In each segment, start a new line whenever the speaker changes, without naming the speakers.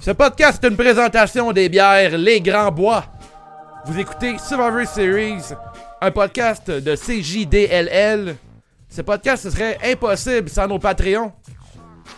Ce podcast est une présentation des bières Les Grands Bois. Vous écoutez Survivor Series, un podcast de CJDLL. Ce podcast ce serait impossible sans nos Patreons.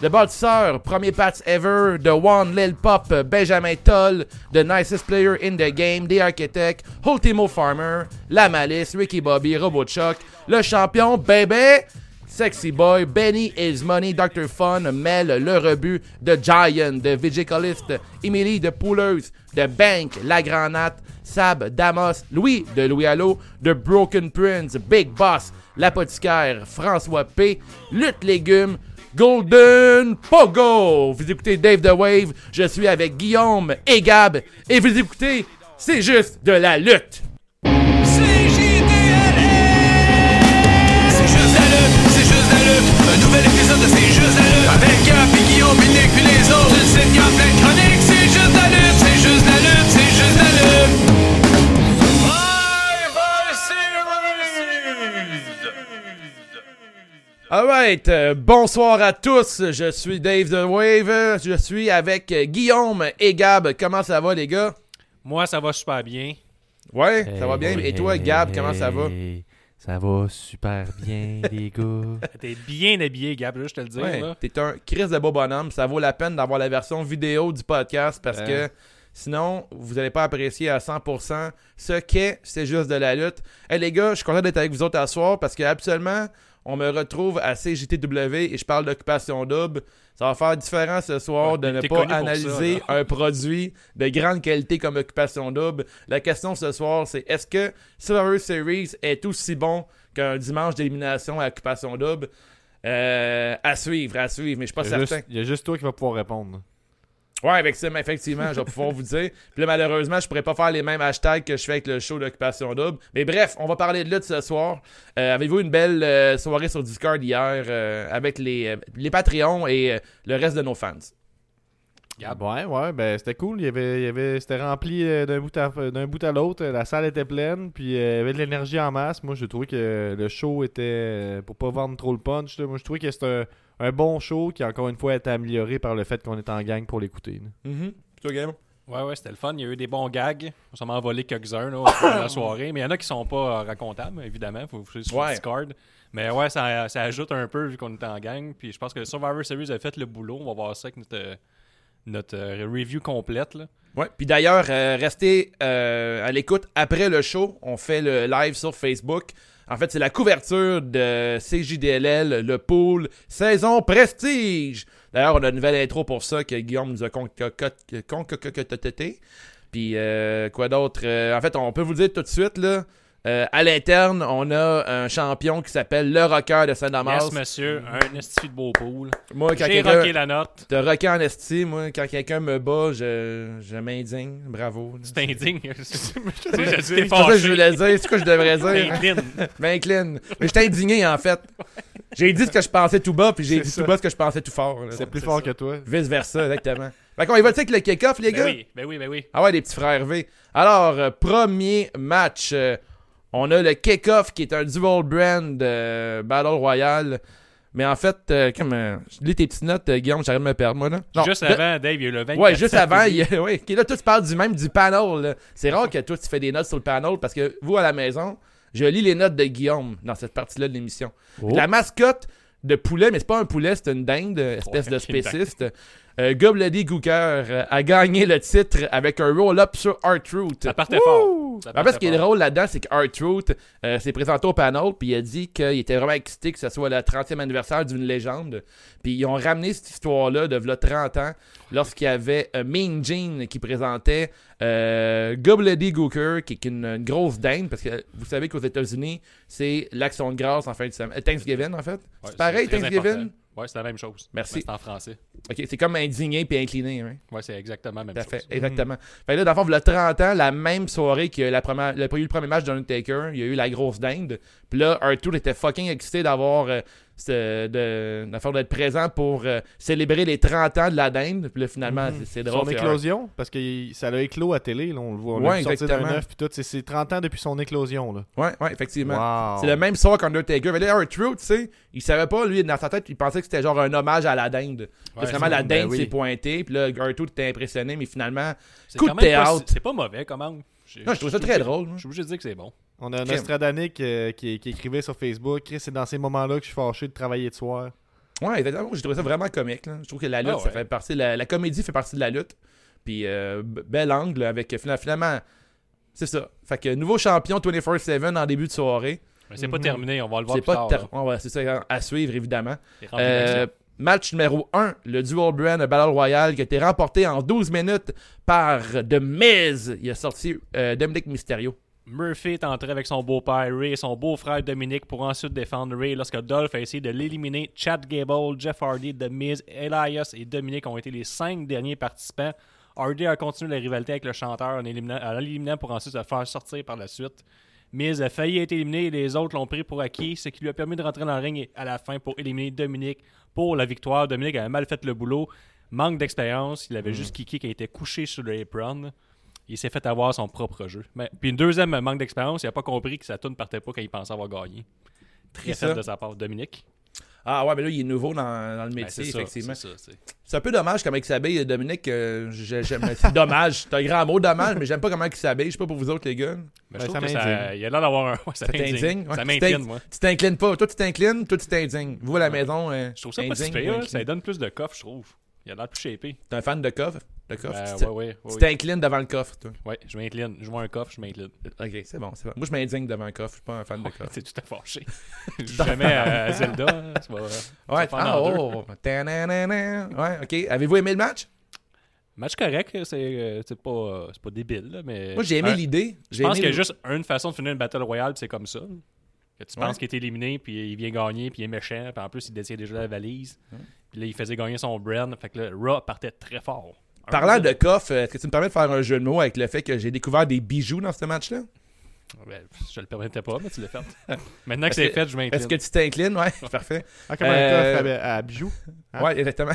Le bâtisseur, premier patch ever, The One, Lil Pop, Benjamin Toll, The Nicest Player in the Game, The Architect, Ultimo Farmer, La Malice, Ricky Bobby, Robot Chuck, Le Champion, Bébé, Sexy Boy, Benny Is Money, Dr. Fun, Mel, Le Rebut, The Giant, The Vigicolist, Emily de Pouleuse, The Bank, La Granate, Sab, Damas, Louis de Louis Allo, The Broken Prince, Big Boss, L'Apothicaire, François P, Lutte Légumes, Golden Pogo. Vous écoutez Dave the Wave, je suis avec Guillaume et Gab, et vous écoutez C'est juste de la lutte.
CJDLL. C'est juste la lutte, c'est juste la lutte. Un nouvel épisode de C'est juste la lutte. Avec Gap et Guillaume, puis Nick, puis les autres. Une sitcom plein de chroniques. C'est juste la lutte, c'est juste la lutte, c'est juste la lutte.
Alright, euh, bonsoir à tous, je suis Dave the Wave, je suis avec euh, Guillaume et Gab. Comment ça va les gars?
Moi, ça va super bien.
Ouais, ça va bien. Et toi,
Hey,
Gab, comment ça va?
hey, Ça va super bien, les gars.
T'es bien habillé, Gab, là, je te le dis.
Ouais,
là.
t'es un Chris de beau bonhomme. Ça vaut la peine d'avoir la version vidéo du podcast parce
Ouais.
que sinon, vous n'allez pas apprécier à 100% ce qu'est C'est juste de la lutte. Hey les gars, je suis content d'être avec vous autres à soir parce que habituellement, on me retrouve à CJTW et je parle d'occupation double. Ça va faire différent ce soir
Ouais,
de
t'es-
ne
t'es
pas
connu pour
analyser
ça,
un produit de grande qualité comme Occupation Double. La question ce soir, c'est est-ce que Survivor Series est aussi bon qu'un dimanche d'élimination à Occupation Double? Euh, à suivre, à suivre, mais je suis pas
Il y a
certain.
juste- Il y a juste toi qui vas pouvoir répondre.
Ouais, avec ça, mais effectivement, je vais pouvoir vous dire. Puis là, malheureusement, je pourrais pas faire les mêmes hashtags que je fais avec le show d'Occupation Double. Mais bref, on va parler de lutte ce soir. Euh, Avez-vous une belle euh, soirée sur Discord hier euh, avec les, euh, les Patreons et euh, le reste de nos fans?
Gab.
Ouais, ouais, ben c'était cool. Il y avait, il y avait, c'était rempli euh, d'un bout à, d'un bout à l'autre. La salle était pleine, puis euh, il y avait de l'énergie en masse. Moi, j'ai trouvé que le show était, euh, pour pas vendre trop le punch, là, moi, je trouvais que c'était un, un bon show qui, encore une fois, a été amélioré par le fait qu'on est en gang pour l'écouter. là.
Ouais, ouais, c'était le fun. Il y a eu des bons gags. On s'en a volé quelques-uns là, au cours de la soirée. Mais il y en a qui sont pas euh, racontables, évidemment. Faut faut- sur
Ouais.
Discord. Mais ouais, ça, ça ajoute un peu vu qu'on est en gang. Puis je pense que Survivor Series a fait le boulot. On va voir ça avec notre, euh, notre euh, review complète. Là.
Ouais. Puis d'ailleurs, euh, restez euh, à l'écoute après le show. On fait le live sur Facebook. En fait, c'est la couverture de CJDLL, le pool, saison prestige. D'ailleurs, on a une nouvelle intro pour ça que Guillaume nous a concocté. Puis euh, quoi d'autre? Euh, en fait, on peut vous le dire tout de suite, là. euh, à l'interne, on a un champion qui s'appelle le rocker de Saint-Damas.
Yes, monsieur, un estifi de beau pool.
Moi, quand
J'ai
quelqu'un-
rocké la note.
de rocker en esti, moi, quand quelqu'un me bat, je, je m'indigne. Bravo. là.
C'est indigne. Je je t'ai
C'est pour ça que je
fâché.
voulais dire. C'est quoi que je devrais dire? hein?
Incline.
Je m'incline. Mais j'étais indigné, en fait. J'ai dit ce que je pensais tout bas, puis j'ai
C'est
dit
ça.
tout bas ce que je pensais tout fort. là.
C'est plus
c'est
fort
ça.
que toi.
Vice-versa, exactement. Fait qu'on y va-tu avec le kick-off, les gars?
Ben oui, ben oui, ben oui.
Ah ouais, les petits frères V. Alors, euh, premier match. euh, on a le kick-off qui est un dual brand euh, Battle Royale. Mais en fait, euh, comme. euh, je lis tes petites notes, euh, Guillaume, j'arrête de me perdre, moi, là. Non,
juste euh,
de-
avant, Dave, il y a eu le 24
Ouais, juste avant, il y a- ouais, qui là, toi, tu parles du même du panel. là. C'est rare que toi, tu fais des notes sur le panel parce que vous, à la maison, je lis les notes de Guillaume dans cette partie-là de l'émission.
Oh.
La mascotte de poulet, mais c'est pas un poulet, c'est une dinde, espèce
Ouais,
de
c'est une dinde.
spéciste. Euh, Gobledy Gooker euh, a gagné le titre avec un roll-up sur Art Root.
Ça partait fort. Ça
En fait, ce
partait
qui Ben, est
fort.
drôle là-dedans, c'est que Artroot s'est présenté au panel, puis il a dit qu'il était vraiment excité que ce soit le 30e anniversaire d'une légende. Puis ils ont ramené cette histoire-là de v'là 30 ans, lorsqu'il y avait euh, Mean Gene qui présentait euh, Gobledy Gooker, qui est une, une grosse dinde, parce que vous savez qu'aux États-Unis, c'est l'action de grâce en fin de semaine. euh, Thanksgiving, en fait.
Ouais,
c'est pareil,
très
Thanksgiving.
important. Ouais, c'est la même chose.
Merci.
Mais C'est en français.
Ok, c'est comme indigné puis incliné, hein.
Ouais, c'est exactement la même
Tout à
chose.
fait, exactement. Fait que là, dans le fond, il y a 30 ans, la même soirée que la première, le, il y a eu le premier match d'Undertaker, il y a eu la grosse dinde. Puis là, Arthur était fucking excité d'avoir euh, ce- de, d'affaire d'être présent pour euh, célébrer les 30 ans de la dinde. Puis là, finalement,
Mhm.
c'est, c'est drôle.
Son
c'est
éclosion, parce que il- ça l'a éclos à télé, là, on le voit. On l'a
Ouais,
vu sortir d'un
exactement.
œuf, puis tout. C'est- C'est 30 ans depuis son éclosion, là.
hard. Ouais, ouais, effectivement.
Wow.
C'est le même sort qu'Undertaker. Mais là, Hurt Truth, tu sais, il savait pas, lui, dans sa tête, il pensait que c'était genre un hommage à la dinde. Puis finalement, la
ben
dinde
oui.
s'est pointée, puis là, Hurt Truth était impressionné, mais finalement,
C'est
Coup
quand
de
même pas-
théâtre.
c'est- C'est pas mauvais, comment.
non, je trouve ça très drôle. hein.
Je suis obligé de dire que c'est bon.
On a
Crime.
Nostradanic euh, qui, qui écrivait sur Facebook Chris, c'est dans ces moments-là que je suis fâché de travailler de soir.
Ouais, évidemment, j'ai trouvé ça vraiment comique. là. Je trouve que la lutte,
Ah ouais.
ça fait partie, la, la comédie fait partie de la lutte. Puis, euh, b- bel angle avec euh, fina- finalement. C'est ça. Fait que nouveau champion 24-7 en début de soirée.
Mais c'est pas terminé, on va le voir
Mhm. C'est
plus
pas
tard.
ter-
là.
Ouais, ouais, c'est ça à suivre, évidemment.
Il est rempli
Euh,
d'action.
match numéro 1, le Dual Brand Battle Royale qui a été remporté en 12 minutes par The Miz. Il a sorti euh, Dominic Mysterio.
Murphy est entré avec son beau-père Ray et son beau-frère Dominic pour ensuite défendre Ray lorsque Dolph a essayé de l'éliminer. Chad Gable, Jeff Hardy, The Miz, Elias et Dominic ont été les cinq derniers participants. Hardy a continué la rivalité avec le chanteur en éliminant- en l'éliminant pour ensuite se faire sortir par la suite. Miz a failli être éliminé et les autres l'ont pris pour acquis, ce qui lui a permis de rentrer dans le ring à la fin pour éliminer Dominic pour la victoire. Dominic avait mal fait le boulot, manque d'expérience, il
Hmm.
avait juste kické qui était couché sur le apron. Il s'est fait avoir son propre jeu. Mais, puis une deuxième manque d'expérience, il n'a pas compris que sa toune partait pas quand il pensait avoir gagné. Très
Qui ça?
faible de sa part, Dominique.
Ah ouais, mais là, il est nouveau dans, dans le
Ben,
métier,
c'est ça,
effectivement.
c'est ça, c'est-
C'est un peu dommage comment il s'habille, euh, Dominic. euh, j'ai- j'aime- c'est dommage, c'est un grand mot, dommage, mais j'aime pas comment il s'habille. Je sais pas pour vous autres, les gars.
Mais
Ben,
je trouve
ça
que
m'indigne.
ça, il a l'air d'avoir un. ouais, ça
Ça t'indigne.
m'indigne.
ouais.
Ça
Tu
m'indigne,
t'in-
moi.
Tu t'inclines pas. Toi, tu t'inclines. Toi, tu t'indignes. Vous, à la maison, euh,
Je trouve ça pas
indigne,
si pire,
incliné.
ça lui donne plus de coffre, je trouve. Il a l'air plus shapé.
T'es un fan de coffre. De coffre.
Ben,
tu
ouais,
t'in-
ouais,
tu
ouais, ouais.
t'inclines devant le coffre, toi.
Ouais, je m'incline. Je vois un coffre, je m'incline.
Ok, c'est bon, c'est bon. Moi, je m'indigne devant un coffre. Je suis pas un fan de coffre.
C'est tout à fâché. Je joue jamais à à Zelda. hein, c'est pas-
Ouais,
fend
ah,
en deux.
oh. Ta-na-na-na. Ouais, ok. Avez-vous aimé le match?
Match correct, là, c'est euh, c'est pas, euh, c'est pas débile, là, mais.
Moi, j'ai aimé
Un-
l'idée.
Je pense qu'il y a juste une façon de finir une battle royale, puis c'est comme ça. Que tu
Ouais.
penses qu'il est éliminé, puis il vient gagner, puis il est méchant, puis en plus il détient déjà la valise. Puis là, il faisait gagner son brand. Fait que là, Raw partait très fort. Un
Parlant de
brand.
coffre, est-ce que tu me permets de faire un jeu de mots avec le fait que j'ai découvert des bijoux dans ce match-là?
Ben, je le permettais pas, mais tu l'as fait. Maintenant que
Est-ce
c'est
que-
fait, je m'incline.
Est-ce que tu t'inclines? Ouais, parfait.
Ah, comme un
Euh,
coffre à, à bijoux. Hein?
Ouais, exactement.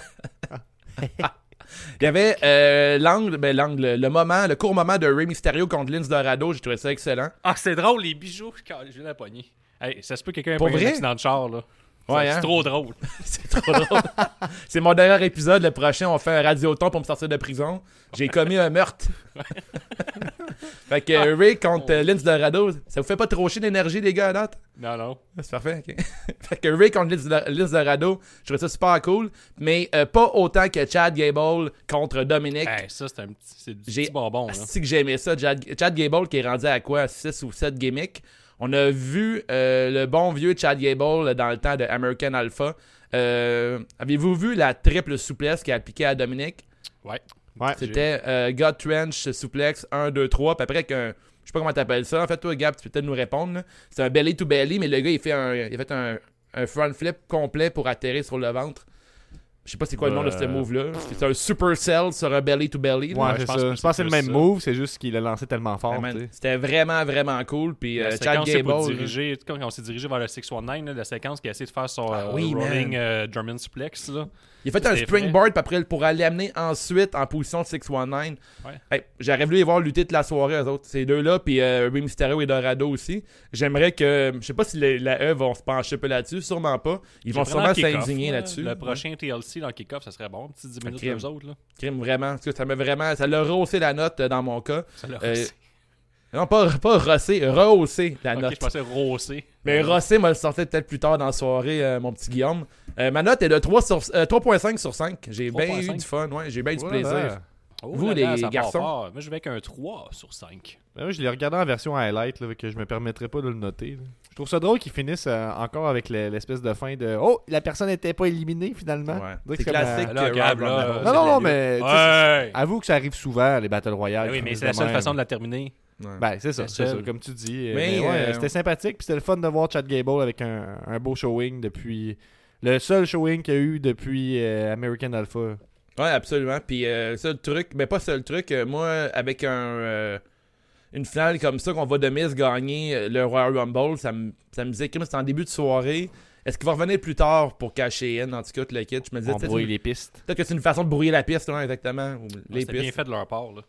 Il y avait euh, l'angle, ben, l'angle, le moment, le court moment de Ray Mysterio contre Lince Dorado, j'ai trouvé ça excellent.
Ah, c'est drôle, les bijoux, quand je viens de la poignée. Hey, ça se peut que quelqu'un ait
Pour
pogné
vrai?
un accident de char, là.
Ouais,
c'est
hein?
trop drôle.
C'est trop drôle. C'est mon dernier épisode, le prochain, on fait un radioton pour me sortir de prison. J'ai commis un meurtre. fait que euh, Ray contre euh, Lince Dorado, ça vous fait pas trop chier d'énergie, les gars, à date? Ah,
Non, non.
C'est parfait, ok. fait que Ray contre Liz Liz Dorado, je trouvais ça super cool, mais euh, pas autant que Chad Gable contre Dominic.
Hey, ça, c'est un petit, c'est du
J'ai- Ah,
petit bonbon, là.
Si que j'aimais ça, Chad, Chad Gable qui est rendu à quoi 6 ou 7 gimmicks. On a vu euh, le bon vieux Chad Gable dans le temps de American Alpha. Euh, Avez-vous vu la triple souplesse qu'il a appliquée à Dominic
Ouais.
Ouais.
C'était euh, gut wrench souplex 1 2 3 puis après qu'un je sais pas comment t'appelles ça. En fait toi Gab, tu peux peut-être nous répondre. là. C'est un belly to belly mais le gars il fait un il a fait un, un front flip complet pour atterrir sur le ventre. Je sais pas c'est quoi le nom de ce
Euh.
move là. C'est un super cell sur un belly to belly.
Ouais,
je pense
c'est ça.
que
Je
c'est
pense que c'est le
plus
même
ça.
move, c'est juste qu'il l'a lancé tellement fort.
Ah, man,
tu sais.
C'était vraiment, vraiment cool. Puis euh,
La
Chad
séquence, c'est
Gable.
pour
là.
diriger, quand on s'est dirigé vers le 619, là, la séquence qui a essayé de faire son
Ah
euh,
oui, man.
rolling euh, German suplex. Là.
Il a fait un
C'était
springboard puis après, pour l'amener ensuite en position de 619.
Ouais.
Hey, J'aurais voulu les voir lutter toute la soirée, eux autres. Ces deux-là, puis euh, Rey Mysterio et Dorado aussi. J'aimerais que. Je sais pas si les- la E vont se pencher un peu là-dessus. Sûrement pas. Ils vont
J'ai vraiment
sûrement
le kick-off,
s'indigner
là.
là-dessus.
Le prochain TLC dans le kick-off, ça serait bon. Petit 10 minutes
crime.
d'eux autres. Là.
Crime, vraiment. Parce que ça m'a vraiment. Ça l'a rehaussé la note euh, dans mon cas.
Ça leur
Euh,
rossé.
Non, pas, pas rossé, rehaussé la
Ok,
note.
je pensais Oh, rossé.
Mais Rossé m'a le sorti peut-être plus tard dans la soirée, euh, mon petit Guillaume. Euh, ma note est de 3 sur- euh, 3.5 sur 5. J'ai bien
3.5.
eu du fun, ouais, j'ai bien eu du
Voilà.
plaisir.
Oh
Vous,
là là,
les
ça part
garçons?
fort. Moi, je vais avec un 3 sur 5.
Ben oui, je l'ai regardé en version highlight, là, fait que je me permettrais pas de le noter. là. Je trouve ça drôle qu'ils finissent euh, encore avec le- l'espèce de fin de Oh, la personne n'était pas éliminée finalement.
Ouais.
On dirait que
C'est
comme,
classique.
euh,
que Rob Ronda-
euh, c'est
Non, non,
de la
non,
lutte.
mais, tu sais,
Ouais!
Avoue que ça arrive souvent, les Battle Royale.
Ben oui, mais
Ah,
finissent
c'est la
de
seule
même.
façon de la terminer.
Ouais.
Ben, c'est ça,
La
c'est ça,
seule.
comme tu dis. euh,
Hein. Mais,
Mais, ouais,
euh,
c'était sympathique, puis c'était le fun de voir Chad Gable avec un, un beau showing depuis. Le seul showing qu'il y a eu depuis euh, American Alpha.
Ouais, absolument. Puis euh, seul truc, mais pas seul truc, euh, moi, avec un, euh, une finale comme ça qu'on va de mise gagner euh, le Royal Rumble, ça me ça me disait que c'était en début de soirée. Est-ce qu'il va revenir plus tard pour cacher in, en tout cas, tout le kit? Je me disais,
On
peut-être
brouille
une-
les pistes.
peut-être que c'est une façon de brouiller la piste, là, exactement. ou les
C'était Ah, bien
pistes.
fait de leur part. Là.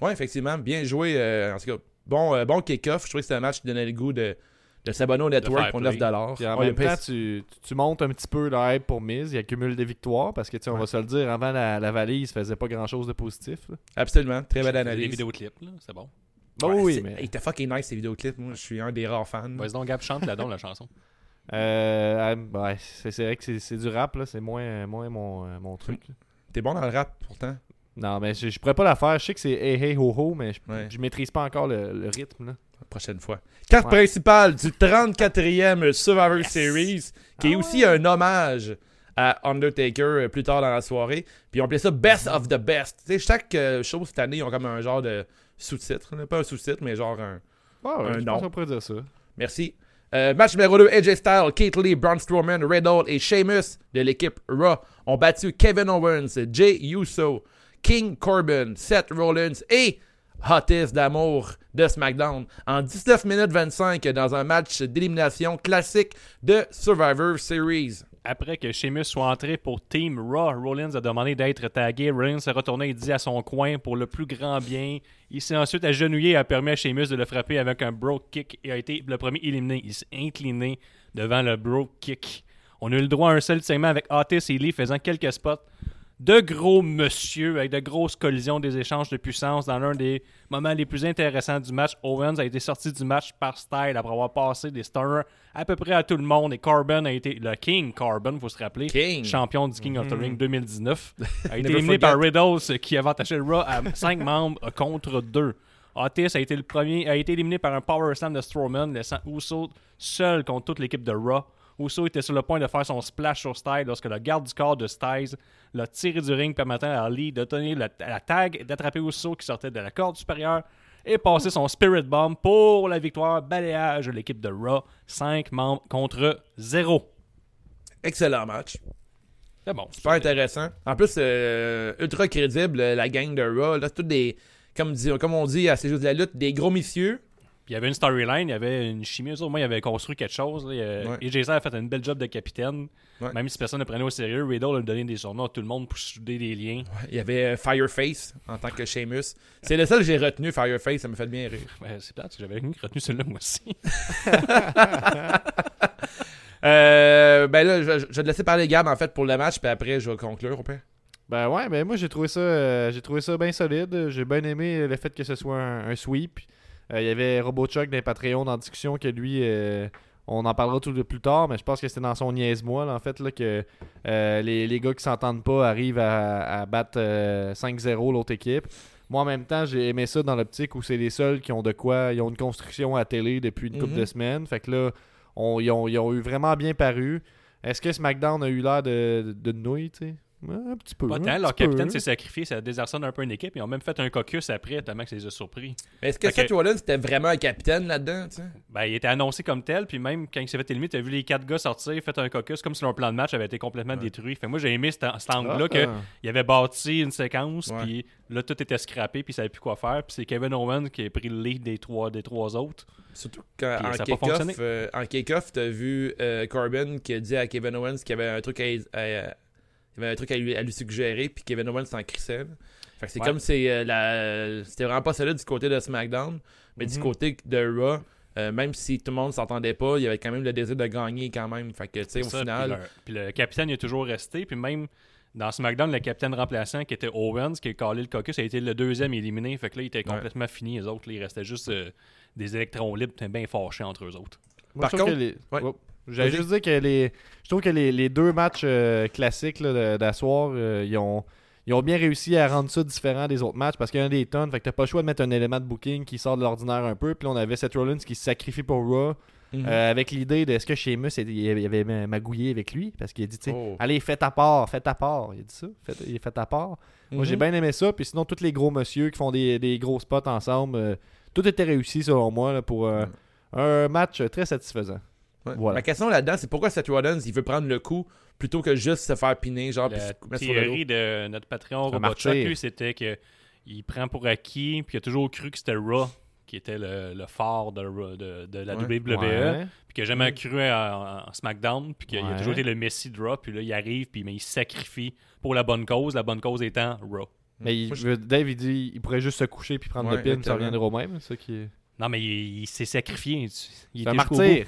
Ouais, effectivement. Bien joué. euh, en tout cas, bon, euh, bon kick-off. Je trouvais que c'était un match qui donnait le goût de, de s'abonner au network
faire
pour
play.
9$.
Puis en
Ouais,
même
il a
temps,
payé-
tu, tu- tu montes un petit peu le hype pour Miz. Il accumule des victoires parce que, tu sais, on va se le dire, avant la, la valise, il faisait pas grand chose de positif. là.
Absolument. Très belle
Les
analyse.
vidéoclips, là, c'est bon.
Bah
Ouais,
oui,
c'est- Il
mais.
était fucking nice, ces vidéoclips. Moi, je suis un des rares fans.
Vas-y donc, Gab, chante là-dedans la chanson.
Euh, ah, ouais, c'est c'est vrai que c'est- c'est du rap, là. C'est moins, moins mon, euh, mon truc. là.
T'es bon dans le rap, pourtant.
Non, mais je, je pourrais pas la faire. Je sais que c'est hey hey ho ho, mais je,
Ouais.
je maîtrise pas encore le, le rythme, là.
La prochaine fois. Carte
Ouais.
principale du 34e Survivor Series,
Ah
qui est aussi un hommage à Undertaker euh, plus tard dans la soirée. Puis on appelait ça Best of the Best. Tu sais, chaque euh, show cette année, ils ont comme un genre de sous-titre. Pas un sous-titre, mais genre un.
Ah ouais,
Un
je
nom.
pense qu'on pourrait dire ça.
Merci. Euh, match numéro 2, AJ Styles, Keith Lee, Braun Strowman, Riddle et Sheamus de l'équipe Raw ont battu Kevin Owens, Jay Uso, King Corbin, Seth Rollins et Hottest d'amour de SmackDown en 19 minutes 25 dans un match d'élimination classique de Survivor Series.
Après que Sheamus soit entré pour Team Raw, Rollins a demandé d'être tagué. Rollins s'est retourné et dit à son coin pour le plus grand bien. Il s'est ensuite agenouillé et a permis à Sheamus de le frapper avec un bro kick et a été le premier éliminé. Il s'est incliné devant le bro kick. On a eu le droit à un seul segment avec Otis et Lee faisant quelques spots de gros monsieur avec de grosses collisions des échanges de puissance dans l'un des moments les plus intéressants du match. Owens a été sorti du match par style après avoir passé des stunners à peu près à tout le monde et Corbin a été le King Corbin, faut se rappeler,
King.
champion du King of the Ring 2019, a été
Never
éliminé par
forget.
Riddle ce qui avait attaché le Raw à 5 membres euh, contre 2. Otis a été le premier a été éliminé par un power slam de Strowman laissant Uso seul contre toute l'équipe de Raw. Uso était sur le point de faire son splash sur Styles lorsque le garde du corps de Styles l'a tiré du ring permettant à Lee de tenir la, la tag et d'attraper Uso qui sortait de la corde supérieure et passer son Spirit Bomb pour la victoire balayage de l'équipe de Raw 5 membres contre 0.
Excellent match.
C'est bon.
Super intéressant. En plus, euh, ultra crédible, euh, la gang de Raw. Là, c'est tous des, comme, dit- comme on dit à ces jeux de la lutte, des gros messieurs.
Puis il y avait une storyline, il y avait une chimie. Au moins, il avait construit quelque chose. là. Il y a-
Ouais.
Et Jason a fait une belle job de capitaine.
Ouais.
Même si personne ne prenait au sérieux, Riddle a donné des journaux à tout le monde pour souder des liens.
Il y avait euh, Fireface en tant que Seamus. C'est le seul que j'ai retenu, Fireface, ça me fait bien rire.
Ben, c'est plate, j'avais retenu celui-là moi aussi.
Euh, ben là, je, je vais te laisser parler Gab en fait pour le match, puis après je vais conclure au pire.
Ben ouais, ben moi j'ai trouvé ça euh, j'ai trouvé ça bien solide. J'ai bien aimé euh, le fait que ce soit un, un sweep. Euh, Il y avait Robochuck d'un Patreon en discussion que lui euh, on en parlera tout de plus tard, mais je pense que c'était dans son niaise-moi là, en fait là, que euh, les, les gars qui s'entendent pas arrivent à, à battre euh, 5-0 l'autre équipe. Moi en même temps j'ai aimé ça dans l'optique où c'est les seuls qui ont de quoi. Ils ont une construction à télé depuis une couple
Mhm.
de semaines. Fait que là, on- ils, ont, ils ont eu vraiment bien paru. Est-ce que SmackDown a eu l'air de, de nouilles, tu sais? Ouais, Un petit peu.
Pas
un
tant, leur
petit peu. hein.
capitaine s'est sacrifié, ça désarçonne un peu une équipe. Ils ont même fait un caucus après, tellement que ça les a surpris.
Mais est-ce que
Ok.
Seth Rollins était vraiment un capitaine là-dedans, tu sais?
Ben, il était annoncé comme tel, puis même quand il s'est fait éliminer, t'as vu les quatre gars sortir, fait un caucus, comme si leur plan de match avait été complètement détruit. Fait que moi, j'ai aimé cet, cet angle-là,
Ah,
que
ah.
il avait bâti une séquence,
Ouais.
puis là, tout était scrappé, puis il savait plus quoi faire, puis c'est Kevin Owen qui a pris le lead des trois, des trois autres.
Surtout qu'en
Puis
en
ça a pas
kick-off,
fonctionné.
euh, en kick-off, t'as vu euh, Corbin qui a dit à Kevin Owens qu'il y avait un truc à, à- il y avait un truc à lui, à lui suggérer, puis Kevin Owens s'en crissait. là. Fait que c'est
Ouais.
comme c'est euh, la c'était vraiment pas solide du côté de SmackDown, mais du côté de Raw, euh, même si tout le monde s'entendait pas, il y avait quand même le désir de gagner quand même. Fait que tu sais au
C'est ça,
final,
Puis le, puis le capitaine il est toujours resté, puis même dans SmackDown, le capitaine remplaçant qui était Owens, qui a calé le caucus, a été le deuxième éliminé, fait que là, il était complètement fini, les autres. là, il restait juste euh, des électrons libres, bien fâchés entre eux autres.
Moi,
Par
je trouve
contre-
que les-
ouais.
Oh, j'allais
Vas-y.
juste dire que les, je trouve que les, les deux matchs euh, classiques là, de- d'asseoir, euh, ils ont, ils ont bien réussi à rendre ça différent des autres matchs parce qu'il y en a des tonnes. Fait que t'as pas le choix de mettre un élément de booking qui sort de l'ordinaire un peu. Puis là, on avait Seth Rollins qui se sacrifie pour Raw
Mhm.
euh, avec l'idée de est-ce que Sheamus il il avait ma- magouillé avec lui parce qu'il a dit, tu sais,
Oh.
allez, faites à part, faites à part. Il a dit ça, faites- il a fait à part. Moi, j'ai
Mhm.
bien aimé ça. Puis sinon, tous les gros monsieur qui font des, des gros spots ensemble, euh, tout était réussi selon moi là, pour euh, un match très satisfaisant.
Ouais.
Voilà.
Ma question là-dedans, c'est pourquoi Seth Rollins, il veut prendre le coup plutôt que juste se faire piner, genre, Ah, puis
La
se mettre sur le
théorie
dos.
de notre Patreon
Un
Robotchuck,
martyr.
lui, c'était que il prend pour acquis, puis il a toujours cru que c'était Raw qui était le, le fort de, Ro- de- de la E.
Ouais.
WWE,
E.
Ouais.
puis que jamais cru en, en SmackDown, puis qu'il a
Ouais.
toujours été le Messi de Raw, puis là, il arrive, puis mais il se sacrifie pour la bonne cause, la bonne cause étant Raw.
Mais il-
Moi, je-
je veux- Dave, il dit il pourrait juste se coucher puis prendre
Ouais,
le pin, ça
exactement.
reviendra au même. ça qui est-
Non, mais il, il s'est sacrifié. tu- Il
C'est un
était jusqu'au
martyr.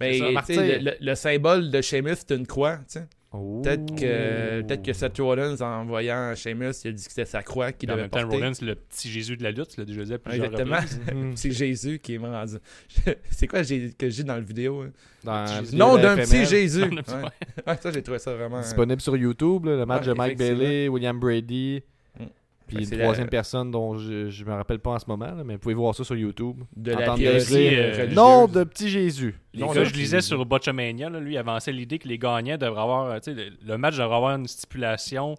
Mais
C'est ça,
tu
martyr.
sais, le, le- le symbole de Sheamus, c'est une croix. tu sais. Peut-être que, peut que Seth Rollins, en voyant Sheamus, il a dit que c'était sa croix
bout.
qu'il
Puis En
devait
même temps,
porter.
Rollins, c'est le petit Jésus de la lutte, tu l'as déjà dit à plusieurs
Exactement.
reprises.
Mhm.
C'est Jésus qui est rendu. c'est quoi j'ai- que j'ai dans la vidéo? hein?
Dans
Petit
la
Jésus.
vidéo
Nom
de
d'un
FML,
petit Jésus.
Nom d'un petit-
Ouais. Ouais, ça, j'ai trouvé ça vraiment. hein.
Disponible sur YouTube, là, le match
Ouais,
de Mike
effectivement.
Bailey, William Brady,
Mm. Fait que
puis
c'est
une
la-
troisième personne dont je, je me rappelle pas en ce moment, là, mais vous pouvez voir ça sur YouTube.
de la
Entendre
théorie
dire,
euh,
euh,
religieuse.
Nom de petit Jésus.
Les
Non,
gars,
là,
je lisais sur Botchamania, là, lui, il avançait l'idée que les gagnants devraient avoir. euh, tu sais, Le, le match devrait avoir une stipulation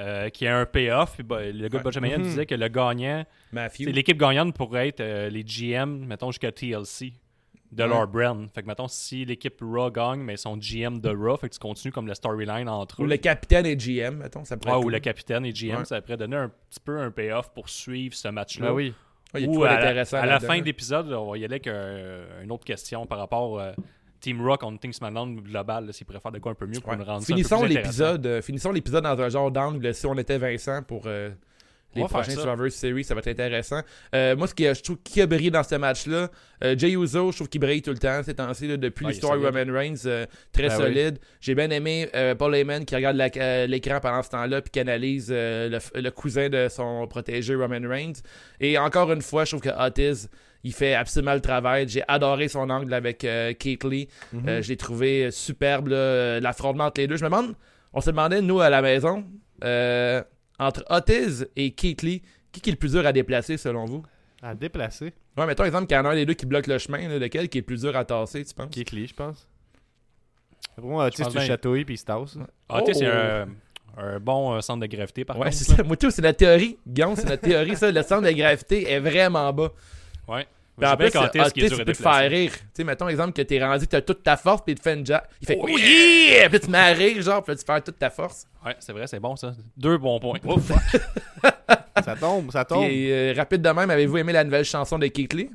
euh, qui a un payoff. Puis, bah, le gars
Ouais.
de Botchamania
Mhm.
disait que le gagnant, tu
Matthew.
sais, l'équipe gagnante pourrait être euh, les GM, mettons, jusqu'à TLC de leur brand. Fait que, mettons, si l'équipe Raw gagne, mais son GM de Raw, fait que tu continues comme la storyline entre
Ou
eux.
le capitaine et GM, mettons. Ça pourrait être
Ouais, Ah, ou
cool.
le capitaine et GM,
Ouais.
ça pourrait donner un petit peu un payoff pour suivre ce match-là.
Ben oui.
Ouais, il y a de
Ou
quoi
à, la-
d'intéressant
à la
là-dedans.
fin de l'épisode, on va y aller avec euh, une autre question par rapport euh, Team Rock on Team SmackDown global, là, s'ils pourraient faire de quoi un peu mieux pour
Ouais.
nous rendre ça un
Finissons
peu plus intéressant.
l'épisode, euh, finissons l'épisode dans un genre d'angle. Si on était Vincent pour euh, les
va faire
prochains
ça.
Survivor Series, ça va être intéressant. Euh, moi, ce que je trouve qui a brillé dans ce match-là, euh, Jey Uso, je trouve qu'il brille tout le temps ces temps-ci là, depuis
Ah, il est
l'histoire de
solide.
Roman Reigns, euh, très
Ben oui.
solide. J'ai bien aimé euh, Paul Heyman qui regarde la- euh, l'écran pendant ce temps-là puis qui analyse euh, le, f- le cousin de son protégé Roman Reigns. Et encore une fois, je trouve que Otis, il fait absolument le travail. J'ai adoré son angle avec euh, Keith Lee. Euh,
Mhm.
je l'ai trouvé superbe, là, euh, l'affrontement entre les deux. Je me demande, on se demandait, nous, à la maison, euh, entre Otis et Keith Lee, qui, qui est le plus dur à déplacer selon vous
À déplacer.
Ouais, mettons exemple qu'il y en a un des deux qui bloque le chemin, là, lequel qui est le plus dur à tasser, tu penses
Qui est clé, je pense. Pour moi, tu sais,
pense
tu
bien.
chatouilles puis il se tasse. là.
Ah, tu sais, c'est
Oh!
un, un bon euh, centre de gravité, par
Ouais,
contre.
c'est ça. Moi, tout, c'est la théorie. Guillaume, c'est notre théorie, ça. Le centre de gravité est vraiment bas.
Ouais.
Puis Ben, en
J'ai bien
plus, c'est
compté ce qui est
Otis,
dur à
il peut te
déplacer.
faire rire. Tu sais, mettons exemple que t'es rendu, que t'as toute ta force, puis il te fait une jack. Il
Oh,
fait Oui! yeah! Puis là, tu mets à rire, genre, puis là, tu perds toute ta force.
Ouais, c'est vrai, c'est bon, ça. Deux bons points.
Ça tombe, ça tombe.
Puis, euh, rapide de même, avez-vous aimé la nouvelle chanson de Keith Lee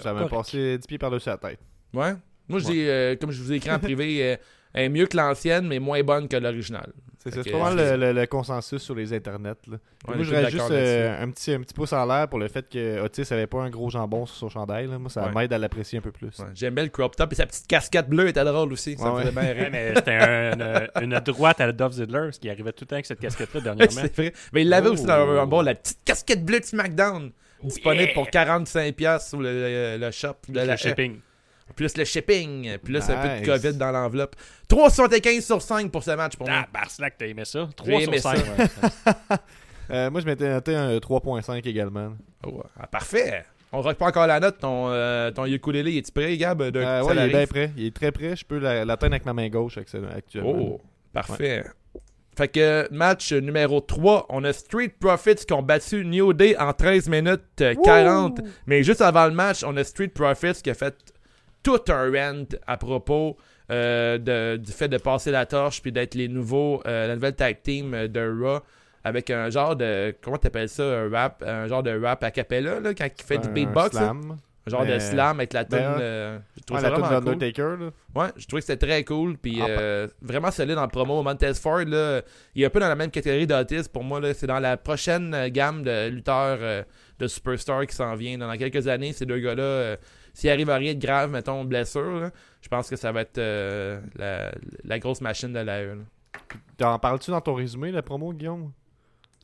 Ça m'a
Correct.
passé 10 pieds par-dessus la tête.
Ouais. Moi, je dis, euh, comme je vous ai écrit en privé, euh, elle est mieux que l'ancienne, mais moins bonne que l'original.
C'est ça,
Ok,
c'est pas mal
c'est-
le, le- le consensus sur les internets. Là.
On est
Moi,
tous
j'aurais
d'accord
juste euh, un, petit, un petit pouce en l'air pour le fait que Otis avait pas un gros jambon sur son chandail. là. Moi, ça
Ouais.
m'aide à l'apprécier un peu plus.
Ouais, J'aimais le crop top et sa petite casquette bleue était drôle aussi. Ça me
Ouais,
faisait bien
Ouais,
rire.
mais c'était un- une, une droite à la Dolph Ziggler, ce qui arrivait tout le temps avec cette casquette-là dernièrement.
C'est vrai. Mais il l'avait
Oh.
aussi dans le Rumble, la petite casquette bleue de SmackDown. Disponible
Oh, yeah.
pour 45$ sur le, le- le shop. de
Le
la- euh,
shipping. plus
plus le shipping. Plus un peu de
Nice.
COVID dans l'enveloppe. 375 sur 5 pour ce match pour
Ah,
moi.
Barslack, t'as aimé ça?
J'ai
3
aimé
sur 5.
Euh, moi, je m'étais noté un 3.5 également.
Oh, ah, parfait. On rock pas encore la note. Ton, euh, ton ukulélé, est tu prêt, Gab? d'un
Euh,
coup, ça
ouais, il est
arrive?
bien prêt. Il est très prêt. Je peux la- l'atteindre avec ma main gauche actu- actuellement.
Oh, parfait. Fait que match numéro 3, on a Street Profits qui ont battu New Day en 13 minutes euh, 40. Mais juste avant le match, on a Street Profits qui a fait tout un rant à propos euh, de- du fait de passer la torche puis d'être les nouveaux, euh, la nouvelle tag team euh, de Raw avec un genre de, comment t'appelles ça, un rap, un genre de rap a cappella, là, quand il fait du
Un
beatbox, là.
slam.
un genre de
Mais-
slam avec la tune.
Ben, ouais.
je trouve
Ouais,
ça
la tune
vraiment cool.
d'Undertaker. là.
Ouais, je trouvais que c'était très cool. Puis
Ah,
euh, vraiment solide en promo. Montez Ford, là, il est un peu dans la même catégorie d'autisme. Pour moi, là, c'est dans la prochaine euh, gamme de lutteurs euh, de superstars qui s'en vient. Dans quelques années, ces deux gars-là, euh, s'il arrive à rien de grave, mettons, blessure, là, je pense que ça va être euh, la, la grosse machine de la E. là.
T'en parles-tu dans ton résumé, la promo, Guillaume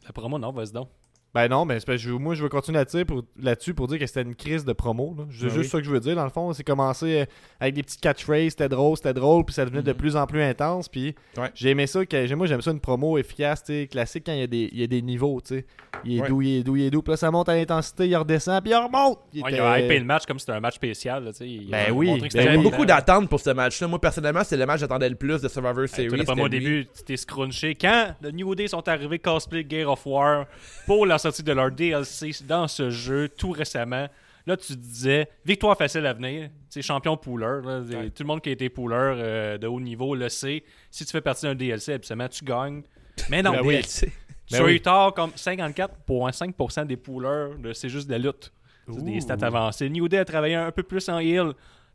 La promo, non, vas-y donc.
Ben non, mais c'est parce que je- moi je veux continuer là-dessus pour, là-dessus pour dire que c'était une crise de promo. là. C'est
Ah
juste
oui.
ça que je veux dire. Dans le fond, c'est commencé euh, avec des petites catchphrases, c'était drôle, c'était drôle, puis ça devenait de plus en plus intense. Puis
Mhm. Ouais.
j'ai aimé ça, que, j'ai- moi j'aime ça une promo efficace, tu sais, classique quand il y, a des- il y a des niveaux. tu sais. Il est
Ouais.
doux, il est doux, il est doux, puis là ça monte à l'intensité, il redescend, puis il remonte. Il
Ouais,
était-
il a hypé le match comme si c'était un match spécial. Là, tu sais. Il
Ben
a
oui,
montré que
ben
c'était
J'avais
oui.
beaucoup d'attentes pour ce match-là. Moi, personnellement, c'est le match que j'attendais le plus de Survivor
Hey,
Series.
toi, d'après moi, au
c'était lui.
début, tu t'es scrunché. Quand le New Day sont arrivés cosplay Gear of War pour la sortie de leur DLC dans ce jeu tout récemment, là, tu te disais victoire facile à venir. C'est champion pooler. là. C'est- Tout le monde qui a été pooler euh, de haut niveau le sait. Si tu fais partie d'un DLC, habituellement, tu gagnes. Mais non,
Ben oui, tu sais.
tu as eu tort comme 54,5% des poolers de C'est juste de la lutte. C'est des stats avancées. New Day a travaillé un peu plus en heal.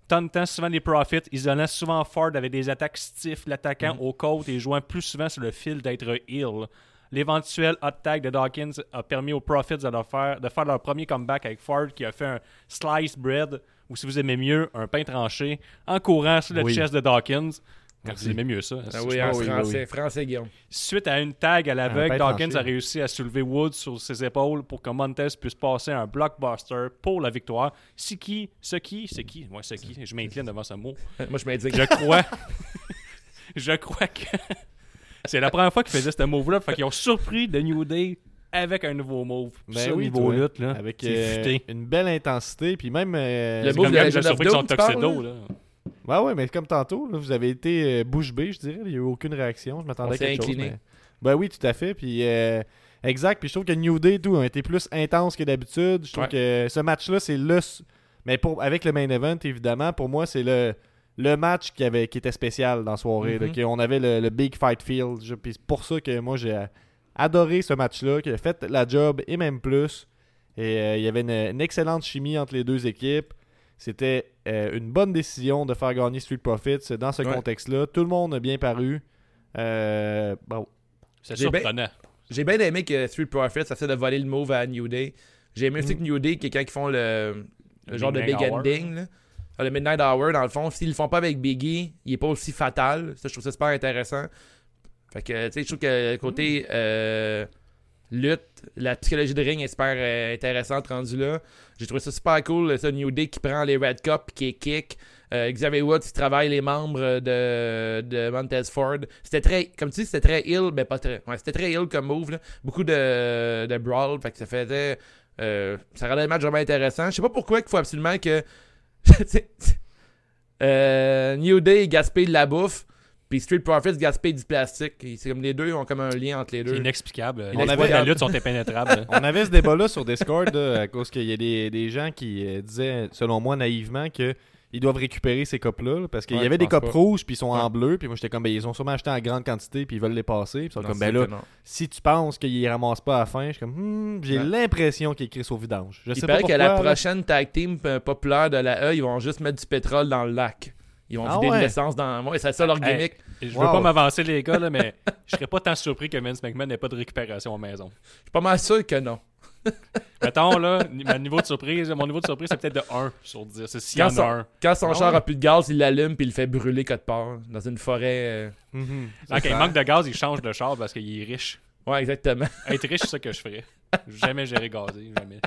Tentant souvent les profits, isolant souvent Ford avec des attaques stiff,
Mm.
l'attaquant aux côtes et jouant plus souvent sur le fil d'être heal. L'éventuel hot tag de Dawkins a permis aux Profits de, leur faire, de faire leur premier comeback avec Ford qui a fait un slice bread, ou si vous aimez mieux, un pain tranché, en courant sur le
Oui.
chest de Dawkins. Quand
Merci.
vous aimez mieux ça.
Ah
Je
oui,
pense
en
oui, oui,
français, français, Guillaume.
Suite à une tag à l'aveugle,
pain
Dawkins
tranché.
a réussi à soulever Woods sur ses épaules pour que Montez puisse passer un blockbuster pour la victoire. C'est qui Ce qui C'est qui Moi, c'est qui Je m'incline devant ce mot.
Moi, je m'indique.
Je crois. je crois que. C'est la première fois qu'ils faisaient ce move-là. Fait qu'ils ont surpris The New Day avec un nouveau move.
Ben
Ça, au
oui,
niveau
toi.
lutte, là.
Avec
c'est
euh,
futé.
une belle intensité, puis même. euh,
Le
c'est
move
comme-
de-
Comme j'ai
Legend of
surpris que son
Doom, tu parles,
tuxedo, là.
Ouais, ouais, mais comme tantôt, là, vous avez été euh, bouche bée, je dirais. Il n'y a eu aucune réaction. Je
On
m'attendais à
s'est
quelque
incliné.
chose. mais- Ben oui, tout à fait. Puis, euh, exact. Puis je trouve que New Day, tout, a été plus intense que d'habitude. Je trouve
Ouais.
que ce match-là, c'est le. s- Mais pour, avec le main event, évidemment, pour moi, c'est le. Le match qui, avait, qui était spécial dans la soirée, là,
Mhm.
qu'on avait le, le Big Fight Field. Je- Puis c'est pour ça que moi j'ai adoré ce match-là, qui a fait la job et même plus. Et euh, il y avait une, une excellente chimie entre les deux équipes. C'était euh, une bonne décision de faire gagner Street Profits dans ce
Ouais.
contexte-là. Tout le monde a bien paru. Euh, bon,
C'est
J'ai ben-
surprenant.
J'ai bien aimé que Street Profits essaie de voler le move à New Day. J'ai aimé aussi que New Day, qui est quand ils font le, le
Le
genre de big
Mm. Midnight Hour.
ending, là. Ah, le Midnight Hour, dans le fond, s'ils le font pas avec Biggie, il est pas aussi fatal. Ça, je trouve ça super intéressant. Fait que, tu sais, je trouve que
Mm.
côté euh, lutte, la psychologie de ring est super euh, intéressante rendue là. J'ai trouvé ça super cool, ça, New Day qui prend les Red Cup puis qui est kick. Euh, Xavier Woods qui travaille les membres euh, de, de Montez Ford. C'était très, comme tu dis, c'était très ill, mais pas très. Ouais, c'était très ill comme move, là. Beaucoup de, de brawl, fait que ça faisait. euh, ça rendait le match vraiment intéressant. Je sais pas pourquoi qu'il faut absolument que. tu sais, euh, New Day gaspille de la bouffe, puis Street Profits gaspille du plastique. Et C'est comme les deux ont comme un lien entre les
C'est
deux.
inexplicable.
On
Les
avait-
avait... la lutte sont impénétrables.
on avait ce débat-là sur Discord là, à cause qu'il y a des, des gens qui euh, disaient, selon moi naïvement, que ils doivent récupérer ces copes-là là, parce qu'il
Ouais,
y avait
je
des
pense
copes
pas.
rouges puis ils sont en bleu puis moi j'étais comme ben, ils ont sûrement acheté en grande quantité puis ils veulent les passer puis ils sont
Non,
comme
c'est
ben là
que non.
si tu penses qu'ils les ramassent pas à la fin je suis comme Hmm, j'ai
Ouais.
l'impression qu'ils écrivent au vidange je
Il
sais
paraît
pas
que
pourquoi
la
là.
prochaine tag team euh, populaire de la E, ils vont juste mettre du pétrole dans le lac. Ils vont
Ah
vider
ouais. Ah,
de l'essence dans. Ouais, c'est ça leur
Hey,
gimmick.
Je veux
Wow.
pas m'avancer, les gars, là, mais je serais pas tant surpris que Vince McMahon n'ait pas de récupération à la maison.
Je suis pas mal sûr que non.
Mettons, là, ni- ma niveau de surprise, mon niveau de surprise, c'est peut-être de 1 sur 10. C'est s'il y
Quand
en a un.
Quand son
Ah
char
ouais.
a plus de gaz, il l'allume puis il le fait brûler quelque part dans une forêt. euh.
Mhm.
Ah, Quand il
ça.
manque de gaz, il change de char parce qu'il est riche.
Ouais, exactement.
Être riche, c'est ça que je ferais. Jamais gérer gazé, jamais.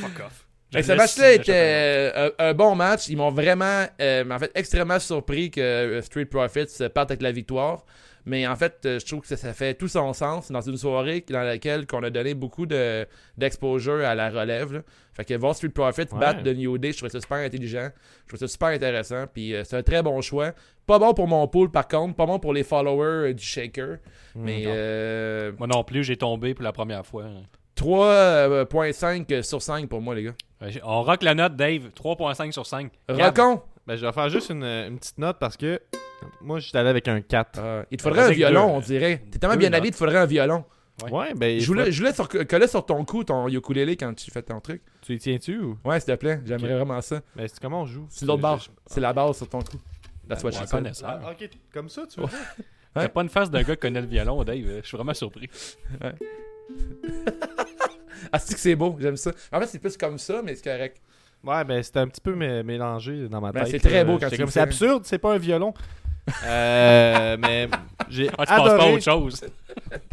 Fuck off.
Et ce
J'achète-
match-là
j'achète
était euh, un, un bon match. Ils m'ont vraiment, euh, en fait, extrêmement surpris que euh, Street Profits euh, parte avec la victoire. Mais en fait, euh, je trouve que ça, ça fait tout son sens dans une soirée dans laquelle qu'on a donné beaucoup de- d'exposure à la relève. là. Fait que voir Street Profits
Ouais.
battre de New Day, je trouvais ça super intelligent. Je trouvais ça super intéressant. Puis euh, c'est un très bon choix. Pas bon pour mon pool, par contre. Pas bon pour les followers euh, du Shaker. Mais
non.
euh,
Moi non plus, j'ai tombé pour la première fois. hein.
euh, 3.5 sur 5 pour moi, les gars.
Ouais, j'ai- On rock la note, Dave. 3.5 sur 5.
Rocon!
Ben, je vais faire juste une, une petite note parce que moi, j'étais allé avec un 4.
Ah, il te faudrait un
Avec
violon,
deux,
on dirait. T'es tellement
deux
bien
notes.
habillé, il te faudrait un violon.
Ouais.
Ouais, ben,
Ah, Je voulais, je voulais sur, coller sur ton cou ton ukulélé quand tu fais ton truc.
tu y tiens-tu ou
Ouais, s'il te plaît, j'aimerais vraiment ça.
Ben, c'est comment on joue
C'est l'autre
barre
barre. C'est la barre sur ton cou. That's what
Ouais,
she said.
connaisseur.
Ah, ok, comme ça, tu vois.
T'as pas une face d'un gars qui connaît le violon, Dave. Je suis vraiment surpris.
Ah, c'est que c'est beau, j'aime ça. En fait, c'est plus comme ça, mais c'est correct.
Ouais, ben, c'était un petit peu mé- mélangé dans ma
Ben,
tête.
c'est très
là.
beau quand tu
J'étais
le
comme, C'est
fais.
absurde, c'est pas un violon. euh, mais j'ai
Ah, tu passes pas à
adoré.
autre chose.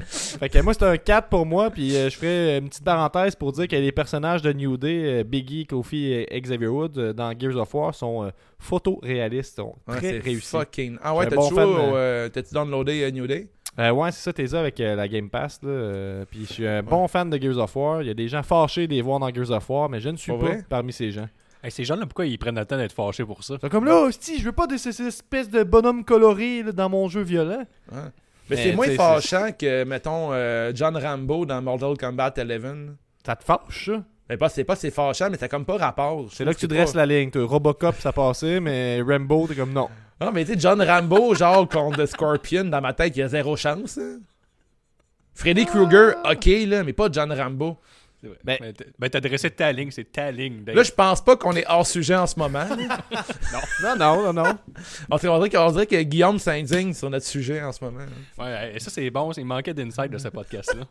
Fait que moi, c'est un 4 pour moi. Puis euh, je ferai une petite parenthèse pour dire que les personnages de New Day, euh, Biggie, Kofi et Xavier Wood euh, dans Gears of War sont euh, photoréalistes. sont
Ouais,
très
c'est
réussis.
fucking. Ah ouais,
Je
t'as
suis un bon
tu
fan,
joué au, euh, T'as-tu downloadé euh, New Day
Euh, ouais, c'est ça, t'es ça avec euh, la Game Pass. Là, euh, puis je suis un bon fan de Gears of War. Il y a des gens fâchés de les voir dans Gears of War, mais je ne suis
Pas
pas,
vrai?
parmi ces gens.
Hey, ces gens-là, pourquoi ils prennent le temps d'être fâchés pour ça?
Ils sont comme là, hostie, je veux pas de ces ces espèces de bonhommes colorés là, dans mon jeu violent.
Hein? Mais
Mais
c'est moins
tu sais,
fâchant que, mettons, euh, John Rambo dans Mortal Kombat 11.
Ça te fâche, ça.
Mais pas, c'est pas c'est fâchant, mais t'as comme pas rapport.
C'est là que tu dresses la ligne. toi. Robocop, ça passait, mais Rambo, t'es comme non.
Non, Ah, mais tu sais, John Rambo, genre contre The Scorpion, dans ma tête, il y a zéro chance. hein. Freddy Krueger, ok, là, mais pas John Rambo.
C'est vrai.
Ben-
Mais t- ben, t'as dressé ta ligne, c'est ta ligne. Dave.
Là, je pense pas qu'on est hors sujet en ce moment.
Non, non, non, non.
on, dirait, on dirait que- on dirait que Guillaume s'indigne sur notre sujet en ce moment. hein.
Ouais, et ça, c'est bon. Il manquait d'insight de ce podcast-là.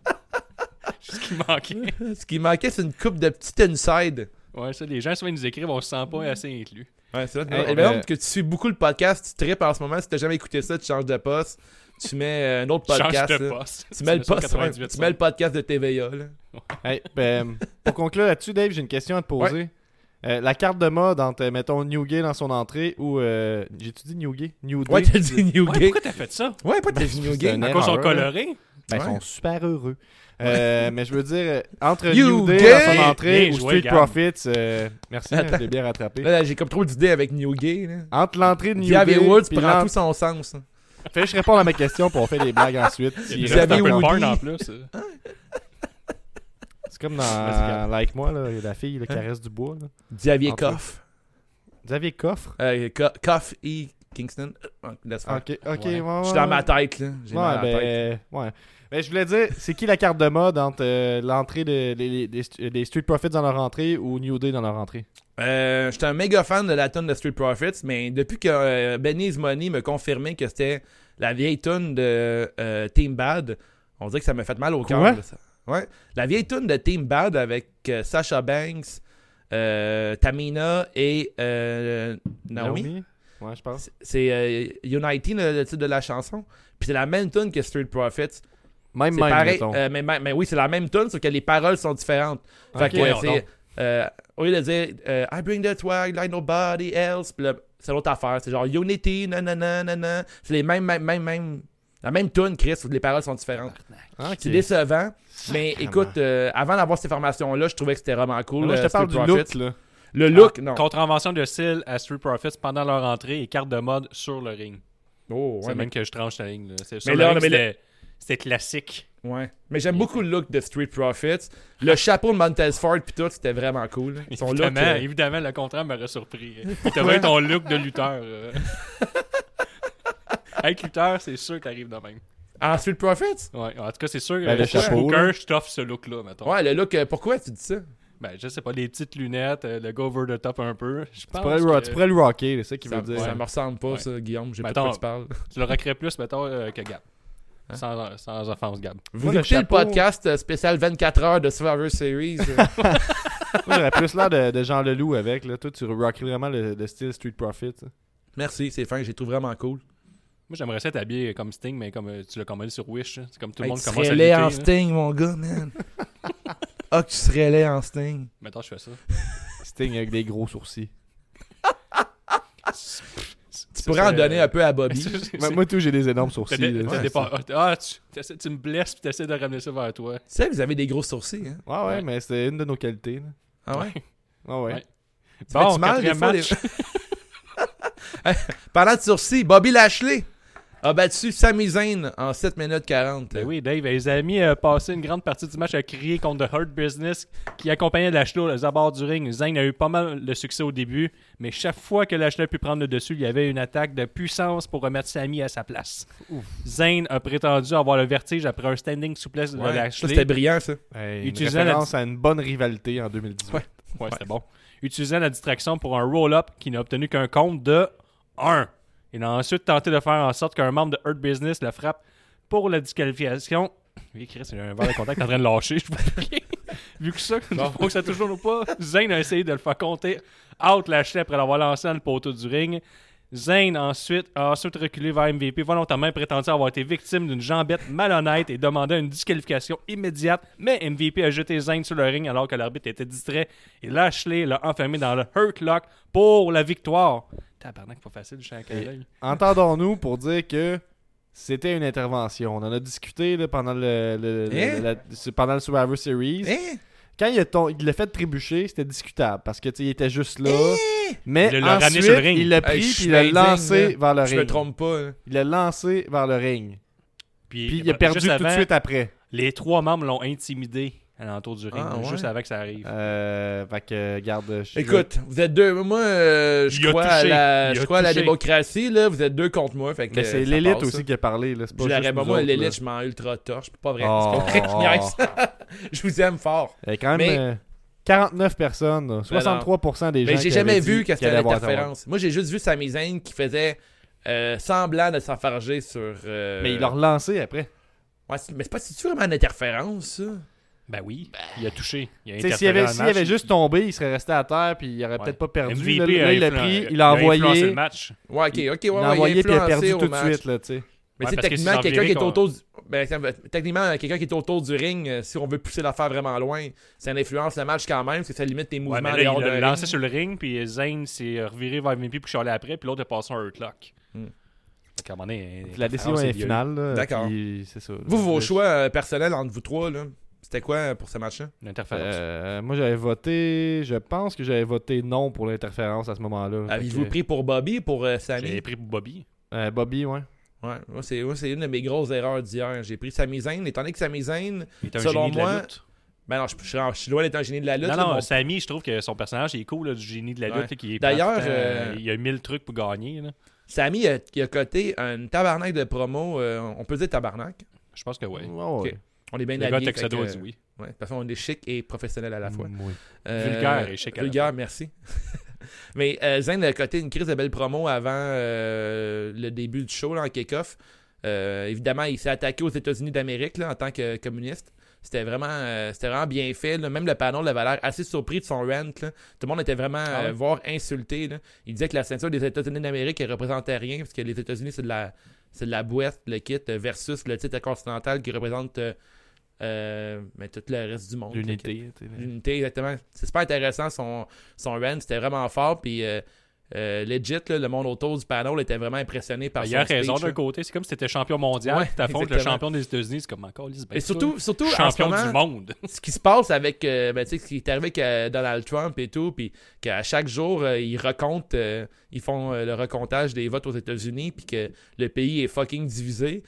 C'est ce qui manquait.
Ce qui manquait, c'est une coupe de petites inside.
Ouais, ça, les gens, souvent, ils nous écrivent, on se sent pas assez inclus.
Ouais, c'est vrai.
Hey,
Et bien,
euh,
Eh, ben, que tu suis beaucoup le podcast, tu tripes en ce moment. Si t'as jamais écouté ça, tu changes de poste. Tu mets euh, un autre podcast.
Change de
là.
poste.
Tu mets, le
sur
poste, ouais,
98,
tu mets le podcast de TVA. Là.
Hey, ben, pour conclure là-dessus, Dave, j'ai une question à te poser. Euh, la carte de mode entre, euh, mettons, Newgay dans son entrée ou. euh, J'ai-tu dit Newgay Newgay.
Ouais, t'as dit
Ouais,
Newgay.
pourquoi t'as fait ça?
Ouais, pas t'as dit Newgay.
Ben, un-
À cause ils sont
erreur,
colorés?
Ben,
Ouais.
Ils sont super heureux. Euh, mais je veux dire, euh, entre
You
New Day
gay!
dans son entrée
Bien
ou
joué,
Street
Gab.
Profits, euh, merci,
Attends.
je l'ai bien rattrapé.
Là, là, j'ai comme trop d'idées avec Newgay. là.
Entre l'entrée de New
Xavier
Day,
Woods
puis
prend
l'entrée-
tout son sens. hein.
Fais juste répondre à ma question pour on fait des blagues ensuite.
Il
s'il
reste
reste
Xavier
un peu de
encore-
Woody.
burn en plus. euh.
C'est comme
Vas-y, Gab.
dans Like Moi, là, la fille
Hein?
là, qui caresse du bois. Là.
Xavier
Entre-
Coff.
Xavier Coffre.
Euh, Co- Coff E. Kingston. Euh, Laisse faire.
Ok, ok,
Ouais.
ouais, ouais,
Je suis dans
ouais.
ma tête. là. J'ai mal
Ouais,
à la tête.
ben, ouais. Mais je voulais dire, c'est qui la carte de mode entre euh, l'entrée de- des- des des- des Street Profits dans leur entrée ou New Day dans leur entrée
Euh, J'étais un méga fan de la tune de Street Profits, mais depuis que euh, Benny's Money me confirmait que c'était la vieille tune de euh, Team Bad, on dirait que ça m'a fait mal au
Quoi?
cœur. là, ça. Ouais. La vieille tune de Team Bad avec euh, Sasha Banks, euh, Tamina et euh, Naomi.
Ouais, je pense.
C'est- C'est euh, United le, le titre de la chanson. Puis c'est la même tune que Street Profits.
Même,
C'est
même,
pareil.
mettons.
euh, mais, mais- mais oui, c'est la même tune, sauf que les paroles sont différentes. Fait
Ok.
que
Voyons donc.
c'est. euh, au lieu de dire euh, I bring the twag like nobody else, puis là, c'est l'autre affaire. C'est genre Unity, nanana, nanana. C'est les mêmes, mêmes, mêmes, mêmes- La même tune, Chris, où les paroles sont différentes.
Ah, Ok.
C'est décevant, mais écoute, euh, avant d'avoir ces formations-là, je trouvais que c'était vraiment cool.
Là, Ben, je
euh,
te parle du
Street
look, Ah,
Profits.
là.
Le look, non.
Contravention de style à Street Profits pendant leur entrée et carte de mode sur le ring.
Oh,
C'est
ouais,
le
mais,
même que je tranche ta ligne. là. C'est- sur
Mais
le
là,
ring,
on avait le-
c'était- C'était classique.
ouais. Mais j'aime beaucoup le look de Street Profits. Le chapeau de Montez Ford, puis tout, c'était vraiment cool. Son look.
Ah. Évidemment,
euh,
évidemment, le contraire m'aurait surpris. Il t'aurait ton look de lutteur. euh. Avec lutteur, c'est sûr que t'arrives de même.
En Street Profits?
Ouais, en tout cas, c'est sûr que
Ben, le
je suis
chapeau,
Booker,
là.
je t'offre ce look-là, mettons.
Ouais, le look. euh, pourquoi tu dis ça?
Ben, je sais pas, les petites lunettes, euh, le go over the top un peu. Je
Tu
pense
pourrais, le,
que
tu pourrais le rocker, c'est ça qu'il
Ça,
veut dire.
ça me ressemble pas,
Ouais.
ça, Guillaume. J'ai
Mais
pas de quoi
attends.
tu parles.
tu le recrées plus, mettons, euh, que Gab.
Hein?
Sans, sans offense, Gab.
Vous
Moi, le
écoutez le
chapeau-
podcast euh, spécial 24 heures de Survivor Series. euh,
Moi, j'aurais plus l'air de, de Jean Leloup avec. Là. Toi, tu rockerais vraiment le, le style Street hein. Profit.
Merci, c'est fin. J'ai trouvé vraiment cool.
Moi, j'aimerais ça t'habiller comme Sting, mais comme euh, tu l'as commandé sur Wish. hein. C'est comme tout le
Hey,
monde
tu
commence à
serais laid
lutter.
en
là.
Sting, mon gars, man. Ah, que tu serais laid en Sting.
Mettons, je fais ça.
Sting avec des gros sourcils.
Tu pourrais en donner
euh,
un peu à Bobby.
Moi, moi, tout, j'ai des énormes
T'as
sourcils.
des-
là.
t'as des
Ouais,
pas- Ah, tu, t'essaies- tu me blesses puis t'essaies de ramener ça vers toi.
Tu sais, vous avez des gros sourcils, hein?
c'est- ouais, ouais, mais c'est une de nos qualités. Là.
Ah ouais?
Ah ouais.
Ouais.
Ça fait-tu mal, des fois, les- Hey, Parlant de sourcils, Bobby Lashley a battu Sami Zayn en 7 minutes 40.
Ben oui, Dave, les amis ont passé une grande partie du match à crier contre The Hurt Business qui accompagnait Lashley aux abords du ring. Zayn a eu pas mal de succès au début, mais chaque fois que Lashley a pu prendre le dessus, il y avait une attaque de puissance pour remettre Sami à sa place. Zayn a prétendu avoir le vertige après un standing souplesse de
Ouais, ça,
Lashley.
c'était brillant, ça.
Hey, une
Utilisant la-
référence à une bonne rivalité en 2018.
Ouais.
Ouais, c'était bon. Utilisant la distraction pour un roll-up qui n'a obtenu qu'un compte de 1. Il a ensuite tenté de faire en sorte qu'un membre de Hurt Business le frappe pour la disqualification. Oui, Chris, j'ai un verre de contact en train de lâcher, je vous prie. Vu que ça, je crois que ça toujours ou pas, Zayn a essayé de le faire compter out Lashley après l'avoir lancé dans le poteau du ring. Zayn ensuite, a ensuite reculé vers MVP volontairement prétendant avoir été victime d'une jambette malhonnête et demandant une disqualification immédiate, mais MVP a jeté Zayn sur le ring alors que l'arbitre était distrait et Lashley l'a enfermé dans le Hurt Lock pour la victoire. Tabarnak, pas facile, je suis un clin d'œil.
Entendons-nous pour dire que c'était une intervention. On en a discuté là, pendant, le, le- le-
Eh?
Hein?
la- c'est- pendant le Survivor Series.
Hein?
Quand il, a ton- il l'a fait trébucher, c'était discutable parce que tu sais, il était juste là.
Hein?
Mais
Eh? Il l'a ramené
ensuite,
sur le ring.
il l'a
Hey,
pris
je
puis
suis
il l'a
indigne,
lancé
là.
vers le
Je
ring.
me trompe pas. hein.
Il l'a lancé vers le ring. Puis il a
bah,
perdu
juste
tout de
avant,
suite après.
Les trois membres l'ont intimidé à l'entour du ring,
Ah, ouais.
juste avant que ça arrive.
Euh, fait que, garde.
Écoute, vous êtes deux. Moi, euh, je
Il a
crois, à
touché.
la,
Il
je
a
crois à la
touché.
démocratie. Là. Vous êtes deux contre moi. Fait que,
Mais c'est
euh, ça
l'élite
passe,
aussi qui a parlé. Là. C'est
ça.
pas
Je
juste
l'aurais
nous
pas. Moi,
autres, là.
l'élite, je m'en ultra torche. C'est pas vrai.
Oh,
c'est pas vrai. je niaise. Je vous aime fort.
Il y avait quand même
Mais-
euh, 49 personnes, là. 63% des gens.
Mais
qui
j'ai jamais
avaient
vu
dit
que c'était
qu'ils allaient voir
l'interférence. Moi, j'ai juste vu Sami Zayn qui faisait euh, semblant de s'enfarger sur. euh,
Ottawa. Mais il l'a relancé après.
Ouais, c'est- mais c'est pas si tu vraiment une interférence, ça.
Ben oui, il a touché. Il a
Tu sais,
interféré
s'il avait,
dans le
s'il avait
match.
juste tombé, il serait resté à terre puis il aurait
Ouais.
peut-être pas perdu.
MVP
Là, là, il l'a
influ-
pris, il l'a envoyé.
influencé le match.
Ouais, ok, ok, ouais,
il
ouais,
l'a envoyé puis il a
influencé
perdu
au
tout de
match.
suite, là, tu sais.
Mais
Ouais,
c'est
parce que
techniquement
c'est
quelqu'un qui est
enviré
autour du. Ben, ça me- techniquement, quelqu'un qui est autour du ring, euh, si on veut pousser l'affaire vraiment loin, ça influence le match quand même, parce que ça limite tes
Ouais,
mouvements
mais là,
dehors
il
de
l'a
ring.
lancé sur le ring, puis Zayn s'est reviré vers MVP pour chialer après, puis l'autre a passé un hurtlock.
Hmm.
Fait qu'à un moment donné,
Puis la décision
c'est
est
violent.
finale. là,
Ah, D'accord.
puis C'est ça.
Vous, vos
Là,
choix euh, personnels entre vous trois, là, c'était quoi euh, pour ce match-là
L'interférence.
Euh, moi, j'avais voté. Je pense que j'avais voté non pour l'interférence à ce moment-là.
Avez-vous
Fait que-
pris pour Bobby, pour euh,
J'avais
Sami
pris pour Bobby.
Euh, Bobby, ouais.
Ouais, moi, c'est moi, c'est une de mes grosses erreurs d'hier. J'ai pris Sami Zayn, étant donné que Sami Zayn.
Il était un
Selon
génie de
moi,
la lutte.
Ben non, je, je suis- je suis loin d'être un génie de la lutte.
Non,
là,
non,
mon-
Samy, je trouve que son personnage il est cool, là, du génie de la
Ouais.
lutte. là, qui est
D'ailleurs,
pratiquement,
euh,
il y a mille trucs pour gagner. là.
Sami euh, qui a coté un tabarnak de promo, euh, on peut dire tabarnak.
Je pense que oui.
Ouais, ouais.
Ok. On est bien
Le gars
habillés,
Texado
fait
a
que- euh,
dit oui.
Ouais, de toute façon, on est chic et professionnel à la fois.
Mm, oui.
Vulgaire et chic à la
Euh, Vulgaire, merci. Mais euh, Zayn a coté une crise de belle promo avant euh, le début du show, là, en kick-off. Euh, évidemment, il s'est attaqué aux États-Unis d'Amérique là, en tant que communiste. C'était vraiment, euh, c'était vraiment bien fait. là. Même le panel avait l'air assez surpris de son rant. là. Tout le monde était vraiment,
Ah ouais?
euh, voire insulté. là. Il disait que la ceinture des États-Unis d'Amérique, elle représentait rien, parce que les États-Unis, c'est de la, c'est de la boîte, le kit, euh, versus le titre continental qui représente euh, euh, mais tout le reste du monde. là,
L'unité. tu sais, là.
L'unité, exactement. C'est super intéressant, son, son rant, c'était vraiment fort, puis euh, euh, legit, là, le monde autour du panel était vraiment impressionné par
Ben, Il a
son speech,
raison
là.
d'un côté. C'est comme si t'étais champion mondial.
Ouais,
puis T'affrontes le
exactement.
champion des États-Unis. C'est comme encore Lisbeth.
Et surtout, surtout en ce
champion
moment,
du monde.
ce qui se passe avec euh, ben, tu sais, ce qui est arrivé avec euh, Donald Trump et tout, puis qu'à chaque jour, euh, ils recomptent, euh, ils font euh, le recomptage des votes aux États-Unis, puis que le pays est fucking divisé.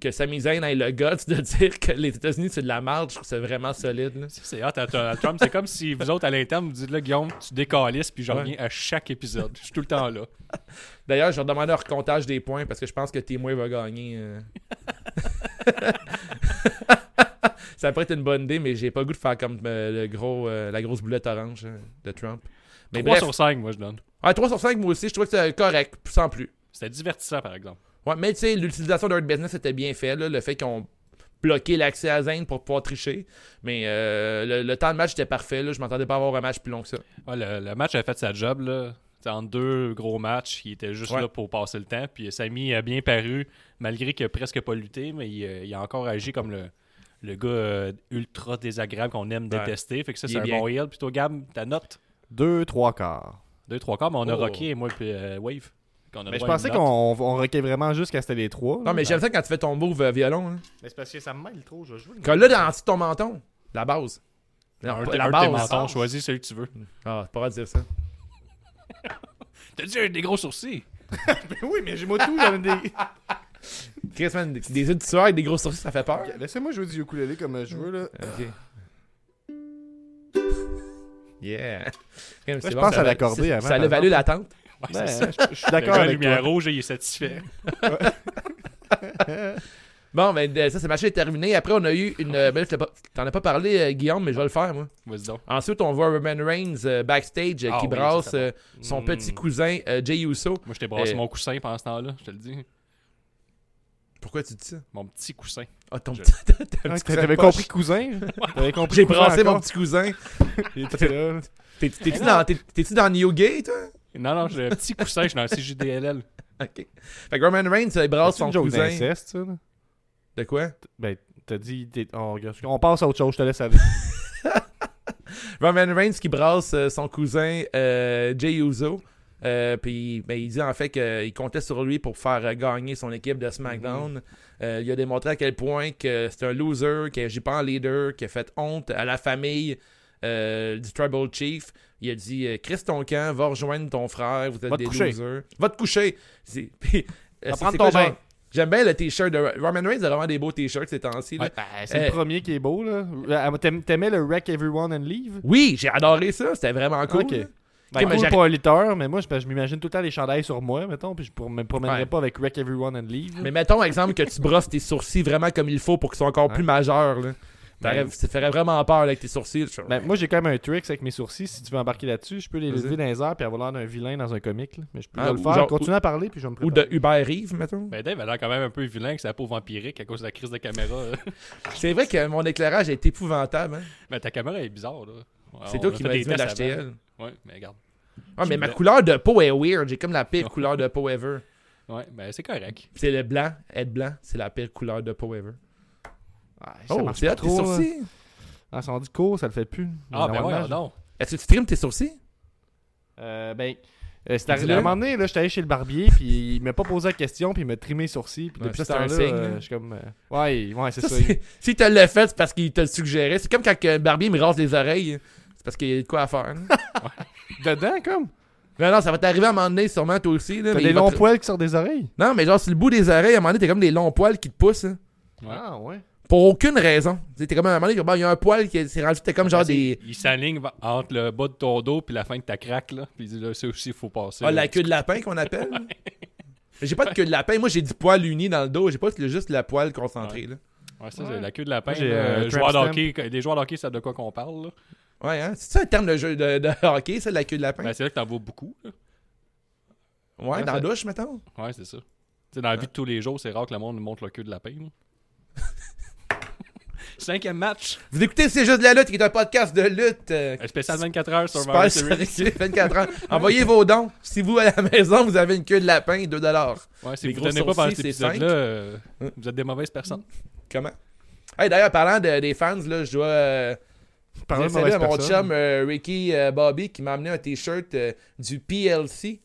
Que Sami Zayn ait le guts de dire que les États-Unis, c'est de la merde, je trouve que c'est vraiment solide. là.
C'est c'est hot à Donald Trump. C'est comme si vous autres à l'interne vous dites là, Guillaume, tu décalisses, puis je
Ouais.
reviens à chaque épisode. Je suis tout le temps là.
D'ailleurs, je vais demander un recomptage des points parce que je pense que Timoy va gagner. euh. ça pourrait être une bonne idée, mais j'ai pas le goût de faire comme euh, le gros, euh, la grosse boulette orange euh, de Trump. Mais
3
bref,
sur 5, moi, je donne.
Ah, 3 sur 5, moi aussi, je trouvais que c'était correct, sans plus.
C'était divertissant, par exemple.
Ouais, mais tu sais, l'utilisation d'un business était bien fait, là, le fait qu'ils ont bloqué l'accès à Zane pour pouvoir tricher. Mais euh, le, le temps de match était parfait, là, je m'attendais pas à avoir un match plus long que ça.
Ouais, le, le match a fait sa job. Là. T'sais, En deux gros matchs, il était juste
Ouais.
là pour passer le temps. Puis Samy a bien paru, malgré qu'il a presque pas lutté, mais il, euh, il a encore agi comme le, le gars euh, ultra désagréable qu'on aime
Ouais.
détester. Fait que ça,
Il
c'est
est
un
bien.
bon heal. Puis toi, Gab, ta note
Deux, trois quarts.
2 trois quarts, mais on a
Oh.
rocké et moi, puis euh, Wave. qu'on a
Mais je
droit à une
pensais
note.
qu'on on, on roquait vraiment juste quand c'était les trois.
Non, mais j'aime ça quand tu fais ton move euh, violon. hein.
Mais c'est parce que ça me mêle trop. Je vais jouer.
Quand là, dans en dessous de ton menton, la base. Non,
Un
pas
de
la
un de tes
base.
mentons, choisis celui que tu veux.
Ah, c'est pas vrai de dire ça.
T'as dit j'ai des gros sourcils.
oui, mais j'ai moi tout. j'en ai des-
Chris, man, des yeux de tueur avec des gros sourcils, ça fait peur.
Laissez-moi jouer du ukulélé comme je veux. Là.
Ok. Yeah. Crime, c'est
je pense
ça
à
va-
l'accorder
ça-
avant,
Ça a
par
valu l'attente.
Ouais,
Ben,
c'est ça.
je, je suis
Le
d'accord
gars,
avec
lumière
toi.
rouge, il est satisfait.
Bon, ben, euh, ça, c'est le match est terminé. Après, on a eu une. euh, ben, je t'ai pas- T'en as pas parlé, euh, Guillaume, mais je vais le faire, moi.
Vas-y donc.
Ensuite, on voit Roman Reigns euh, backstage euh,
Ah
qui
oui, ça,
brasse
c'est
euh, son
Mm.
petit cousin, euh, Jey Uso.
Moi, je t'ai brassé
Eh.
mon coussin pendant ce temps-là, je te le dis.
Pourquoi tu dis ça
Mon petit coussin.
Ah, ton
Je-
petit. t'as un
Ah,
petit cousin
T'avais
de poche.
compris cousin? T'avais compris
J'ai
cousin
brassé mon
encore?
petit cousin.
T'étais là, là.
T'es- T'es-tu dans, t'es- t'es-tu dans New Gay, toi
Non, non, j'ai un petit coussin, je suis dans le CJDLL.
Ok. Fait que Roman Reigns, euh, il brasse
C'est
son
une joke
cousin.
d'inceste, ça. là?
De quoi
Ben, t'as dit. t'es- On, regarde, on passe à autre chose, je te laisse aller.
Roman Reigns qui brasse euh, son cousin euh, Jey Uso. Euh, puis ben, il dit en fait qu'il comptait sur lui pour faire euh, gagner son équipe de SmackDown.
Mhm.
Euh, il a démontré à quel point que c'est un loser, qui agit pas en leader, qui a fait honte à la famille euh, du Tribal Chief. Il a dit euh, Chris ton camp, va rejoindre ton frère, vous êtes
Va te
des
coucher.
losers. Va te coucher. C'est- puis, euh,
Va
c'est-
prendre
c'est quoi,
ton
genre-
bain.
J'aime bien le t-shirt de Roman Reigns, a vraiment des beaux t-shirts ces temps-ci. là.
Ouais.
C'est
Euh,
le premier qui est beau, là. Euh, t'aim- T'aimais le Wreck Everyone and Leave?
Oui, j'ai adoré ça, c'était vraiment cool.
Ok.
là.
Ben,
Ok, mais
cool
j'ai-
pour un lutteur, mais moi, je, je m'imagine tout le temps les chandails sur moi, mettons, puis je pour- me promènerais
Ouais.
pas avec Wreck
Mm.
Everyone and Leave. là.
Mais mettons, exemple, que tu brosses tes sourcils vraiment comme il faut pour qu'ils soient encore
Hein?
plus majeurs. Là. T'aurais- Ça ferait vraiment peur là, avec tes sourcils. Je-
Ben, moi, j'ai quand même un trick avec mes sourcils. Si tu veux embarquer là-dessus, je peux les
Vas-y.
lever dans les airs puis avoir l'air d'un vilain dans un comique. là. Mais je peux
Ah,
pas le
ou
faire.
genre-
Continue à parler puis je vais me
Ou
préparer.
de Uber Rive, mettons.
Ben Dave a l'air quand même un peu vilain avec sa peau vampirique à cause de la crise de caméra. là.
C'est vrai que mon éclairage est épouvantable. hein.
mais Ben, ta caméra est bizarre, là.
Ah,
Ouais,
C'est
on
toi
a
qui
fait
m'as
des
dit de
tests
l'acheter
avant.
elle.
Ouais, mais regarde.
Ah, mais ma
Ouais.
couleur de peau est weird. J'ai comme la pire
Non.
couleur de peau ever.
Ouais, ben c'est correct.
C'est le blanc, être blanc, c'est la pire couleur de peau ever.
Ah, ça
Oh,
marche
c'est
pas
hot, tes
trop, là.
sourcils.
Ah, ça en dit court, ça le fait plus.
Ah, ben ouais,
Normalement, je-
non.
Est-ce que tu trimes tes sourcils?
Euh, ben, euh, c'est arrivé.
Dis-le.
À un moment donné, là, j'étais allé chez le barbier, puis il m'a pas posé la question, puis il m'a trimé les sourcils. Puis
Ouais,
depuis ce
c'est un
temps-là,
signe,
euh,
là.
je suis comme. euh, Ouais, ouais, c'est
Ça,
ça.
c'est- S'il te l'a fait, c'est parce qu'il te le suggérait. C'est comme quand que Barbier me rase les oreilles. C'est parce qu'il y a de quoi à faire. là.
Dedans, comme.
non, non, ça va t'arriver à un moment donné, sûrement, toi aussi. Là,
T'as
mais
des
il va
longs
te-
poils qui sortent des oreilles.
Non, mais genre, sur le bout des oreilles, à un moment donné, t'as comme des longs poils qui te poussent. hein.
Ouais.
Ah, ouais.
Pour aucune raison. Tu sais, T'es comme à un moment donné, bon, il y a un poil qui s'est rendu,
Ah,
t'es comme genre des.
Ben, Il s'aligne va- entre le bas de ton dos puis la fin de ta craque, là. Puis il dit, là, ça aussi, il faut passer.
Ah,
là.
la queue de lapin qu'on appelle. Mais J'ai pas de queue de lapin. Moi, j'ai du poil uni dans le dos. J'ai pas le- juste la poil concentrée. Là.
Ouais, ça,
Ouais.
c'est la queue de lapin.
Moi, j'ai,
là.
euh,
Euh,
tramp
joueur
stamp.
d'hockey, les joueurs d'hockey, c'est de quoi qu'on parle, là.
Ouais, hein? C'est ça un terme de jeu de, de hockey, ça, la queue de lapin?
Ben, c'est là que t'en vaux beaucoup, là.
ouais,
ouais,
dans la
ça-
douche, mettons.
Ouais, c'est ça. Tu sais, dans la
Ah.
vie de tous les jours, c'est rare que le monde nous montre la queue de lapin, là. Cinquième match.
Vous écoutez C'est juste de la lutte, qui est un podcast de lutte. euh,
Un spécial 24 heures sur
Super
Survivor
Sonic
Series.
24 ans. Envoyez vos dons. Si vous, à la maison, vous avez une queue de lapin, 2$.
Ouais, si
Les
vous
gros
tenez pas par
sourcils,
cet
c'est
épisode-là, euh,
Hein.
vous êtes des mauvaises personnes.
Comment? Hey, D'ailleurs, parlant de- des fans, là, je dois euh,
Parler
dire
de
salut
mauvaise
à mon
personne.
chum euh, Ricky euh, Bobby qui m'a amené un t-shirt euh, du PLC.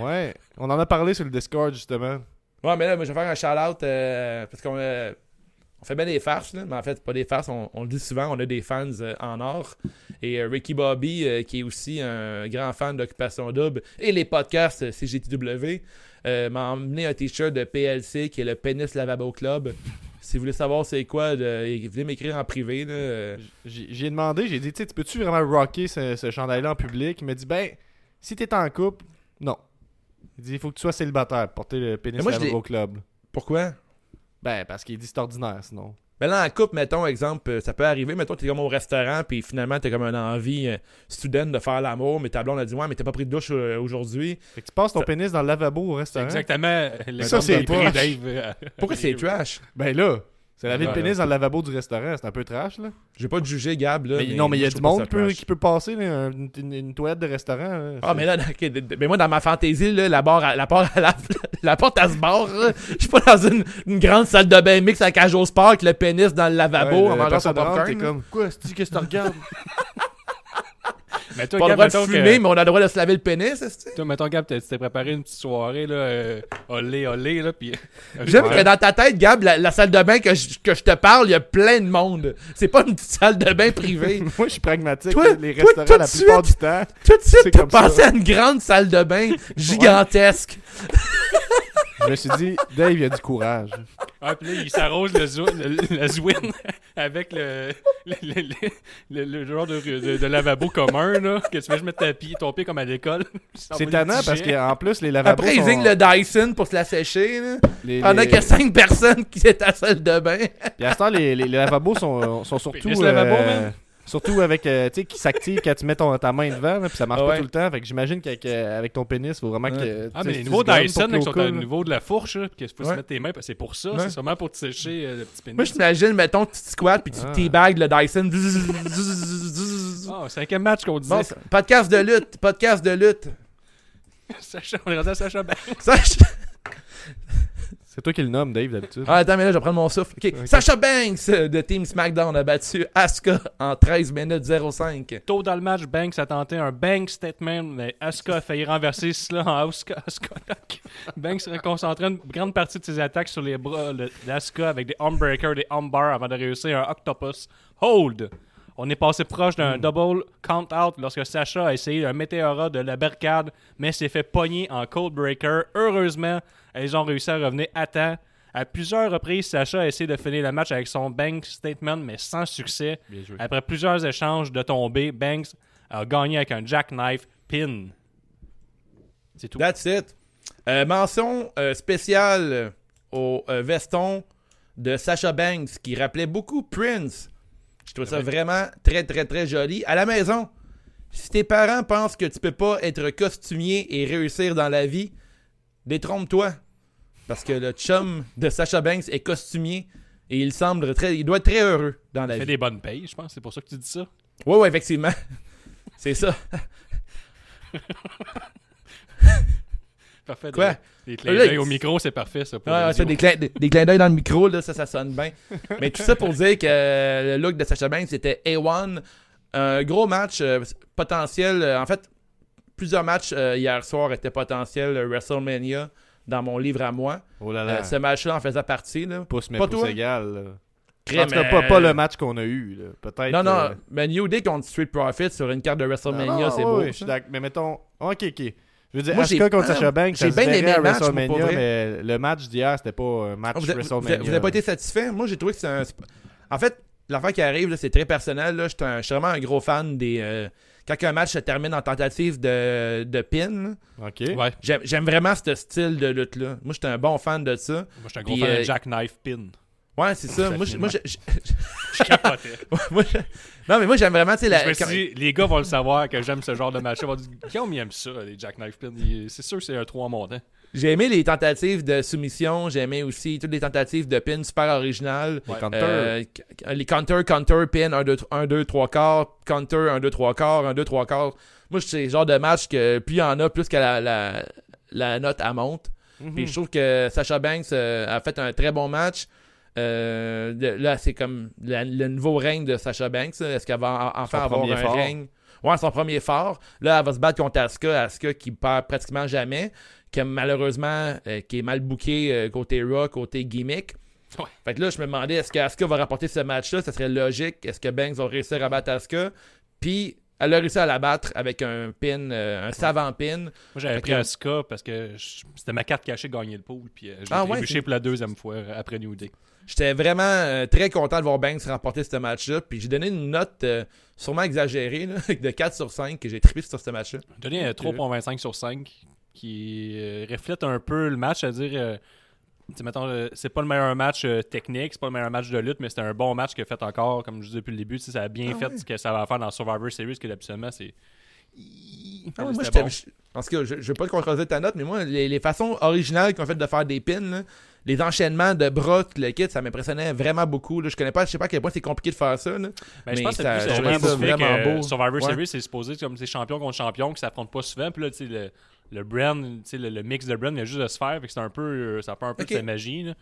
Ouais. On en a parlé sur le Discord, justement.
Ouais, mais là, moi, je vais faire un shout-out euh, parce qu'on euh, on fait bien des farces, là, mais en fait, c'est pas des farces, on, on le dit souvent, on a des fans euh, en or. Et euh, Ricky Bobby, euh, qui est aussi un grand fan d'Occupation Double et les podcasts euh, CGTW, euh, m'a emmené un t-shirt de PLC qui est le Penis Lavabo Club. Si vous voulez savoir c'est quoi, de- venez m'écrire en privé. là, euh.
J'ai j'ai demandé, j'ai dit, tu sais, tu peux-tu vraiment rocker ce, ce chandail-là en public? Il m'a dit, ben, si t'es en couple, non. Il dit, il faut que tu sois célibataire pour porter le pénis
Mais moi, je
à
l'ai-
au club.
Pourquoi?
Ben, parce qu'il dit, c'est ordinaire, sinon.
Mais Ben là, en couple, mettons, exemple, euh, ça peut arriver, mettons, t'es comme au restaurant, puis finalement, t'as comme une envie euh, soudaine de faire l'amour, mais ta blonde a dit, ouais, mais t'as pas pris de douche euh, aujourd'hui.
Fait que tu passes ton
Ça-
pénis dans le lavabo au
C'est
restaurant.
exactement l'exemple
c'est
de prix
poche.
Dave. euh,
Pourquoi c'est trash?
Ben là, c'est laver
Ouais,
le pénis dans le lavabo du restaurant, c'est un peu trash, là.
Je vais pas te juger, Gab. Là,
Mais non, mais il y
moi, je
a du
trouve
monde
pas ça
peut-
trash.
qui peut passer, là, une, une- une toilette de restaurant. là.
Ah, mais là, ok, d- d- mais moi, dans ma fantaisie, là, la, barre à- la, barre à- la, la porte à ce bord, là, je suis pas dans une, une grande salle de bain mix avec Ajo Sport, avec le pénis dans le
Ouais,
lavabo
la
en mangeant son
personne rentre,
popcorn.
t'es
là.
comme, quoi, c'est-tu que tu regardes?
Mais toi,
Pas le
Gab,
droit de
mettons,
fumer,
que,
mais on a le droit de se laver le pénis, est-ce que-
toi, mettons, Gab, t'as- tu t'es préparé une petite soirée, là, euh, olé, olé, là, puis... euh,
J'aime
Ouais.
que dans ta tête, Gab, la, la salle de bain que je, que je te parle, il y a plein de monde. C'est pas une petite salle de bain privée.
Moi, je suis pragmatique.
Toi-
les
toi,
restaurants,
tout
la
de
plupart
suite.
du temps,
Tout de suite,
C'est
t'as
comme ça.
pensé à une grande salle de bain gigantesque.
je me suis dit, Dave, il y a du courage.
Ah, puis là, il s'arrose le, zo- le, le Zwin avec le, le, le, le- le- le genre de, de, de lavabo commun, là, que tu fais juste mettre ta pi- ton pied comme à l'école.
Ah,
C'est tannant parce qu'en plus, les lavabos.
Après, ils
sont-
signent le Dyson pour se la sécher. Là.
les-
Pendant
les-
qu'il y a 5 personnes qui étaient à la salle de bain.
Puis à ce temps, les, les- les lavabos sont, sont surtout.
Pénis lavabo,
euh,
man.
Surtout avec, euh, tu sais, qui s'active quand tu mets ton, ta main devant, là, puis ça marche
Ah ouais.
pas tout le temps. Fait que j'imagine qu'avec euh, avec ton pénis, faut vraiment que.
Ah,
tu sais,
mais
tu
les nouveaux
te gommes
Dyson,
pour
là,
que
qui sont
au
au
coude, là.
niveau de la fourche, là, que tu peux
Ouais.
se mettre tes mains, parce que c'est pour ça,
Ouais.
c'est sûrement pour te sécher euh, le petit pénis.
Moi, j'imagine, mettons, tu squats puis tu
Ah.
teabags le Dyson. Zzzz, zzzz, zzzz.
Ah, cinquième match qu'on disait.
Bon, c'est- podcast de lutte, podcast de lutte.
Sacha, on est rendu à Sacha Banks.
Sacha...
C'est toi qui le nommes, Dave, d'habitude.
Ah, attends, mais là, je vais prendre mon souffle. Ok,
Ok.
Sacha Banks euh, de Team SmackDown a battu Asuka en 13 minutes 05.
Tôt dans le match, Banks a tenté un bank statement, mais Asuka a failli renverser cela en Asuka. Asuka knock. Banks reconcentrait une grande partie de ses attaques sur les bras le- d'Asuka avec des armbreakers, des armbars avant de réussir un octopus hold. On est passé proche d'un double count-out lorsque Sacha a essayé un météora de la barricade, mais s'est fait pogner en cold breaker. Heureusement, elles ont réussi à revenir à temps. À plusieurs reprises, Sacha a essayé de finir le match avec son bank statement, mais sans succès. Après plusieurs échanges de tombées, Banks a gagné avec un jackknife pin. C'est tout.
That's it. Euh, mention euh, spéciale au euh, veston de Sacha Banks qui rappelait beaucoup Prince. Je trouve
Ah
ça vraiment très, très, très joli. À la maison, si tes parents pensent que tu peux pas être costumier et réussir dans la vie, détrompe-toi. Parce que le chum de Sacha Banks est costumier et il semble très. Il doit être très heureux dans la
Il fait
vie.
des bonnes payes, je pense. C'est pour ça que tu dis ça.
Ouais, ouais, effectivement. C'est ça.
Parfait.
Quoi?
des- Des clins
Là,
d'œil
il-
au micro, c'est parfait, ça. Pour
Ouais, ouais,
l'audio.
ça, des clins, des- des clins d'œil dans le micro, là, ça, ça sonne bien. Mais tout ça pour dire que euh, le look de Sacha Banks c'était A1. Un gros match euh, potentiel. euh, en fait, plusieurs matchs euh, hier soir étaient potentiels euh, WrestleMania dans mon livre à moi.
Oh là
Euh,
là.
ce match-là en faisait partie. Là.
pouce, mais
pas
pouce
toi? hein.
égal. là. En
Crème,
tout cas,
euh,
pas, pas le match qu'on a eu. là. Peut-être.
Non,
euh,
non, mais New Day contre Street Profit sur une carte de
non,
WrestleMania,
non,
c'est
oui,
beau.
oui, Ah, je suis
ça.
d'accord. Mais mettons. Ok, ok. Je veux dire,
Moi, j'ai- Ah,
HK contre Sacha Banks,
j'ai
ça se
bien aimé
verrait à
le match, moi, pour
WrestleMania,
vrai.
mais le match d'hier, c'était pas un match
Ah, vous, vous- vous
WrestleMania.
avez pas été satisfait? Moi, j'ai trouvé que c'est un. sp- En fait, l'affaire qui arrive, là, c'est très personnel. Là. Je suis un- je suis vraiment un gros fan des. euh, Quand un match se termine en tentative de, de pin,
Ok.
Ouais,
j'aime j'aime vraiment ce style de lutte-là. Moi, j'étais un bon fan de ça.
moi, j'étais un gros
Puis,
fan
euh,
de Jack Knife Pin.
Ouais, c'est ça.
Ça
Moi,
finit
je-
de
moi,
même.
je-
Je capotais.
je- moi, je- Non, mais moi, j'aime vraiment. tu sais, La...
je me suis
quand-
dit, les gars vont le savoir que j'aime ce genre de match. Ils vont dire, Guillaume, il aime ça, les Jack Knife Pin. Il- C'est sûr que c'est un 3 montant.
J'ai aimé les tentatives de soumission. J'ai aimé aussi toutes les tentatives de pin super originales.
Les
Ouais.
counters.
Euh, c- les counter, counter, pin, 1, 2, 3 quarts, counter, 1, 2, 3 quarts, 1, 2, 3 quarts. Moi, c'est le genre de match que plus il y en a, plus que la, la, la note elle monte.
Mhm.
Puis je trouve que Sacha Banks euh, a fait un très bon match. Euh, de- là, c'est comme la- le nouveau règne de Sacha Banks. là. Est-ce qu'elle va en- enfin
Son
avoir
premier
un
fort.
règne Ouais, son premier fort. Là, elle va se battre contre Asuka. Asuka qui perd pratiquement jamais. Que malheureusement, euh, qui est mal booké euh, côté Raw, côté gimmick.
Ouais.
Fait que là, je me demandais, est-ce que Asuka va rapporter ce match-là Ça serait logique. Est-ce que Banks va réussir à battre Asuka Puis, elle a réussi à la battre avec un pin, euh, un savant pin.
Moi, j'avais
Fait
pris
que-
Asuka parce que je- c'était ma carte cachée de gagner le pool. Puis euh, j'ai
Ah
ah,
ouais, c'est-
pour la deuxième fois euh, après New Day.
J'étais vraiment euh, très content de voir Banks remporter ce match-là. Puis j'ai donné une note euh, sûrement exagérée là, de 4 sur 5 que j'ai trippé sur ce match-là.
J'ai donné un 3.25 sur 5 qui euh, reflète un peu le match. C'est-à-dire, euh, tu sais, mettons, euh, c'est pas le meilleur match euh, technique, c'est pas le meilleur match de lutte, mais c'était un bon match qui a fait encore, comme je disais depuis le début. tu sais, Ça a bien
Ah
fait
ouais.
ce que ça va faire dans Survivor Series, que habituellement, c'est.
Ah ouais,
Là,
moi,
c'était
j'étais- je- En tout cas, je, je veux pas te contredire ta note, mais moi, les, les façons originales qu'on fait de faire des pins, là, les enchaînements de bras, tout le kit, ça m'impressionnait vraiment beaucoup. là. Je connais pas, je sais pas à quel point c'est compliqué de faire ça. là.
Ben, je
Mais
pense que
ça-
c'est
je
plus
trouvais
euh,
ça
spécifique,
vraiment
euh,
beau.
Survivor
Ouais.
Series, c'est supposé comme c'est champion contre champion qui s'affrontent pas souvent. Puis là, tu sais, le, le brand, tu sais, le, le mix de brand vient juste de se faire. Fait que c'est un peu, euh, ça perd un peu
Ok.
de sa magie. là.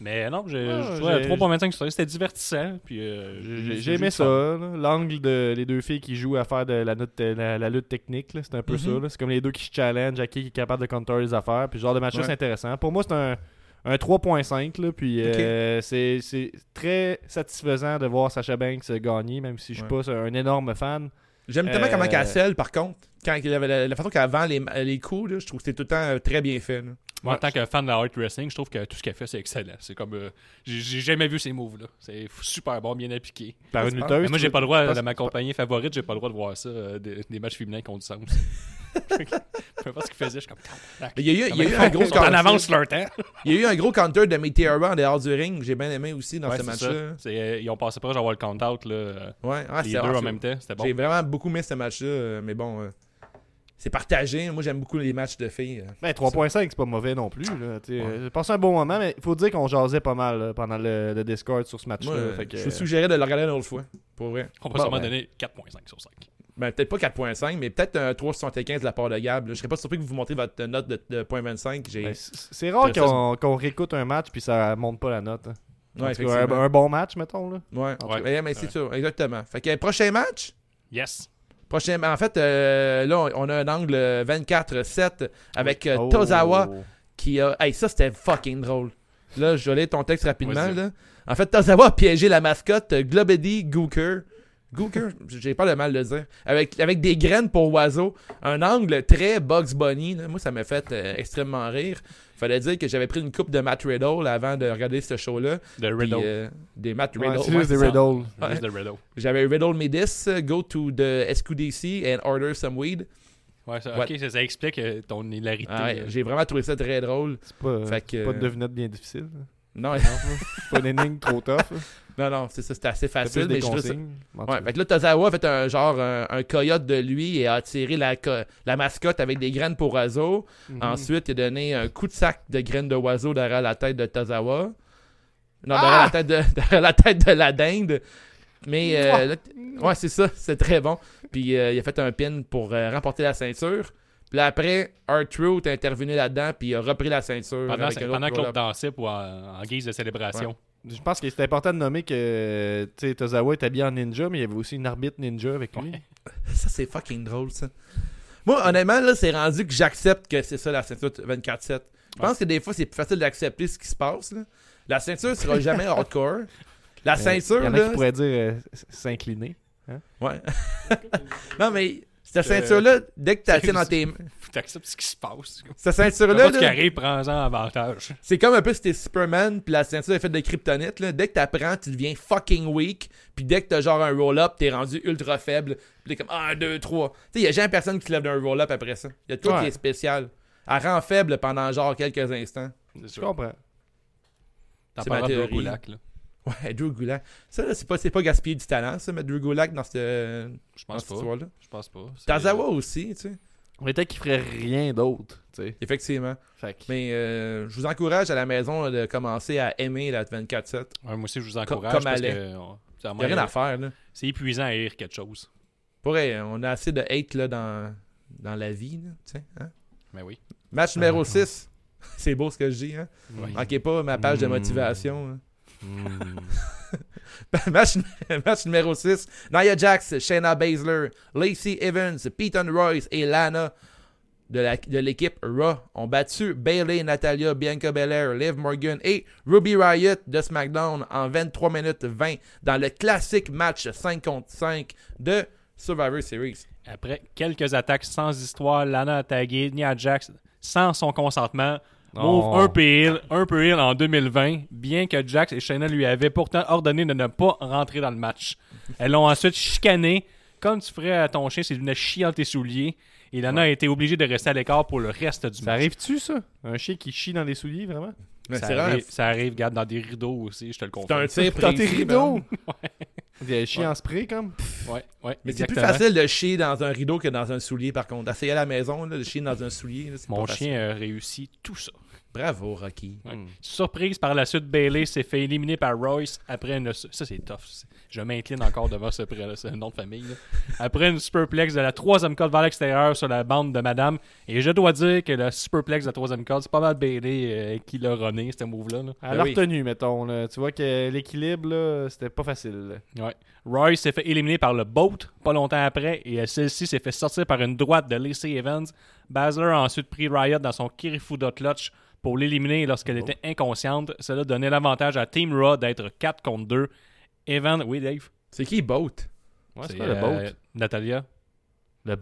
Mais non, j'ai
Ah,
je trouvais
j'ai-
3.25 sur 10, c'était divertissant. Puis euh,
J'ai
j'ai-
j'ai aimé
j'ai-
ça, là. l'angle de les deux filles qui jouent à faire de la, note- euh, la- la lutte technique, là. c'est un peu
Mhm.
ça. là. C'est comme les deux qui se challenge, à qui est capable de counter les affaires, puis ce genre de match
Ouais.
c'est intéressant. Pour moi, c'est un, un 3.5, là, puis
Ok.
euh, c'est c'est très satisfaisant de voir Sacha Banks gagner, même si je suis
Ouais.
pas un énorme fan.
J'aime tellement
Euh,
comment qu'elle scelle, par contre. Quand, il avait la, la façon qu'elle vend les, les coups, là, je trouve que c'est tout le temps euh, très bien fait. là.
Moi, en
Ouais,
tant que fan de la Heart Wrestling, je trouve que tout ce qu'elle fait, c'est excellent. C'est comme. euh, j'ai- j'ai jamais vu ces moves-là. C'est f- super bon, bien appliqué.
Par
Ouais, Ah c'est
une lutteuse.
Mais moi,
tu
j'ai
veux-
pas le droit,
penses-
de ma compagnie favorite, j'ai pas le droit de voir ça, euh, des, des matchs féminins qui ont du sens. Peu importe ce qu'ils faisaient, je suis comme.
Mais il y a eu, il y a eu
Ils
un gros
sont en
counter-
avance leur temps.
Il y a eu un gros counter de Meteora en dehors du ring que j'ai bien aimé aussi dans
Ouais,
ce
c'est
match-là.
ça. C'est, euh, ils ont passé proche d'avoir le count-out, là, euh,
Ouais, ah,
les
c'est-
deux
ah,
en
c'est-
même temps. C'était bon.
J'ai vraiment beaucoup aimé ce match-là, euh, mais bon, euh, c'est partagé. Moi, j'aime beaucoup les matchs de filles. euh.
Ben, 3.5, c'est pas mauvais non plus. là, tu sais. J'ai passé un bon moment, mais il faut dire qu'on jasait pas mal là, pendant le, le Discord sur ce match-là.
Moi, euh,
fait que-
je vous suggérais de le regarder une autre fois, pour vrai.
On va
Bon,
sûrement
ben.
donner 4.5 sur 5.
Ben, peut-être pas 4.5, mais peut-être un 3.75 de la part de Gab. là. Je serais pas surpris que vous montrez votre note de, de 0.25. J'ai...
Ben, c'est c'est rare
T'as
qu'on qu'on réécoute un match puis ça monte pas la note. hein. En
Ouais,
tout cas, un,
effectivement.
un bon match, mettons. Là.
Ouais,
tout
ouais. Eh,
cas.
Mais, mais c'est ça, exactement. Fait que euh, prochain match,
Yes.
prochain... en fait, euh, là, on- on a un angle euh, 24-7 avec euh, Tozawa
Oh.
qui a. Hey, ça c'était fucking drôle. Là, je vais lire ton texte rapidement.
Vas-y.
Là. En fait, Tozawa a piégé la mascotte euh, Globedy Gooker. Gooker, j'ai pas le mal de le dire. Avec, avec des graines pour oiseaux. Un angle très Bugs Bunny. là. Moi, ça m'a fait euh, extrêmement rire. Fallait dire que j'avais pris une coupe de Matt Riddle avant de regarder ce show-là.
The
Puis,
Riddle.
euh, des Matt
Ouais,
Riddle.
c'est
ouais,
juste des
c'est ça.
Riddle.
ouais.
Juste The Riddle.
J'avais Riddle Medis, euh, go to the SQDC and order some weed.
Ouais, ça,
Ouais.
ok, ça, ça explique euh, ton hilarité.
Ah ouais,
euh.
j'ai vraiment trouvé ça très drôle.
C'est euh, pas,
Fait
c'est
que- euh,
pas une devinette bien difficile. là.
Non,
C'est pas une énigme trop tough. là.
Non, non, c'est ça, c'était assez
T'as plus
facile,
des
mais je trouve ça-
consignes. En tout
Ouais,
cas.
fait que là, Tozawa a fait un genre un, un coyote de lui et a attiré la, co- la mascotte avec des graines pour oiseaux.
Mhm.
Ensuite, il a donné un coup de sac de graines de oiseau derrière la tête de Tozawa. Non,
Ah!
derrière, la tête de, derrière la tête de la dinde. Mais euh, là, t- ouais, c'est ça, c'est très bon. Puis euh, il a fait un pin pour euh, remporter la ceinture. Puis là, après, R-Truth a intervenu là-dedans, puis il a repris la ceinture.
Pendant,
avec un autre
pendant que l'autre
roll-up.
dansait pour, euh, en, en guise de célébration.
Je pense que c'est important de nommer que tu sais, Tozawa est habillé en ninja, mais il y avait aussi une arbitre ninja avec lui.
Ça, c'est fucking drôle, ça. Moi, honnêtement, là, c'est rendu que j'accepte que c'est ça la ceinture 24-7. Je pense que des fois, c'est plus facile d'accepter ce qui se passe. là. La ceinture sera jamais hardcore. La
Euh, Il
ceinture,
y en a
là.
qui pourraient dire euh, s- s'incliner.
Ouais. non, mais cette ceinture-là, dès que tu la tiens dans tes mains.
T'acceptes ce qui se passe.
Cette
Là,
ceinture-là,
tu
là,
arrives, prends-en avantage.
c'est comme un peu si t'es Superman, puis la ceinture est faite de kryptonite. Là. Dès que t'apprends, tu deviens fucking weak. Puis dès que t'as genre un roll-up, t'es rendu ultra faible. Puis t'es comme 1, 2, 3. Tu sais, il y a jamais personne qui se lève d'un roll-up après ça. Il y a tout
Ouais.
qui est spécial. Elle rend faible pendant genre quelques instants.
Je comprends.
T'en
C'est ma
parleras de
théorie.
Goulak, là.
Ouais, Drew Gulak. Ça, là, c'est pas, c'est pas gaspiller du talent, ça, mettre Drew Gulak dans cette, euh,
Je
dans
pense
cette
pas.
histoire-là.
Je pense pas. C'est-
Tazawa aussi, tu sais.
Peut-être qu'il ferait rien d'autre. tu sais.
Effectivement.
Fait que-
Mais euh, je vous encourage à la maison de commencer à aimer la 24-7.
Ouais, moi aussi, je vous encourage.
comme
parce
Alain.
que, on- ça
Il a rien
m'a-
à faire, là.
C'est épuisant à lire quelque chose.
Pour vrai, on a assez de hate là, dans, dans la vie. Là, tu sais, hein?
Mais oui.
Match numéro 6. C'est beau ce que je dis. Hein?
Ah, Oui. Hmm.
Manquez pas ma page de motivation. hein.
Mm.
Hmm.
match, match numéro 6. Nia Jax, Shayna Baszler, Lacey Evans, Peyton Royce et Lana de la- de l'équipe Raw ont battu Bailey, Natalia, Bianca Belair, Liv Morgan et Ruby Riot de SmackDown en 23 minutes 20 dans le classique match 5 contre 5 de Survivor Series.
Après quelques attaques sans histoire, Lana a tagué Nia Jax sans son consentement. Move
Oh.
un peu heel, un peu heel en 2020, bien que Jax et Shayna lui avaient pourtant ordonné de ne pas rentrer dans le match. Elles l'ont ensuite chicané, comme tu ferais à ton chien s'il venait chier dans tes souliers, et Lana a été obligée de rester à l'écart pour le reste du
Ça
match.
arrive-tu, ça Un chien qui chie dans les souliers, vraiment
Mais
ça
c'est vraiment
arrive, ça arrive, regarde, dans des rideaux aussi, je te le
C'est
confirme.
un tir
Dans tes
précis,
rideaux
man.
Des chiens en spray, comme
Ouais, ouais,
Mais c'est plus
exactement.
facile de chier dans un rideau que dans un soulier, par contre. Essayer à la maison, là, de chier dans un soulier. là, c'est
Mon
pas facile.
chien a réussi tout ça.
Bravo, Rocky.
Ouais. Surprise par la suite, Bailey s'est fait éliminer par Royce après une. Ça, c'est tough. C'est- Je m'incline encore devant ce, pré- ce nom de famille. là. Après une superplex de la troisième corde vers l'extérieur sur la bande de Madame. Et je dois dire que la superplex de la troisième corde, c'est pas mal Bailey euh, qui l'a runné, ce move-là. là.
à
Ben
la
oui.
retenue, mettons. là. Tu vois que l'équilibre, là, c'était pas facile.
Ouais. Royce s'est fait éliminer par le boat pas longtemps après et euh, celle-ci s'est fait sortir par une droite de Lacey Evans. Basler a ensuite pris Riot dans son Kirifuda clutch pour l'éliminer lorsqu'elle
Oh.
était inconsciente. Cela donnait l'avantage à Team Raw d'être 4 contre 2. Evans, oui Dave.
C'est qui, Boat?
Ouais, c'est
C'est,
pas le
euh,
boat.
Natalia.
Le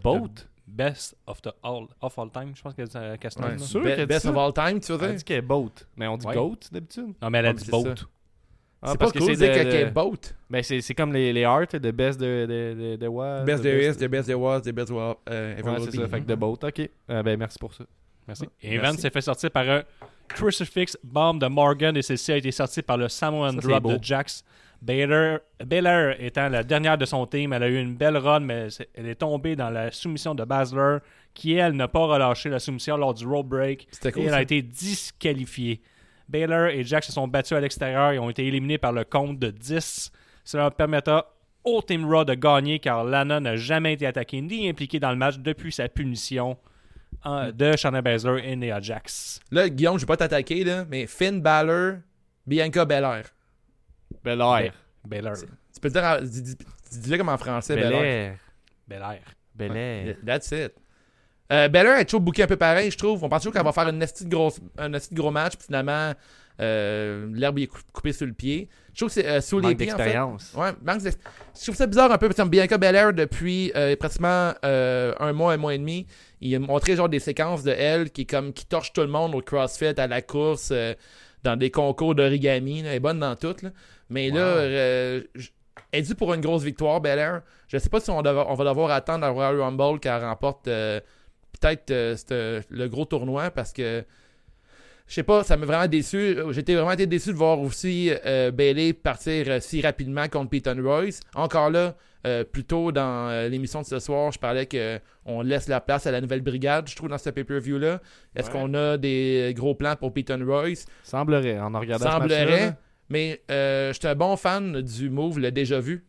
Best of the all of all time, je pense qu'elle euh, qu'elle se nomme,
Ouais.
là.
Sûr
Be-
qu'elle dit
best
ça?
of all time, tu veux
On
dire?
dit qu'elle est boat. Mais on dit
Ouais.
goat, d'habitude.
Non mais elle a
Ah, mais
dit
c'est
boat.
ça.
Ah,
c'est pas
parce que
cool de
c'est
dire
de-
que- qu'elle est
de-
Boat.
Mais c'est c'est comme les, les hearts de best de, de, de, de what,
Best
Ah, de
there is, the best there was, the best there was, euh, ever
Ouais,
will
c'est
be.
ça. Fait que de boat, ok. Ah, ben, merci pour ça.
Merci.
Merci.
Evans s'est fait sortir par un Crucifix Bomb de Morgan et celle-ci a été sortie par le Samoan
Ça, c'est
Drop
beau.
de Jax. Baylor, Baylor étant la dernière de son team, elle a eu une belle run, mais c'est- elle est tombée dans la soumission de Basler, qui elle n'a pas relâché la soumission lors du road break
C'était cool,
et elle
ça.
a été disqualifiée. Baylor et Jack se sont battus à l'extérieur et ont été éliminés par le compte de 10. Cela permettra au Team Raw de gagner car Lana n'a jamais été attaquée ni impliquée dans le match depuis sa punition
Mm.
euh, de Shana Baszler et Nia Jax.
Là, Guillaume, je vais pas t'attaquer, là, mais Finn Balor, Bianca Belair.
Bel
Air. Baylor.
Tu peux dire, en- dis- dis- dis- dis-le comme en français,
Bel
Belair.
Air.
Belair.
Bel Air.
That's it. Euh, Belair est toujours booké un peu pareil, je trouve. On pense toujours qu'elle va faire une nasty de gros, un nasty de gros match, puis finalement, euh, l'herbe est cou- coupée sur le pied. Je trouve que c'est euh, sous les
Manque
pieds, en fait.
d'expérience.
Ouais, manque d'ex- Je trouve ça bizarre un peu, parce que Bianca Belair, depuis euh, pratiquement euh, un mois, un mois et demi, il a montré genre des séquences de elle qui, comme, qui torche tout le monde au CrossFit, à la course, euh, dans des concours d'origami. là. Elle est bonne dans tout. là. Mais là, euh, j- elle est due pour une grosse victoire, Belair. Je sais pas si on, deva- on va devoir attendre à Royal Rumble qu'elle remporte euh, peut-être euh, c'te- le gros tournoi, parce que je sais pas, ça m'a vraiment déçu. Euh, J'étais vraiment été déçu de voir aussi euh, Bailey partir euh, si rapidement contre Peyton Royce. Encore là, euh, plus tôt dans euh, l'émission de ce soir, je parlais que on laisse la place à la nouvelle brigade, je trouve, dans ce pay-per-view-là. Est-ce
Ouais.
qu'on a des euh, gros plans pour Peyton Royce?
Semblerait, en en regardant ce match-là.
Semblerait. Mais euh, j'étais un bon fan du move, le déjà vu.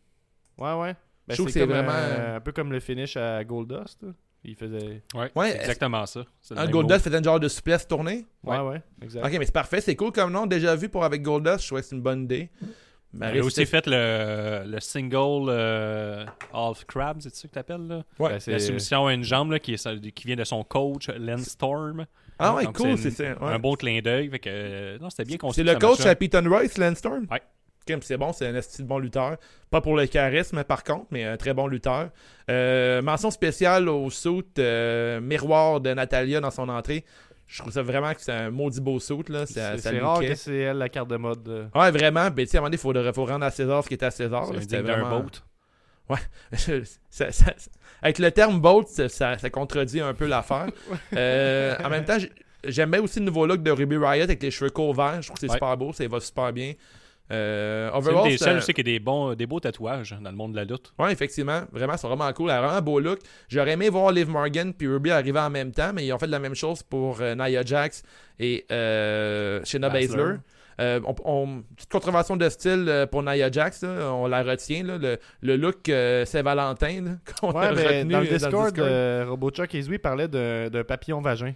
là. Ouais, ouais.
Je trouve que c'est
comme,
vraiment-
euh, un peu comme le finish à Goldust. là. Il faisait.
Ouais,
Ouais,
c'est exactement ça. C'est le
Un
même
Goldust faisait un genre de souplesse tournée.
Ouais, ouais. Exact.
Ok, mais c'est parfait, c'est cool comme nom. Déjà vu pour avec Goldust, je trouvais que c'est une bonne idée.
mot.
Mais
Il a aussi
reste-
fait le, le single euh, Half Crab, c'est ça que t'appelles là?
Ouais.
Ben, c'est-
La soumission à une jambe là, qui, est, qui vient de son coach, Len Storm.
Ah ouais,
Donc,
cool,
c'est
c'est
une-
ça. ouais.
Un beau clin d'œil. fait que, euh, Non, c'était bien construit.
C'est le
ce
coach
match-là.
à Peyton Royce, Landstorm?
Ouais.
Ok, c'est bon, c'est un esti de bon lutteur. Pas pour le charisme, par contre, mais un très bon lutteur. Euh, mention spéciale au suit euh, miroir de Natalia dans son entrée. Je trouve ça vraiment que c'est un maudit beau suit. Là. Ça,
C'est
ça
c'est rare
lookait.
que c'est elle la carte de mode. euh.
Ouais, vraiment. Ben, tu sais, à un moment donné, il faut, de- faut rendre à César ce qui était à César.
C'est
là.
un
C'était
digne d'un
vraiment-
boat.
Ça- ça- avec le terme boat, ça, ça- ça contredit un peu l'affaire. Euh, en même temps, j'ai- j'aimais aussi le nouveau look de Ruby Riot avec les cheveux courts verts. Je trouve que c'est
Ouais.
super beau, ça va super bien. Euh,
C'est une
overall,
des
c'est
seules,
un-
je sais, qui a des, bons, euh, des beaux tatouages dans le monde de la lutte.
Ouais, effectivement. Vraiment, c'est vraiment cool. Elle a vraiment un beau look. J'aurais aimé voir Liv Morgan puis Ruby arriver en même temps, mais ils ont fait la même chose pour euh, Nia Jax et euh, Shayna
Baszler.
Baszler. Euh, on- on- petite contravention de style euh, pour Nia Jax, là. on la retient. là. le, le look euh, Saint-Valentin là, qu'on a
Ouais, mais
retenu
dans le
euh,
Discord, euh, Robochuck et Zui parlaient d'un d'un papillon vagin.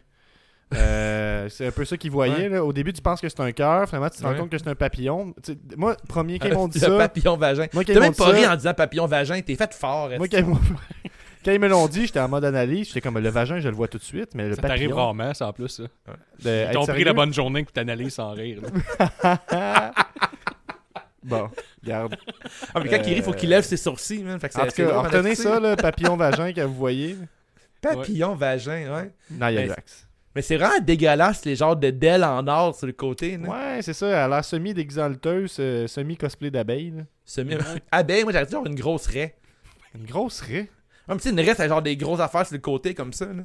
Euh, c'est un peu ça qu'ils voyaient.
Ouais.
là. Au début, tu penses que c'est un cœur. Finalement, tu te
Ouais.
rends compte que c'est un papillon. Tu sais, moi, premier, quand ils m'ont dit
Le
ça,
papillon vagin.
Moi, quand
T'as
ils
même
m'ont
pas
dit
ri
ça-
en disant papillon vagin, t'es fait fort.
moi,
est-ce
quand ils m'ont- quand ils me l'ont dit, j'étais en mode analyse. J'étais comme le vagin, je le vois tout de suite, mais le
Ça t'arrive
papillon.
rarement, ça en plus. ça.
de- être
Ils t'ont pris
sérieux?
la bonne journée que tu t'analyses sans rire. là.
Bon, regarde.
que- Ah, mais quand il rit, faut qu'il lève ses sourcils. man. Fait que
euh, En
c'est-
tout
c'est
cas,
drôle,
retenez
Alexis.
ça, le papillon vagin que vous voyez.
Papillon vagin, ouais.
Nia
Mais-
Jax.
Mais c'est vraiment dégueulasse, les genres de Dell en or sur le côté. là.
Ouais, c'est ça. Elle a l'air semi-d'exalteuse, euh, semi-cosplay d'abeille. là.
Semi- Abeille, moi j'aurais dit genre une grosse raie.
Une grosse raie.
Même si une raie, c'est genre des grosses affaires sur le côté comme ça. là.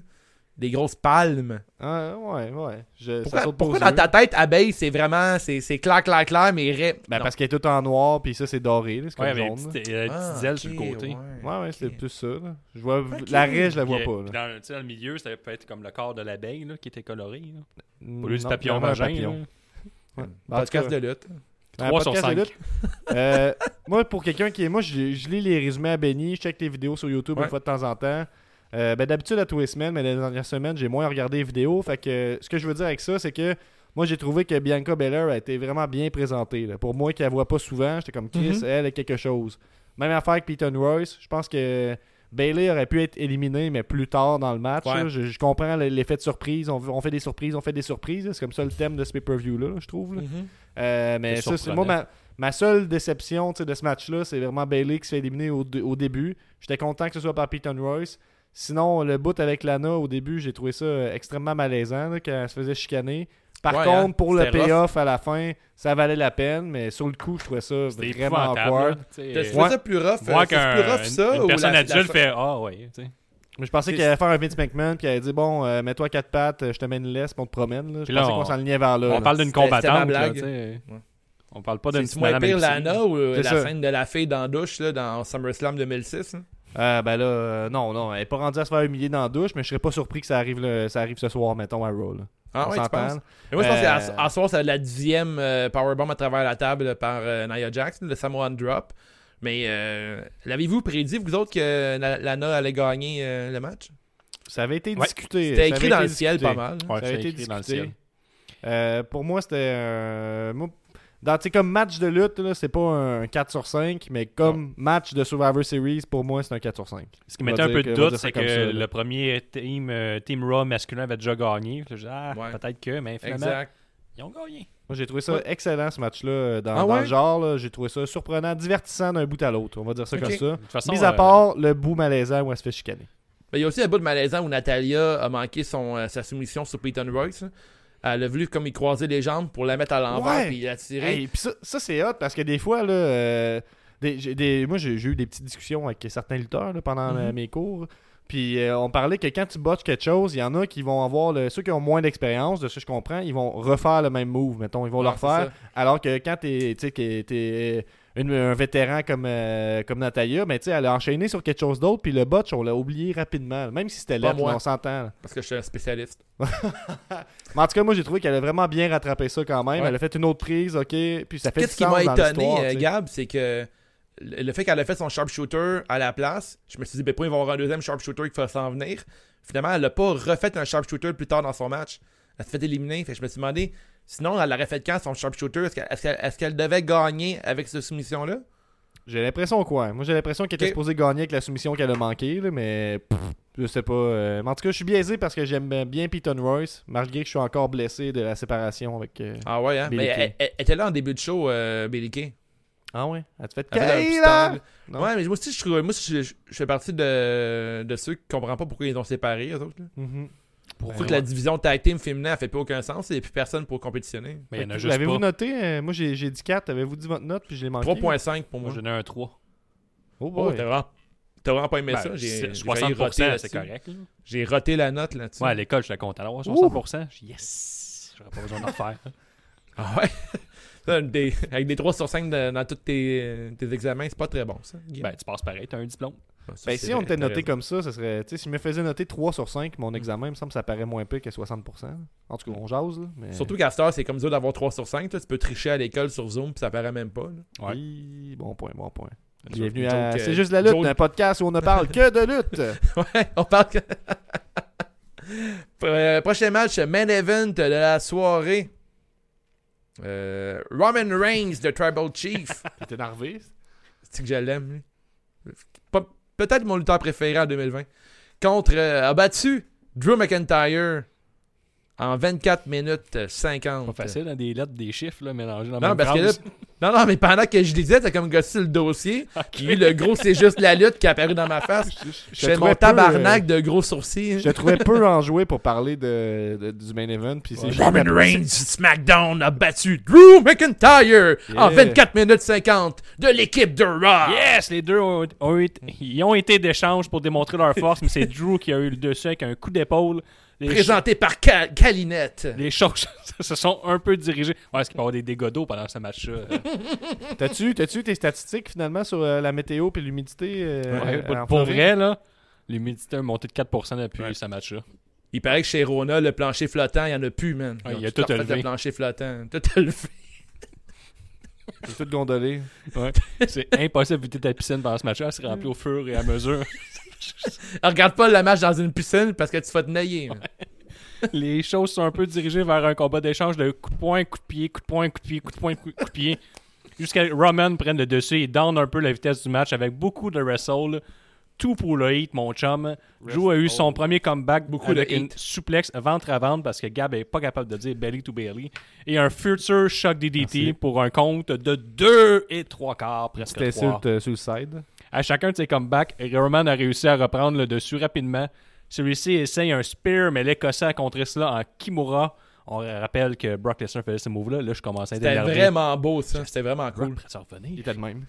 Des grosses palmes.
Ah, ouais, ouais. Je, ça
Pourquoi,
saute pas
pourquoi
aux
dans
yeux.
ta tête, abeille, c'est vraiment. C'est c'est clair, clair, clair, mais raie.
Ben,
Non.
parce qu'elle est toute en noir, puis ça, c'est doré. là, C'est comme
Ouais, mais
jaune.
petite- il y a des
Ah,
petites ailes sur le
ok,
côté.
là. Ouais, ouais, c'est
ok.
plus ça. là. Je vois... La raie, je la vois
Puis,
pas.
puis Dans,
Là.
le- tu sais, dans le milieu, ça peut être comme le corps de l'abeille là, qui était coloré. là.
Mm,
Pour
Au lieu du papillon vagin. là.
Podcast de lutte.
Un
3 sur
podcast de
5.
lutte. Euh, moi, pour quelqu'un qui est. Moi, je, je lis les résumés à Benny, je check les vidéos sur YouTube
Ouais.
une fois de temps en temps. Euh, ben, D'habitude, à tous les semaines, mais les dernières semaines, j'ai moins regardé les vidéos. Fait que euh, ce que je veux dire avec ça, c'est que moi, j'ai trouvé que Bianca Belair a été vraiment bien présentée. là. Pour moi, qui la vois pas souvent, j'étais comme
Mhm.
Chris, elle est quelque chose. Même affaire avec Peyton Royce. Je pense que Bailey aurait pu être éliminé, mais plus tard dans le match.
Ouais.
là. je, je comprends l'effet de surprise. On, on fait des surprises, on fait des surprises. là. C'est comme ça le thème de ce pay-per-view-là, je trouve. là.
Mhm.
Euh, mais
C'est
ça, c'est
surprenant.
moi, ma, ma seule déception tu sais, de ce match-là, c'est vraiment Bailey qui se fait éliminer au, dé- au début. J'étais content que ce soit par Peyton Royce. Sinon, le bout avec Lana au début, j'ai trouvé ça euh, extrêmement malaisant là, quand elle se faisait chicaner. Par
Ouais,
contre,
hein,
pour le
c'était rough.
payoff à la fin, ça valait la peine, mais sur le coup, je trouvais ça
C'était
vraiment
épouvantable,
awkward.
là, tu sais.
T'as trouvé
Ouais.
ça plus rough? euh,
Voir
c'est plus rough ça?
qu'une
ou
personne
la- la
adulte
fin-
fait Ah ouais. tu sais.
Mais je pensais
C'est-
qu'il allait faire un Vince McMahon, puis il allait dire Bon, euh, mets-toi à quatre pattes, euh, je te mets une laisse, puis on te promène. là. Je
Puis là,
pensais
on-
qu'on s'enlignait vers là.
On
là.
parle d'une
c'était- c'était ma
combattante. là,
blague.
tu sais.
Ouais.
On parle pas d'une
C'est
petite
moins
madame
pire
épicerie.
Lana ou euh,
C'est
la
ça.
scène de la fille dans la douche là, dans SummerSlam 2006? hein?
Euh, ben là, euh, non, non, elle est pas rendue à se faire humilier dans la douche, mais je serais pas surpris que ça arrive, le- ça arrive ce soir, mettons, à Raw. là.
Ah
On
ouais, tu
s'entend,
penses?
là.
Mais moi, je pense
Euh,
qu'à à soir, c'est la dixième euh, powerbomb à travers la table là, par euh, Nia Jax, le Samoan Drop. Mais euh, l'avez-vous prédit, vous autres, que Na- Lana allait gagner euh, le match?
Ça avait été
Ouais.
discuté.
C'était
ça
écrit
avait
dans
été
le ciel
discuté.
pas mal. hein.
Ouais,
Ça a été
écrit dans le
discuté.
ciel.
Euh, pour moi, c'était euh, moi, dans tu sais, comme match de lutte, là, c'est pas un 4 sur 5, mais comme match de Survivor Series, pour moi, c'est un 4 sur 5.
Ce qui
On
mettait un
va dire
peu
que-
de
on va
doute,
dire ça
c'est
comme
que
ça, là.
le premier team, euh, team Raw masculin avait déjà gagné. Puis là, je dis, ah,
Ouais.
peut-être que, mais finalement,
Exact.
ils ont gagné.
Moi, j'ai trouvé ça
Ouais.
excellent ce match-là euh, dans,
Ah
dans
ouais?
le genre. là. j'ai trouvé ça surprenant, divertissant d'un bout à l'autre. On va dire ça
Ok.
comme ça.
De toute façon,
Ah. Mis à
euh,
part le bout malaisant où elle se fait chicaner.
Mais il y a aussi un bout de malaisant où Natalia a manqué son, euh, sa soumission sur Peyton Royce. hein. Elle a voulu comme y croiser les jambes pour la mettre à l'envers
Ouais.
puis la tirer.
Hey, puis ça, ça, c'est hot parce que des fois,
Mhm.
là, euh, des, j'ai- des- moi j'ai j'ai eu des petites discussions avec certains lutteurs là, pendant euh, mes cours. Puis euh, on parlait que quand tu botches quelque chose, il y en a qui vont avoir le- ceux qui ont moins d'expérience, de ce que je comprends, ils vont refaire le même move, mettons, ils vont le
Ouais, c'est
refaire.
ça.
Alors que quand t'es tu sais, que t'es, euh, une- un vétéran comme, euh, comme Natalia, mais tu sais, elle a enchaîné sur quelque chose d'autre, puis le botch, on l'a oublié rapidement, même si c'était
Pas
là,
moi.
on s'entend. là.
Parce que je suis un spécialiste.
Mais en tout cas, moi j'ai trouvé qu'elle a vraiment bien rattrapé ça quand même.
Ouais.
Elle a fait une autre prise, ok, puis ça fait du
Qu'est-ce qui
sens
m'a
dans l'histoire,
étonné, euh,
tu sais.
Gab, c'est que le le fait qu'elle a fait son sharpshooter à la place, je me suis dit, ben, pourquoi ils vont avoir un deuxième sharpshooter qui va s'en venir. Finalement, elle n'a pas refait un sharpshooter plus tard dans son match. Elle s'est fait éliminer. Fait que je me suis demandé, sinon, elle l'aurait fait quand son sharpshooter Est-ce qu'elle est-ce qu'elle- est-ce qu'elle devait gagner avec cette soumission-là
J'ai l'impression quoi? hein. Moi j'ai l'impression qu'elle
Ok.
était supposée gagner avec la soumission qu'elle a manquée, là, mais pff, je sais pas. euh, mais en tout cas, je suis biaisé parce que j'aime bien Peyton Royce, malgré que je suis encore blessé de la séparation avec. euh,
Ah ouais, hein? Mais
Billie Kay.
elle, elle- elle était là en début de show, euh, Billie Kay.
Ah ouais? Elle te fait
Elle faisait un
Kayla!
pistol.
Non.
Ouais, mais moi aussi, je, trouve, moi, aussi, je, je- je fais partie de, de ceux qui comprennent pas pourquoi ils ont séparé, eux autres. là.
Mhm.
ben
Surtout que la division tag team féminin, elle fait plus aucun sens. Il n'y a plus personne pour compétitionner.
Mais il y en a juste
L'avez-vous
pas.
noté? Euh, Moi j'ai j'ai dit 4, avez-vous dit votre note puis je l'ai manqué?
3.5 pour moi.
Moi, j'en ai un 3.
Oh boy.
Oh, t'as vraiment, t'as vraiment pas aimé
Ben,
ça? J'ai
c'est-
j'ai failli roter
60%, c'est
là-dessus.
correct. là.
J'ai roté la note là-dessus.
Ouais, à l'école, je la compte. Alors, ouais, 60%, j'ai- yes! J'aurais pas besoin d'en refaire.
Ah ouais? Ça, des- avec des 3 sur 5 de- dans tous tes, tes examens, c'est pas très bon, ça. Guy.
ben, tu passes pareil, t'as un diplôme.
Ah, ça,
Ben,
c'est
si on
vrai,
était
t'as
noté
raison.
comme ça, ça serait. Tu sais, si je me faisais noter 3 sur 5, mon examen, il me semble que ça paraît moins peu que 60%. En tout cas, on jase, là. Mais...
Surtout qu'à cette heure, c'est comme ça d'avoir 3 sur 5. Tu peux tricher à l'école sur Zoom, puis ça paraît même pas. là.
Ouais.
Oui, Bon point, bon point.
Joke-
Bienvenue
joke,
à
euh,
C'est juste la lutte, hein.
joke-
un podcast où on ne parle que de lutte.
Ouais, on parle que... Euh, prochain match, main event de la soirée. Euh, Roman Reigns de Tribal Chief.
T'es énervé?
C'est que je l'aime, lui. Pe- Peut-être mon lutteur préféré en 2020. Contre, euh, a battu Drew McIntyre en 24 minutes euh, 50.
Pas facile, hein, des lettres, des chiffres là, mélangés dans la
Non,
même
parce que là,
phrase.
non, non, mais pendant que je disais, t'as comme gossé le dossier. Puis le gros, c'est juste la lutte qui est apparue dans ma face. Je fais mon tabarnak de gros sourcils. hein.
euh. Je te trouvais peu enjoué pour parler de, de- du main event. Puis c'est
Roman Reigns SmackDown a battu Drew McIntyre en
Yeah.
24 minutes 50 de l'équipe de Raw.
Yes! Les deux ont, ont été- ils ont été d'échange pour démontrer leur force, mais c'est Drew qui a eu le dessus avec un coup d'épaule. Les
Présenté par Cal- Calinette.
les choses se sont un peu dirigées. Ouais, est-ce qu'il peut y avoir des dégâts d'eau pendant ce match-là? Euh,
T'as-tu t'as-tu tes statistiques finalement sur euh, la météo puis l'humidité? euh,
ouais,
en
pour
Floride?
vrai, là, l'humidité a monté de 4% depuis ce match-là.
Il paraît que chez Rona, le plancher flottant, il n'y en a plus, man.
Ah,
Ils ont
il a tout
refait,
enlevé.
Le plancher flottant. Tout élevé.
T'es tout gondolé.
C'est impossible d'éviter ta piscine pendant ce match-là. Elle s'est remplie au fur et à mesure.
Regarde pas le match dans une piscine parce que tu vas te nailler. man.
Les choses sont un peu dirigées vers un combat d'échange de coup de poing, coup de pied, coup de poing, coup de pied, coup de poing, coup coup de pied. Jusqu'à Roman prenne le dessus et down un peu la vitesse du match avec beaucoup de wrestle. Tout pour le hit, mon chum. Drew a eu son premier comeback
Beaucoup
avec
de
une
heat.
souplexe ventre à ventre parce que Gab est pas capable de dire belly to belly. Et un future shock DDT pour un compte de 2 et 3 quarts, presque
T'es
trois.
sur, le- sur le side.
À chacun de ses comebacks, Roman a réussi à reprendre le dessus rapidement. Celui-ci essaye un spear, mais l'Écossais a contré cela en Kimura. On rappelle que Brock Lesnar faisait ce move-là. Là, je commençais à être
C'était
énervé.
vraiment beau, ça. C'était vraiment
Brock
cool.
pourrait s'en revenir.
était le même.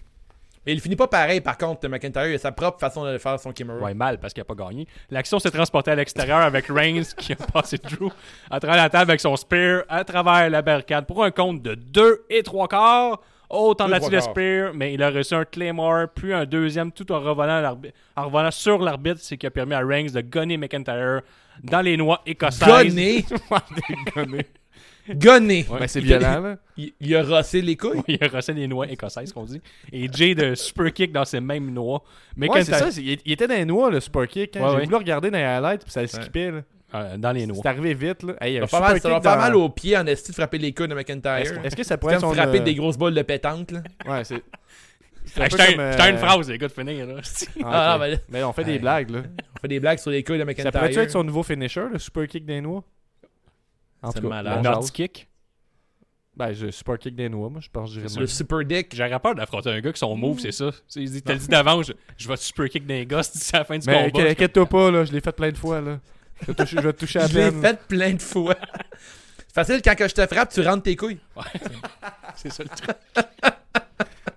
Mais il finit pas pareil, par contre. McIntyre, il a sa propre façon de faire son Kimura.
Ouais, mal parce qu'il n'a pas gagné. L'action s'est transportée à l'extérieur avec Reigns qui a passé Drew à travers la table avec son spear à travers la barricade pour un compte de 2 et 3 quarts. Autant
Deux,
là-dessus
trois
le
quarts.
spear, mais il a reçu un Claymore, puis un deuxième tout en revenant, à l'arbi- en revenant sur l'arbitre, ce qui a permis à Reigns de gonner McIntyre dans les noix écossaises.
Gonné. Gonné.
Mais Ben, c'est
Il-
violent, là.
Il, il a rossé les couilles.
Il a rossé les noix écossaises, qu'on dit. Et Jay de super kick dans ces mêmes noix.
Ouais, c'est
McIntyre-
ça. c'est- Il il était dans les noix, le super kick. hein.
Ouais,
J'ai
ouais.
voulu regarder dans les highlights, puis ça le skippait, là.
Euh, dans les noix. euh,
C'est arrivé vite, là. Hey, il y a
Ça
un
va pas mal,
super
ça va
kick
faire
dans-
mal aux pieds en esti de frapper les couilles de
Est-ce
McIntyre.
est-ce que ça
C'est
pourrait être
comme
son...
frapper
euh,
des grosses boules de pétanque. Là.
Ouais, c'est... c'est un
Ah,
peu
J'étais
comme,
un- j'étais à une
euh,
phrase, les gars, de finir. Là.
Ah,
Ah,
ok.
ben là,
Mais on fait
Hey.
des blagues, là.
on fait des blagues sur les couilles de
Ça
McIntyre.
pourrait être son nouveau finisher, le super kick des noix? En
C'est
tout cas,
malade.
on
Le
Bon,
jase.
Nordic kick.
Ben, je super kick des noix, moi, je pense que j'irais
Le
même.
super dick.
J'aurais peur d'affronter un gars qui son move, c'est ça. Tu sais, Il dit, t'as dit d'avance, je, je vais te super kick d'un gars si c'est à la fin du
Mais
combat.
inquiète-toi pas, là, je l'ai fait plein de fois, là. Je vais toucher- je vais te toucher à
Je l'ai
peine.
fait plein de fois. C'est facile, quand que je te frappe, tu rentres tes couilles.
C'est ça le truc.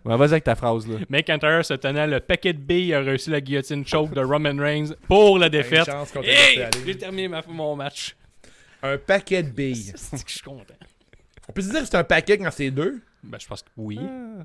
Ouais, vas-y avec ta phrase, là.
McIntyre se tenant le paquet de billes a réussi la guillotine choke de Roman Reigns pour la
T'as Ben, une
défaite.
chance qu'on t'a
Hey!
laissé aller.
J'ai terminé ma- mon match.
Un paquet de billes.
C'est que je suis content.
On peut se dire que c'est un paquet quand c'est deux.
Ben, je pense que oui.
Ah.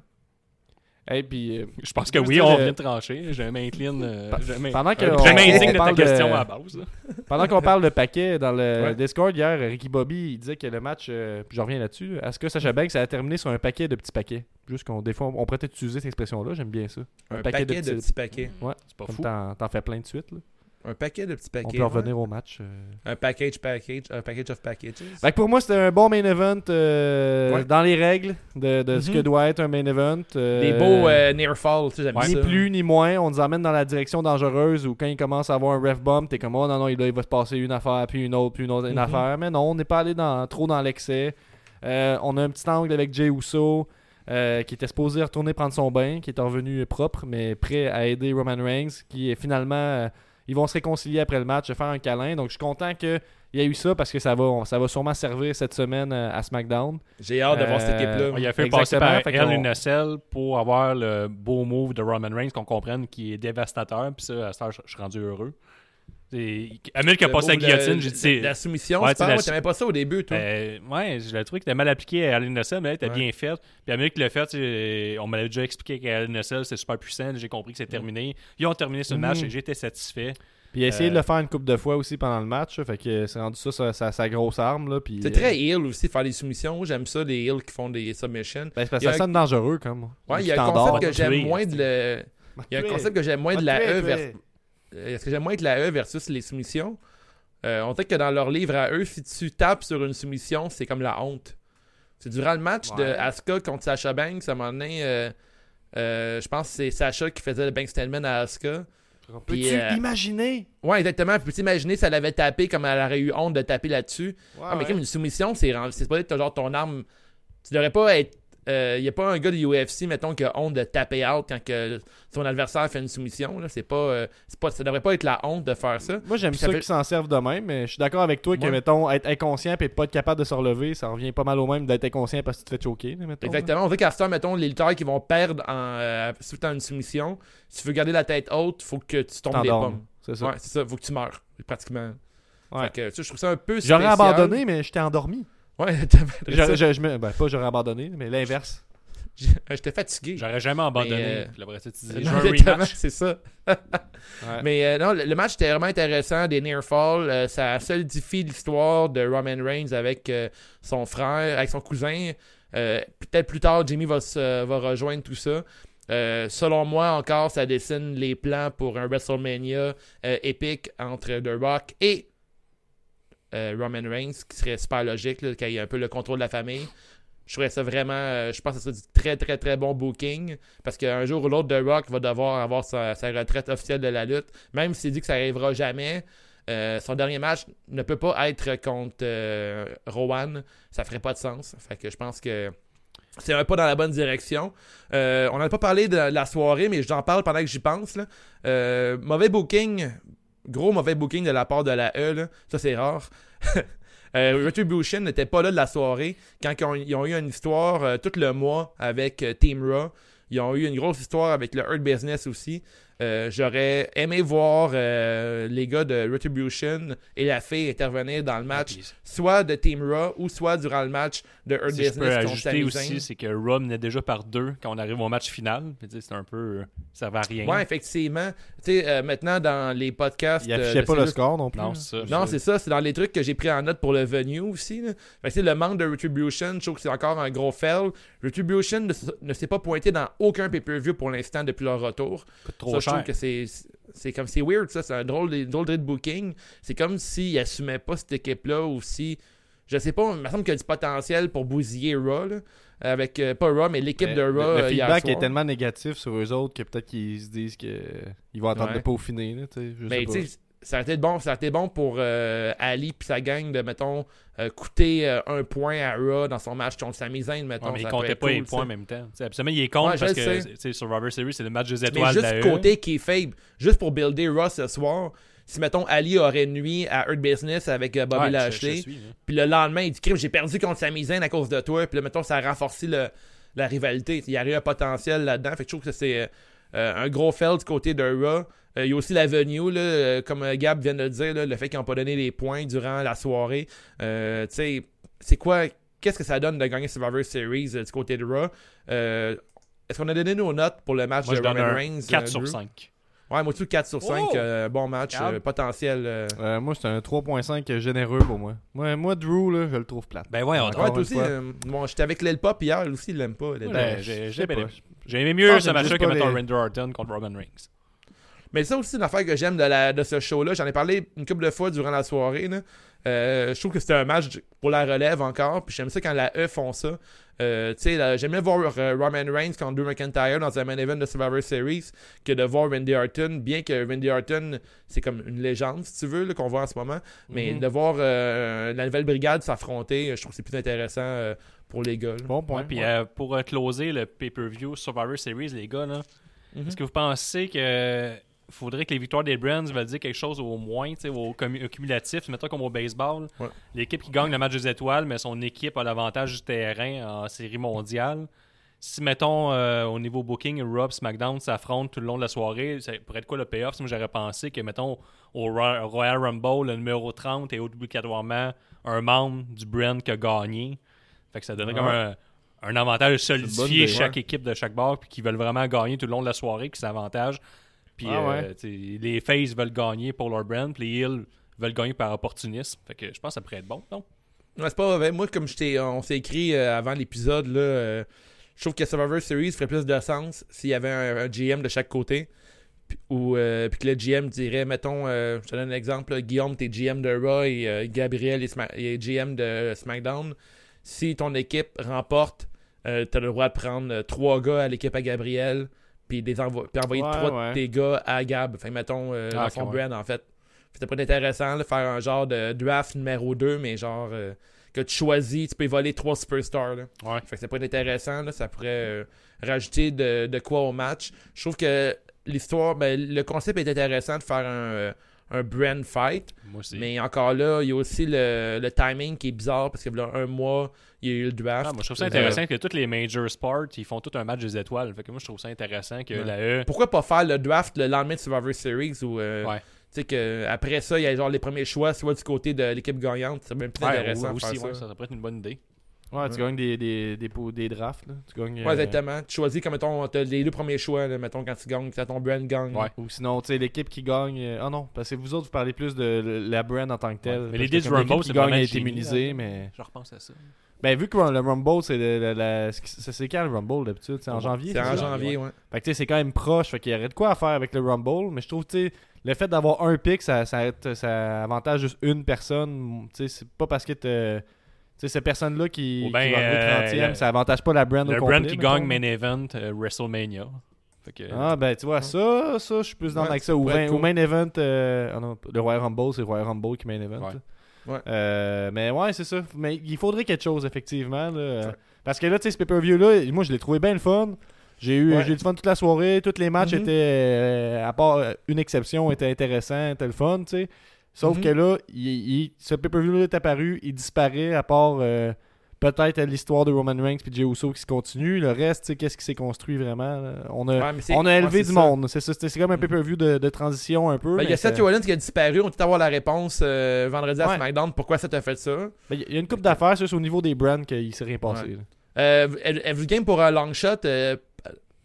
Hey, puis, euh,
Je pense que
Juste
oui, on
le-
vient de trancher. Je m'incline. euh,
Pa-
je m'in-
pendant que
Euh,
on-
je m'indigne
on
de ta
parle
question à la base. là.
Pendant qu'on parle de paquet, dans le
Ouais.
Discord hier, Ricky Bobby il disait que le match, euh, puis je reviens là-dessus, est-ce que Sacha Banks a terminé sur un paquet de petits paquets Juste qu'on, des fois, on, on pourrait peut-être utiliser cette expression-là, j'aime bien ça.
Un, paquet, de, petits... paquets.
C'est pas
Comme
fou.
t'en, t'en fais plein de suite, là.
Un paquet de petits paquets.
on peut revenir au match. euh.
Un package, package, un package of packages.
Fait que pour moi, c'était un bon main event euh,
Ouais. Mhm.
dans les règles de, de ce que doit être un main event. euh,
Des beaux euh, near fall, tu sais, j'aime
ni
ça.
plus ni moins, on nous emmène dans la direction dangereuse où quand il commence à avoir un ref bump, t'es comme oh non non, il, là, il va se passer une affaire puis une autre puis une autre une
Mhm.
affaire, mais non, on n'est pas allé dans, trop dans l'excès. Euh, on a un petit angle avec Jay Uso euh, qui était supposé retourner prendre son bain, qui est revenu propre mais prêt à aider Roman Reigns, qui est finalement euh, ils vont se réconcilier après le match, faire un câlin. Donc je suis content que il y a eu ça parce que ça va, ça va sûrement servir cette semaine euh, à SmackDown.
J'ai hâte de voir cette
Euh,
équipe-là.
Il a fait
Exactement,
passer par
fait
elle
qu'on-
une nacelle pour avoir le beau move de Roman Reigns qu'on comprenne qui est dévastateur. Puis ça, à cette heure, je je suis rendu heureux. Et- Amel qui a
Le
passé la
move de-
guillotine, j'ai dit.
de- de La
c'est-
soumission,
Ouais,
je
tu sais,
pense.
la-
Ouais, T'aimais pas ça au début, toi.
euh, ouais, je l'ai trouvé que était mal appliqué à Allen Nessel, mais elle était
Ouais.
bien faite. Puis Amel qui l'a fait, tu sais, on m'avait déjà expliqué qu'Allen Nessel, c'est super puissant. J'ai compris
Mm.
que c'est terminé. Ils ont terminé ce
Mhm.
match et j'étais satisfait.
Puis il a essayé
Euh,
de le faire une couple de fois aussi pendant le match, là, fait que c'est rendu ça sa, sa- sa grosse arme là. puis,
C'est
euh,
très heel aussi, faire des soumissions. Moi, J'aime ça, les heels qui font des submissions.
Ben, c'est parce
Il y a
que ça
un-
sonne dangereux, comme.
Ouais,
Du
il y a un
standard.
concept que
Tuer,
j'aime moins de
c'est-
le... Il y a un concept que j'aime moins de la E vers- Euh, Est-ce que j'aime moins être la E versus les soumissions? Euh, on dirait que dans leur livre à eux, si tu tapes sur une soumission, c'est comme la honte. C'est durant le match de
Ouais.
Asuka contre Sasha Banks, à un moment donné, euh, euh, je pense que c'est Sasha qui faisait le Banks Statement à Asuka.
Peux-tu
Puis, euh,
imaginer?
Ouais, exactement. Puis t'imaginer si elle avait tapé comme elle aurait eu honte de taper là-dessus.
Ouais,
Ah, mais
ouais.
comme une soumission, c'est rend- c'est pas genre ton arme. Tu devrais pas être. Il n'y a pas un gars de UFC, mettons, qui a honte de taper out quand que son adversaire fait une soumission. Là. C'est pas, euh, c'est pas, ça devrait pas être la honte de faire ça.
Moi, j'aime
Puis
ça,
ça fait-
qu'ils s'en servent de même, mais je suis d'accord avec toi que,
Ouais.
mettons, être inconscient et pas être capable de se relever, ça revient pas mal au même d'être inconscient parce que tu te fais choquer, là, mettons.
Exactement. On veut qu'à ce temps, mettons, les lutteurs qui vont perdre en euh, suite à une soumission, si tu veux garder la tête haute, faut que tu
là.
tombes des
T'endormes.
pommes.
C'est ça.
Ouais, c'est ça. Faut que tu meurs, pratiquement.
Ouais.
Fait que, tu sais, je trouve ça un peu
J'aurais
spécial.
abandonné, mais j'étais endormi.
Ouais, t'as- t'as-
J'aurais- je- je me- Ben, pas j'aurais abandonné, mais l'inverse.
j'étais fatigué.
J'aurais jamais
Mais, euh,
abandonné. Je l'aurais utilisé. Je
Non,
veux un
exactement,
rematch.
c'est ça.
Ouais.
Mais euh, non, le, le match était vraiment intéressant des Near Fall. Euh, ça solidifie l'histoire de Roman Reigns avec euh, son frère, avec son cousin. Euh, Peut-être plus tard, Jimmy va, se- euh, va rejoindre tout ça. Euh, selon moi, encore, ça dessine les plans pour un WrestleMania euh, épique entre The Rock et euh, Roman Reigns, ce qui serait super logique, là, qu'il y ait un peu le contrôle de la famille. Je trouverais ça vraiment. euh, je pense que ça serait du très, très, très bon booking. Parce qu'un jour ou l'autre, The Rock va devoir avoir sa, sa retraite officielle de la lutte. Même s'il dit que ça arrivera jamais, euh, son dernier match ne peut pas être contre euh, Rowan. Ça ferait pas de sens. Fait que je pense que c'est un pas dans la bonne direction. Euh, on n'a pas parlé de la, de la soirée, mais j'en parle pendant que j'y pense. là. Euh, mauvais booking. Gros mauvais booking de la part de la E. là. Ça, c'est rare. Euh, Retribution n'était pas là de la soirée quand ils ont, ils ont eu une histoire euh, tout le mois avec euh, Team Raw. Ils ont eu une grosse histoire avec le Hurt Business aussi. Euh, J'aurais aimé voir euh, les gars de Retribution et la fille intervenir dans le match,
Puis,
soit de Team Raw ou soit durant le match de Hurt
Si je peux
Business contre
ajouter
Sami
aussi,
Zayn.
c'est que Rum n'est déjà par deux quand on arrive au match final. Puis, tu sais, C'est un peu. euh, Ça va à rien.
Ouais, effectivement. Tu sais, euh, maintenant, dans les podcasts.
Il
euh,
affichait
de
pas le
Cellus-
score non plus.
Non,
là.
c'est ça.
Non, c'est ça. C'est dans les trucs que j'ai pris en note pour le venue aussi. là. Fait que, tu sais, le manque de Retribution, je trouve que c'est encore un gros fail. Retribution ne, s- ne s'est pas pointé dans aucun pay-per-view pour l'instant depuis leur retour.
coûte
ça,
trop
je trouve
cher.
que c'est c'est comme c'est weird ça, c'est un drôle de, drôle de booking. C'est comme s'ils assumaient pas cette équipe là aussi. Je sais pas, il me semble qu'il y a du potentiel pour bousiller Raw là. avec euh, pas Raw mais l'équipe
Mais
de
le-
Raw
Le,
euh, hier
feedback
soir.
est tellement négatif sur eux autres que peut-être qu'ils se disent qu'ils vont attendre
Ouais.
de peaufiner. Là, tu sais, je sais
Mais
pas.
tu sais, ça a été bon, ça a été bon pour euh, Ali puis sa gang de mettons euh, coûter euh, un point à Raw dans son match contre Sami Zayn mettons.
Ouais, mais il
ça
comptait
pourrait être
pas les
cool,
points en
ça.
même temps. Tu sais, absolument, il est contre
Ouais, je
parce
le
que
sais.
tu sais, Survivor Series, c'est le match des
Mais
étoiles. de
juste
la
du
E.
côté qui est faible, juste pour builder Raw ce soir. Si mettons Ali aurait nuit à Earth Business avec euh, Bobby
Ouais, je- je
Lashley.
suis, hein.
Puis le lendemain, il dit crime, j'ai perdu contre Sami Zayn à cause de toi. Puis là, mettons, ça a renforcé le, la rivalité. Il y a eu un potentiel là-dedans. Fait que je trouve que c'est euh, euh, un gros fail du côté de Raw. Euh, Il y a aussi l'avenue, là, euh, comme euh, Gab vient de le dire, là, le fait qu'ils n'ont pas donné les points durant la soirée. Euh, tu sais, c'est quoi, qu'est-ce que ça donne de gagner Survivor Series euh, du côté de Raw? Euh, Est-ce qu'on a donné nos notes pour le match
Moi, je
de
donne
Roman
un
Reigns?
4
euh,
sur
Drew?
5.
Ouais, moi aussi 4 sur 5,
Oh!
euh, bon match,
Gab?
euh, potentiel. euh,
Euh, moi, c'est un 3.5 généreux pour moi. Moi, moi Drew, là, je le trouve plate.
Ben ouais, on
Encore
Ouais, toi
une
aussi,
fois.
euh, bon, j'étais avec Lil Pop hier, lui aussi il l'aime pas. Lil Pop.
Ouais.
Ben,
j'ai-
je
j'ai
sais
bien
pas.
aimé.
Je-
J'ai aimé
Je
mieux
pense
ce
que j'aime
match-là
Ah, juste
que
pas
mettons
les-
Randy Orton contre Roman Reigns.
Mais ça aussi, une affaire que j'aime de, la- de ce show-là. J'en ai parlé une couple de fois durant la soirée. là. Euh, je trouve que c'était un match pour la relève encore. Puis j'aime ça quand la E font ça. Euh, tu sais, là, j'aime mieux voir euh, Roman Reigns contre Drew McIntyre dans un main event de Survivor Series que de voir Randy Orton. Bien que Randy Orton, c'est comme une légende, si tu veux, là, qu'on voit en ce moment. Mais
Mm-hmm.
Mhm.
de voir euh, la nouvelle brigade s'affronter, euh, je trouve que c'est plus intéressant euh, pour les gars. là.
Bon point.
Ouais, puis
ouais.
euh, pour euh, closer le pay-per-view Survivor Series, les gars, là,
Mhm.
est-ce que vous pensez que faudrait que les victoires des Brands veulent dire quelque chose au moins, tu sais, au, commu- au cumulatif, mettons comme au baseball,
Ouais.
l'équipe qui gagne le match des étoiles, mais son équipe a l'avantage du terrain en série mondiale. Si, mettons, euh, au niveau booking, Rob SmackDown s'affrontent tout le long de la soirée, ça pourrait être quoi le payoff? Si Moi, j'aurais pensé que, mettons, au Roy- Royal Rumble, le numéro 30 est obligatoirement un membre du brand qui a gagné. Fait que ça
Ah
donnerait comme un, un avantage
idée,
solidifié
ouais.
chaque équipe de chaque bord, puis qui veulent vraiment gagner tout le long de la soirée, puis c'est avantage. Puis
Ah
euh,
ouais.
t'sais, les Faces veulent gagner pour leur brand, puis les Heels veulent gagner par opportunisme. Fait que je pense que ça pourrait être bon, non?
Ouais, c'est pas mauvais. Moi, comme je t'ai- on s'est écrit euh, avant l'épisode, là, euh, je trouve que Survivor Series ferait plus de sens s'il y avait un, un GM de chaque côté. Puis- Ou euh, puis que le GM dirait, mettons, euh, je te donne un exemple, là, Guillaume, t'es GM de Raw et euh, Gabriel est, Sma- est GM de SmackDown. Si ton équipe remporte, euh, t'as le droit de prendre euh, trois gars à l'équipe à Gabriel, puis, des envo- puis envoyer
Ouais,
trois
ouais.
de tes gars à Gab. Fait que, mettons, euh,
Ah,
dans
ok,
son
ouais.
brand, en fait. C'était pas intéressant de faire un genre de draft numéro 2, mais genre euh, que tu choisis, tu peux voler trois superstars. Là.
Ouais.
Fait que c'est pas intéressant, là, ça pourrait euh, rajouter de, de quoi au match. Je trouve que l'histoire, ben, le concept est intéressant de faire un, euh, un brand fight,
Moi aussi.
mais encore là, il y a aussi le, le timing qui est bizarre parce que là, un mois, il y a eu le draft.
Ah, moi, je trouve ça
Euh,
intéressant que tous les major sports, ils font tout un match des étoiles. Fait que moi, je trouve ça intéressant que
Ouais.
la E...
pourquoi pas faire le draft le lendemain de Survivor Series ou euh,
Ouais.
tu sais que après ça il y a genre les premiers choix soit du côté de l'équipe gagnante c'est même plus
Ouais,
intéressant
ou-
de faire
E aussi,
ça.
ouais, ça, ça pourrait être une bonne idée.
Ouais, tu gagnes des, des, des, pots- des drafts. Là. Tu gagnes,
Ouais,
euh,
exactement. Tu choisis comme mettons t'as les deux premiers choix, là, mettons quand tu gagnes, quand ton brand gagne.
Ouais.
euh, Ou sinon, tu sais, l'équipe qui gagne. euh, Ah non, parce que vous autres, vous parlez plus de le- la brand en tant que telle.
Ouais. Mais
Parce
l'idée
que
du
comme l'équipe
Rumble,
qui
c'est
gagne
vraiment
a
le
été
génie,
immunisé,
là.
mais.
Je repense à ça.
Ben, vu que le Rumble, c'est le- la- la- c'est c'est quand le Rumble d'habitude C'est en
Ouais.
janvier.
C'est en
ça?
janvier, ouais.
Fait que tu sais, c'est quand même proche. Fait qu'il y aurait de quoi à faire avec le Rumble. Mais je trouve, tu sais, le fait d'avoir un pick, ça, ça, aide- ça avantage juste une personne. Tu sais, c'est pas parce que t'es- tu sais, cette personne-là qui,
Ou ben,
qui va arriver
euh,
30e,
le-
ça avantage pas la brand
Le
au
brand
complet,
qui gagne
mettons.
main event, euh, WrestleMania. Fait que...
Ah, ben, tu vois, ça, ça, je suis plus dans
Ouais,
avec ça. Ou,
pourrait
main-
être
ou
cool.
main event, euh, ah non, le Royal Rumble, c'est le Royal Rumble qui main event.
Ouais.
là.
Ouais.
Euh, mais ouais, c'est ça. Mais il faudrait quelque chose, effectivement. là.
Ouais.
Parce que là, tu sais, ce pay-per-view-là, moi, je l'ai trouvé bien le fun. J'ai eu,
Ouais.
j'ai eu du fun toute la soirée. Tous les matchs
Mhm.
étaient, euh, à part euh, une exception, étaient intéressants, étaient le fun, tu sais. Sauf
Mhm.
que là, il- il- ce pay-per-view-là est apparu, il disparaît à part euh, peut-être l'histoire de Roman Reigns puis Jey Uso qui se continue. Le reste, tu sais, qu'est-ce qui s'est construit vraiment? là? On a,
Ouais, mais c'est-
on a
ouais,
élevé
c'est
du
ça. Mm.
monde. C'est ça, c'est c'est comme un pay-per-view de, de transition un peu.
Ben, Il y
mais
a Seth
c'est-
Rollins qui a disparu, on peut avoir la réponse euh, vendredi à
Ouais.
SmackDown pourquoi ça t'a fait ça.
ben, il y a une coupe d'affaires, c'est juste au niveau des brands qu'il s'est rien passé.
Ouais.
là.
Euh, Êtes-vous game pour un long shot? euh,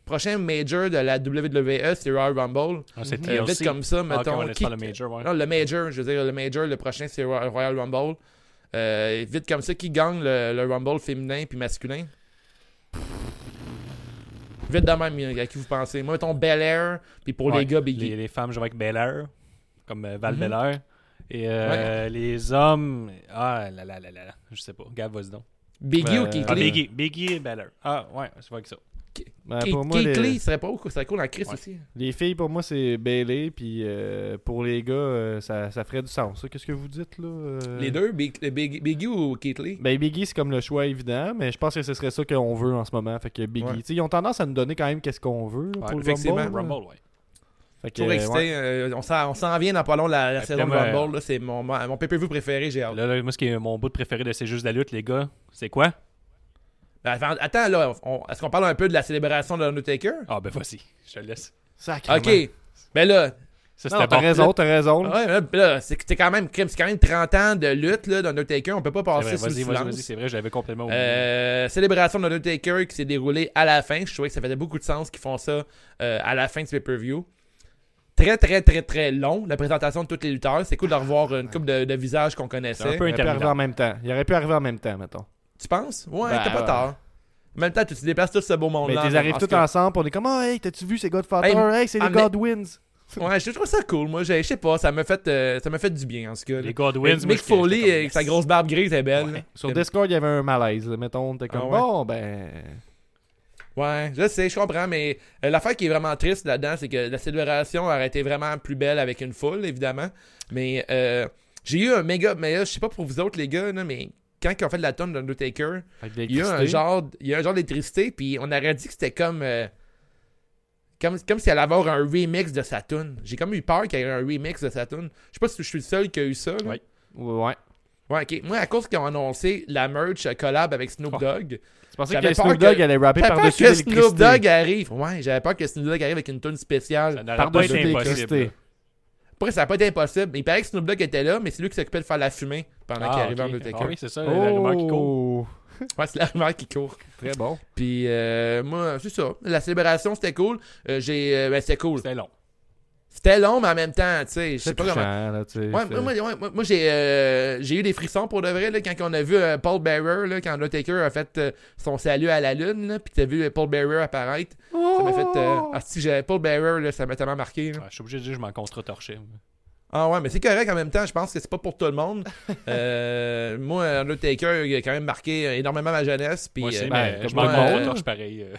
prochain major de la WWE, c'est Royal Rumble.
Ah, c'est
Euh,
TLC.
vite comme ça,
Ah, ok,
mettons.
on laisse
qui-
faire le major, ouais.
Non, le major, je veux dire, le major, le prochain, c'est Roy- Royal Rumble. Euh, vite comme ça, qui gagne le, le Rumble féminin puis masculin Vite de même, euh, à qui vous pensez Moi, mettons Bel Air, puis pour
Ouais,
les gars, Biggie.
Les, les femmes, je vais avec Belair, comme euh, Val
Mhm.
Belair. Et euh, les hommes, ah là là là là, là, je sais pas. Gab, vas-y donc.
Biggie
Euh,
ou Keith
Ah,
Clé.
Lee
Biggie, Biggie et Belair. Ah ouais, je vois avec ça.
Ben,
Keith
pour moi,
Keith
les,
Lee serait pas cool, serait cool en Chris
Ouais.
aussi.
les filles, pour moi, c'est Bailey. Puis euh, pour les gars, euh, ça, ça ferait du sens. ça. Qu'est-ce que vous dites là euh?
Les deux, Big- Big- Biggie ou Keith Lee
Ben, Biggie, c'est comme le choix évident, mais je pense que ce serait ça qu'on veut en ce moment. Fait que Biggie,
Ouais.
Tu sais, ils ont tendance à nous donner quand même qu'est-ce qu'on veut là,
Ouais,
pour le
effectivement.
Rumble, là.
Rumble, ouais.
Fait que,
Toujours
euh,
excité,
ouais.
euh, on s'en on s'en vient dans pas long la, la
puis
saison de
là, moi,
Rumble, là, c'est mon, mon oh. mon pay-per-view préféré, j'ai hâte.
Là, là, moi, ce qui est mon bout de préféré de C'est juste la lutte, les gars, c'est quoi
Attends, Ben, attends, là, on- est-ce qu'on parle un peu de la célébration de l'Undertaker?
Ah, ben voici, je te laisse.
Sacrément.
Ok. Ben là,
Ça,
Non,
c'était
t'as
bon.
raison, t'as raison.
Ah ouais, là, là, c'est c'est quand même c'est quand même 30 ans de lutte là, d'Undertaker, on peut pas
C'est
passer
vrai,
sous le
Vas-y, vas-y,
silence.
vas-y, c'est vrai, j'avais complètement oublié.
Euh, célébration de l'Undertaker qui s'est déroulée à la fin. Je trouvais que ça faisait beaucoup de sens qu'ils font ça euh, à la fin de ce pay-per-view. Très, très, très, très long, la présentation de tous les lutteurs. C'est cool de revoir une coupe de, de visages qu'on
C'est un
connaissait.
peu
Il aurait pu arriver
interminable.
en même temps. Il aurait pu arriver en même temps, mettons.
Tu penses? Ouais,
Ben,
t'as pas
Bah,
ouais.
tard. En même temps, tu te déplaces tout ce beau
Mais
monde-là.
ils arrivent
tout
tous ensemble, on est comme, oh, hey, t'as-tu vu, c'est Godfather?
Hey, ah,
Hey, c'est les
amenez-
Godwins.
Ouais, je trouve ça cool. Moi, je je sais pas, ça m'a fait, euh, ça m'a fait du bien en ce cas.
Les Godwins, moi,
Mick
j'étais- j'étais
Foley
comme,
avec
yes.
sa grosse barbe grise, elle est belle.
Ouais.
Sur Discord, il y avait un malaise. là. Mettons, t'es comme,
Ah ouais.
bon, ben.
Ouais, je sais, je comprends, mais euh, l'affaire qui est vraiment triste là-dedans, c'est que la célébration aurait été vraiment plus belle avec une foule, évidemment. Mais euh, j'ai eu un méga. Mais là, je sais pas pour vous autres, les gars, là, mais quand ils ont fait la tonne d'Undertaker, il y a un genre, il y a un genre d'électricité, puis on aurait dit que c'était comme. euh, comme, comme s'il allait avoir un remix de sa tune. J'ai comme eu peur qu'il y ait un remix de sa tune. Je sais pas si je suis le seul qui a eu ça. là.
Ouais.
Ouais.
Ouais, ok. Moi, à cause qu'ils ont annoncé la merch euh, collab avec Snoop
Oh.
Dogg,
Tu pensais
J'avais
que
peur
Snoop
que-
Dogg allait rapper
j'avais peur
par-dessus
que Snoop
l'électricité.
Dogg arrive. Ouais, j'avais peur que Snoop Dogg arrive avec une tune
Ça
spéciale.
n'aurait pas
Par-dessus
été impossible.
l'électricité.
Après, ça n'a pas été impossible. Il paraît que Snoop Dogg était là, mais c'est lui qui s'occupait de faire la fumée pendant qu'il arrivait
ok.
en Undertaker.
Ah oui, c'est ça, la rumeur qui court.
Oh,
Ouais, c'est la rumeur qui court.
très bon.
Puis, euh, moi, c'est ça. La célébration, c'était cool. Euh, j'ai, euh, ben, c'était cool.
C'était long.
C'était long, mais en même temps, tu sais, je sais
C'est
pas
touchant,
comment.
là, tu sais.
Ouais,
c'est-
moi, moi, ouais, moi- moi, j'ai, euh, j'ai eu des frissons pour de vrai là, quand on a vu euh, Paul Bearer, là, quand Undertaker a fait euh, son salut à la lune, là, puis t'as vu euh, Paul Bearer apparaître.
Oh!
Ça m'a fait. euh, ah, si j'avais Paul Bearer, là, ça m'a tellement marqué. là.
Ouais, je suis obligé de dire que je m'en contre-torchais. moi.
Ah ouais, mais c'est correct en même temps, je pense que c'est pas pour tout le monde. Euh, moi, Undertaker, il a quand même marqué euh, énormément ma jeunesse. Puis,
Moi aussi,
euh,
ben,
mais je
comme
tout
m'en
le monde.
contre-torche pareil. euh.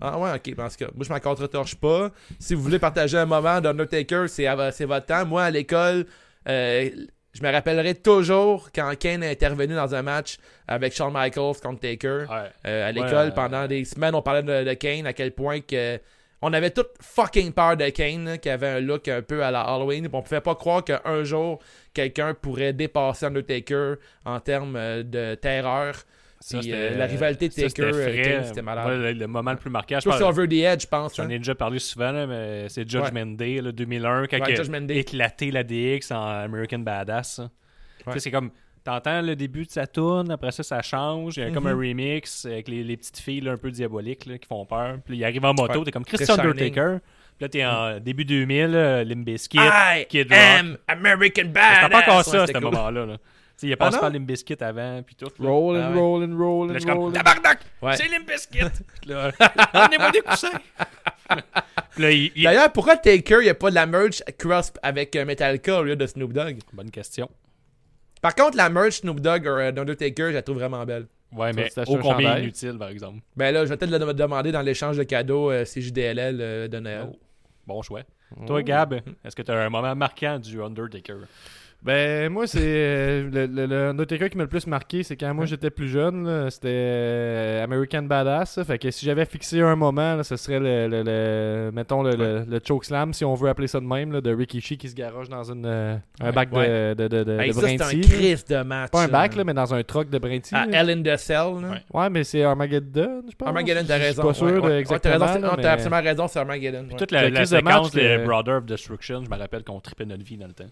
Ah ouais, ok, parce que moi je m'en contre-torche pas. Si vous voulez partager un moment d'Undertaker, c'est, à vo- c'est votre temps. Moi à l'école, euh, je me rappellerai toujours quand Kane a intervenu dans un match avec Shawn Michaels contre Taker.
Ouais.
Euh, à l'école,
euh,
pendant des semaines, on parlait de, de Kane, à quel point que on avait toute fucking peur de Kane, là, qui avait un look un peu à la Halloween. puis On pouvait pas croire qu'un jour, quelqu'un pourrait dépasser Undertaker en termes euh, de terreur.
Ça,
Puis,
c'était-
euh, la rivalité
ça, c'était
Taker, euh,
frais.
Kane, c'était malade.
Moi, le, le moment le plus marquant, je
Surtout
pense.
sur Over the Edge, je pense.
J'en
hein.
ai déjà parlé souvent, là, mais c'est Judgment Day, là, 2001, quand
Ouais,
il a
Judgment Day.
éclaté la DX en American Badass. hein. Tu sais, c'est comme, t'entends le début de sa tune, après ça, ça change, il y a comme un
Mm-hmm.
remix avec les, les petites filles là, un peu diaboliques là, qui font peur. Puis il arrive en moto,
Ouais.
t'es comme
Très
Christian
Shining. Mm-hmm.
Undertaker. Puis là, t'es en début 2000, euh, Limbiskit,
I
Kid Rock.
am American
C'était
Badass.
pas encore
Ah, Ouais,
ça, à
c'était
ce
cool.
moment-là. là. Tu sais, Il a passé
Ah,
non?
par Limbiskit avant, puis tout. là.
Rollin',
Ah ouais.
rollin', rollin',
Là, je suis comme,
rollin'.
tabarnak,
Ouais.
c'est Limbiskit. là, Amenez-moi des coussins. Puis là, il- il...
D'ailleurs, pourquoi Taker, il n'y a pas de la merch Crosp avec euh, Metallica au lieu de Snoop Dogg
Bonne question.
Par contre, la merch Snoop Dogg euh, d'Undertaker, je la trouve vraiment belle.
Ouais, mais
t'acheter
ô
un
combien
chandail.
inutile, par exemple.
Ben là, je vais peut-être le dem- demander dans l'échange de cadeaux euh, CJDLL euh, de
Oh.
Noël.
Oh, Bon choix. Toi, Gab, est-ce que tu as un moment marquant du Undertaker?
Ben, moi, c'est. euh, le, le, le Undertaker qui m'a le plus marqué, c'est quand moi
Hein?
j'étais plus jeune, là, c'était euh, American Badass. ça. Fait que si j'avais fixé un moment, là, ce serait le. le- le- mettons le, le, le chokeslam, si on veut appeler ça de même, là, de Rikishi qui se garage dans une, euh, un
Ouais.
bac de-
Ouais.
de, de, de,
Hey,
de
ça, c'est un
Brinty, là.
crise de Ah, match.
Pas un bac,
là.
là, mais dans un troc de Brinty.
À
là.
Hell in the Cell. là.
Ouais.
Ouais, mais c'est Armageddon, je pense.
Armageddon, Ah, t'as raison.
Je suis pas
ouais,
sûr de
ouais. Ouais, t'as
exactement.
raison, c'est-
là,
non,
mais-
t'as absolument raison, c'est Armageddon. ouais.
Toute la,
La
la
crise de
séquence
match, le-
de Brother of Destruction, je me rappelle qu'on tripait notre vie dans le temps.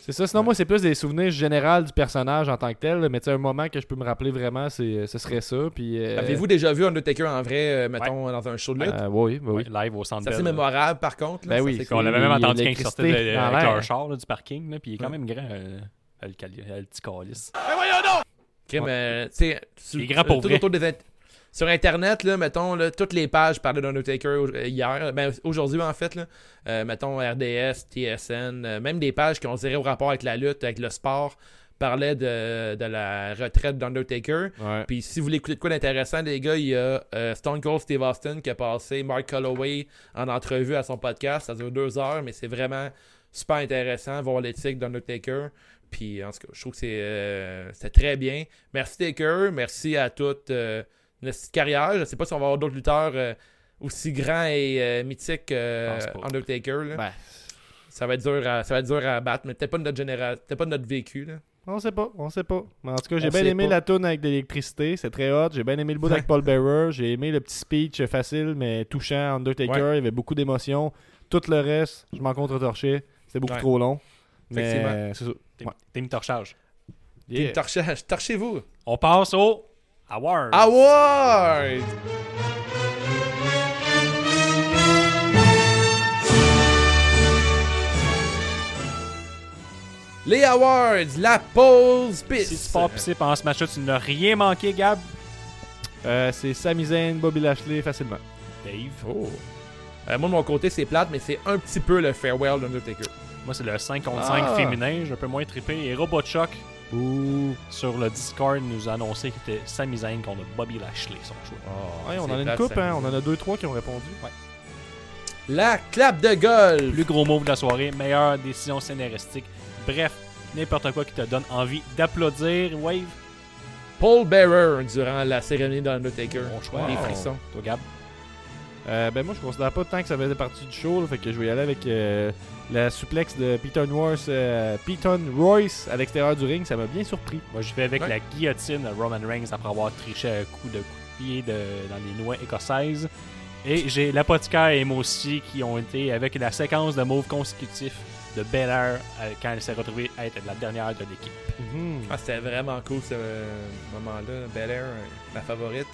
C'est ça. Sinon, moi, c'est plus des souvenirs généraux du personnage en tant que tel. là, Mais tu sais, un moment que je peux me rappeler vraiment, c'est, euh, ce serait ça. Puis, euh,
Avez-vous déjà vu Undertaker en vrai, euh, mettons, dans un show de lutte
euh, oui, bah oui.
Ouais, live au centre
C'est assez
Bell, là.
mémorable, par contre. là,
Ben
ça,
oui,
c'est
c'est-
On avait
Il-
même
il y a
entendu
de
quand ils sortaient de-
l'électricité dans
avec
l'air.
leur char là, du parking, là, puis il est quand même grand, euh, euh, le cali- euh, le petit calice.
Ok, mais, tu sais, sur-
Il est grand pour
tout
vrai.
autour des int- sur Internet, là, mettons, là, toutes les pages parlaient d'Undertaker au- euh, hier, ben, aujourd'hui en fait, là, Euh, mettons RDS, TSN, euh, même des pages qui ont zéro rapport avec la lutte, avec le sport, parlaient de, de la retraite d'Undertaker.
Ouais.
Puis si vous voulez écouter de quoi d'intéressant, les gars, il y a euh, Stone Cold Steve Austin qui a passé Mark Holloway en entrevue à son podcast. Ça dure deux heures, mais c'est vraiment super intéressant voir l'éthique d'Undertaker. Puis en tout cas, je trouve que c'est euh, c'était très bien. Merci Taker, merci à toute euh, notre carrière. Je sais pas si on va avoir d'autres lutteurs euh, aussi grands et euh, mythiques que
Je pense pas.
Undertaker. là.
Ben,
Ça va être dur à ça va être dur à battre, mais peut-être pas de notre génération, peut-être pas de notre vécu là.
On sait pas, on sait pas. Mais en tout cas, j'ai
On
bien
sait
aimé
pas.
la toune avec de l'électricité, c'est très hot. J'ai bien aimé le bout avec Paul Bearer, j'ai aimé le petit speech facile mais touchant Undertaker,
Ouais.
il y avait beaucoup d'émotions. Tout le reste, je m'en contre-torchais, c'était beaucoup
Ouais.
trop long. Mais
Effectivement.
euh, c'est ça.
T'es
Ouais.
t'es mis torchage.
Yeah.
Torchage, torchez-vous.
On passe au Award.
Ah Award! Les awards, la pause
Si tu
piste.
pars pisser pendant ce match-là, tu n'as rien manqué, Gab.
Euh, c'est Sami Zayn, Bobby Lashley facilement.
Dave.
Oh. Euh, moi de mon côté c'est plate, mais c'est un petit peu le farewell d'Undertaker.
Moi, c'est le 5 contre 5
Ah.
féminin. J'ai un peu moins trippé. Et Robot Choc sur le Discord nous a annoncé qu'il était Sami Zayn contre Bobby Lashley, son choix.
Ouais, on
Oh, c'est
en a une
plate,
coupe,
ça.
hein. on en a deux, trois qui ont répondu.
La clap de golf.
Plus gros move de la soirée, meilleure décision scénaristique. Bref, n'importe quoi qui te donne envie d'applaudir. Wave,
Paul Bearer durant la cérémonie d'Undertaker.
Bon choix.
Les
Wow.
frissons.
toi, Gab.
Euh, ben moi je considère pas tant que ça faisait partie du show, là, fait que je vais y aller avec euh, la suplex de Peyton Royce, euh, Peyton Royce à l'extérieur du ring, ça m'a bien surpris.
Moi, je vais avec
Ouais.
la guillotine de Roman Reigns après avoir triché un coup de coup de pied de- dans les noix écossaises. Et j'ai l'apothicaire et moi aussi qui ont été avec la séquence de moves consécutifs de Bel Air euh, quand elle s'est retrouvée à être la dernière de l'équipe. Mhm.
Ah, c'était vraiment cool ce euh, moment-là. Bel Air, euh, ma favorite.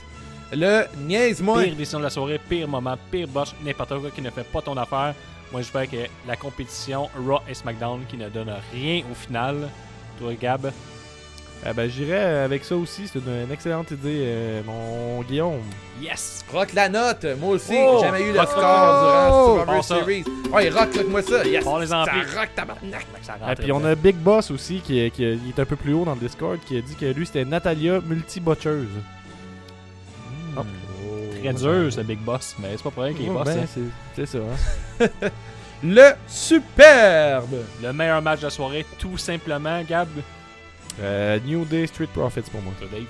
Le niaise-moi.
Pire décision de la soirée, pire moment, pire botch, n'importe quoi qui ne fait pas ton affaire. Moi, je fais que la compétition Raw et SmackDown qui ne donne rien au final. Toi, Gab,
Ah ben j'irais avec ça aussi, c'est une, une excellente idée, euh, mon Guillaume.
yes!
Rock la note. Moi aussi,
Oh!
j'ai jamais eu le
Rock-
score durant
Bon,
Survivor
ça.
Series. Ouais, rock, rock-moi ça. Yes.
Bon, les
ça
amplis.
rock, tabarnak.
Fait que ça rentre
Ah, puis on a Big Boss aussi qui, est- qui est- il est un peu plus haut dans le Discord qui a dit que lui c'était Natalia multibotcheuse. Hop.
Oh, très dur, ce Big Boss, mais c'est pas pour rien qu'il est
Ouais,
boss.
ben,
hein.
c'est- c'est ça. hein.
Le superbe.
Le meilleur match de la soirée, tout simplement, Gab.
Euh, New Day Street Profits pour moi.
Toi, Dave.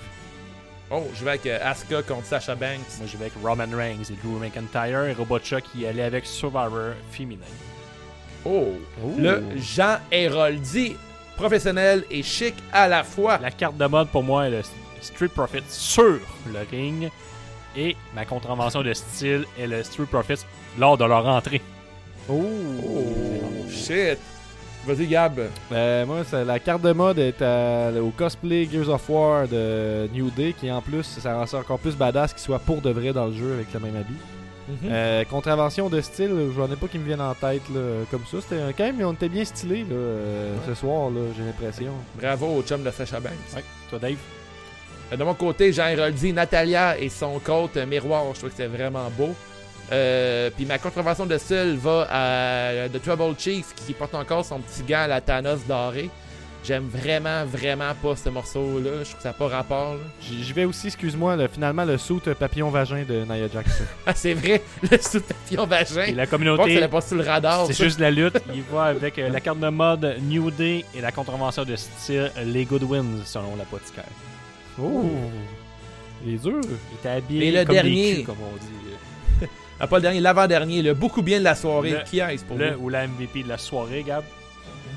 Oh, je vais avec euh, Asuka contre Sasha Banks.
Moi, je vais avec Roman Reigns et Drew McIntyre et Robotcha qui allait avec Survivor féminin.
Oh. Le Jean Héroldi. Professionnel et chic à la fois.
La carte de mode pour moi est le Street Profit sur le ring et ma contravention de style est le Street Profits lors de leur entrée.
oh.
Oh. Shit. Vas-y, Gab.
Euh, moi, ça- la carte de mode est à- au cosplay Gears of War de New Day, qui en plus, ça rend ça encore plus badass qu'il soit pour de vrai dans le jeu avec le même habit.
Mhm.
Euh, contravention de style, j'en ai pas qui me viennent en tête là, comme ça. C'était un- quand même, on était bien stylé euh, ce soir, là, j'ai l'impression.
Bravo au chum de Sasha Banks.
Toi, Dave,
Euh, De mon côté, j'ai redit Natalia et son coat euh, miroir. Je trouve que c'est vraiment beau. Euh, Puis ma contravention de style va à euh, The Trouble Chief qui porte encore son petit gant à la Thanos doré. J'aime vraiment, vraiment pas ce morceau-là. Je trouve que ça n'a pas rapport. là.
J- J'y vais aussi, excuse-moi, là, finalement, le saut papillon vagin de Nia Jackson.
Ah, c'est vrai, le sous-papillon
et
vagin. Je pense que ça
la
Ben, l'a
communauté,
pas sur le radar.
c'est
ça.
juste la lutte. Il va avec euh, la carte de mode New Day et la contravention de style les Goodwins selon l'apothicaire.
oh! Il est dur!
Il était habillé
Et le
comme
dernier.
des culs, comme on dit. euh,
Ah, pas le dernier, l'avant-dernier, le beaucoup bien de la soirée.
Le-
Qui est-ce pour
Le
vous?
ou la MVP de la soirée, Gab.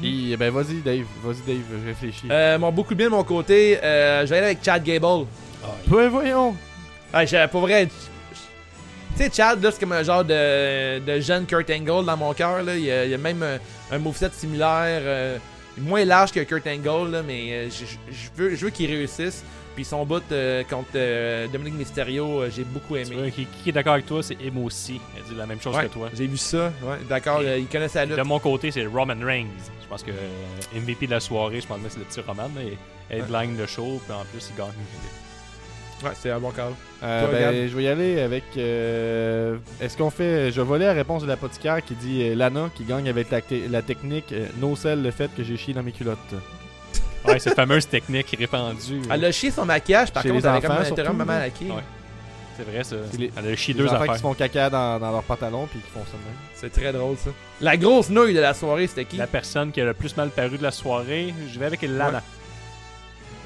Et, ben, vas-y, Dave, vas-y, Dave, je réfléchis.
Euh, mon beaucoup bien de mon côté, euh, je vais aller avec Chad Gable.
Ben, voyons!
Ouais, j'ai- pour vrai. j- j- Tu sais, Chad, là, c'est comme un genre de, de jeune Kurt Angle dans mon cœur. là. Il y a, il y a même un, un moveset similaire, euh, moins large que Kurt Angle, là, mais euh, j- j- je veux, je veux qu'il réussisse. Puis son bout euh, contre euh, Dominique Mysterio, euh, j'ai beaucoup
Tu
aimé.
vois, qui, qui est d'accord avec toi, c'est Emo aussi. Elle dit la même chose
Ouais,
que toi.
J'ai vu ça, ouais, d'accord,
Et-
euh, il connaît sa lutte.
De mon côté, c'est Roman Reigns. Je pense que euh, MVP de la soirée, je pense que c'est le petit Roman. mais headline de show, puis en plus, il gagne.
Ouais, c'est un bon call.
Euh,
Toi,
ben,
Gab?
je vais y aller avec. euh, Est-ce qu'on fait. Je vais voler la réponse de l'apothicaire qui dit euh, Lana qui gagne avec la, te- la technique euh, No Cell, le fait que j'ai chié dans mes culottes.
Ouais, cette fameuse technique répandue.
Elle a chié son maquillage, par
Chez
contre,
les
elle avait comme
enfants,
un terrain
surtout,
maman
là.
à qui.
Ouais. C'est vrai, ça.
C'est les-
Elle a chié
Les
deux
enfants
affaires.
qui se font caca dans, dans leurs pantalons puis qui font ça de même.
C'est très drôle, ça. La grosse nouille de la soirée, c'était qui
La personne qui a le plus mal paru de la soirée, je vais avec Lana.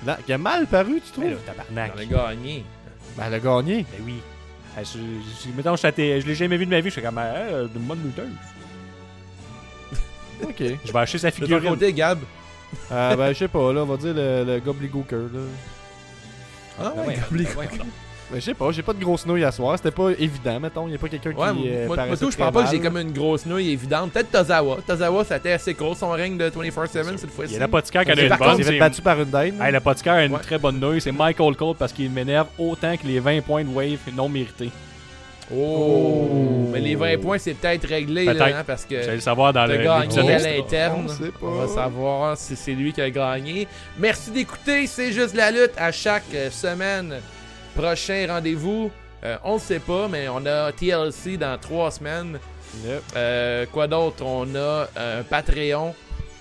Là, qui a mal paru, tu trouves
Ben là, tabarnak.
On a gagné.
Ben, elle a gagné.
Ben oui. Ben, je, je, mettons, je, suis à tes- je l'ai jamais vu de ma vie, je suis comme, euh, de mode lutteuse.
Ok.
Je vais acheter sa
De ton
figurine.
côté, Gab,
Ah, ben, je sais pas, là, on va dire le, le gobbledygooker, là.
Ah
Ben
ouais,
ouais,
comme les-
ben ouais, non.
Ben, je sais pas, j'ai pas de grosse nouille à soir. C'était pas évident, mettons. Y a pas quelqu'un
Ouais,
qui. euh,
moi, moi,
paraissait
tout, je
très
pense pas que
mal.
j'ai comme une grosse nouille évidente. Peut-être Tozawa. Tozawa, ça était assez gros son règne de 24-7 cette
Il
fois-ci.
y a l'apothicaire qui en a
Il
une
s'est
bonne.
fait
c'est-
battu par une dinde.
Hey, l'apothicaire a une
Ouais.
très bonne nouille. C'est Michael Cole parce qu'il m'énerve autant que les 20 points de wave non mérités.
Euh, Oh! Mais les 20 points, c'est peut-être réglé, là,
Peut-être.
hein, parce
Vous allez
que
le savoir dans
t'as
le-
gagné
l'épisode
à
extra.
l'interne.
On sait pas.
On va savoir si c'est lui qui a gagné. Merci d'écouter, c'est juste la lutte à chaque euh, semaine. Prochain rendez-vous, euh, on ne sait pas, mais on a TLC dans trois semaines.
Yep.
Euh, quoi d'autre? On a euh, un Patreon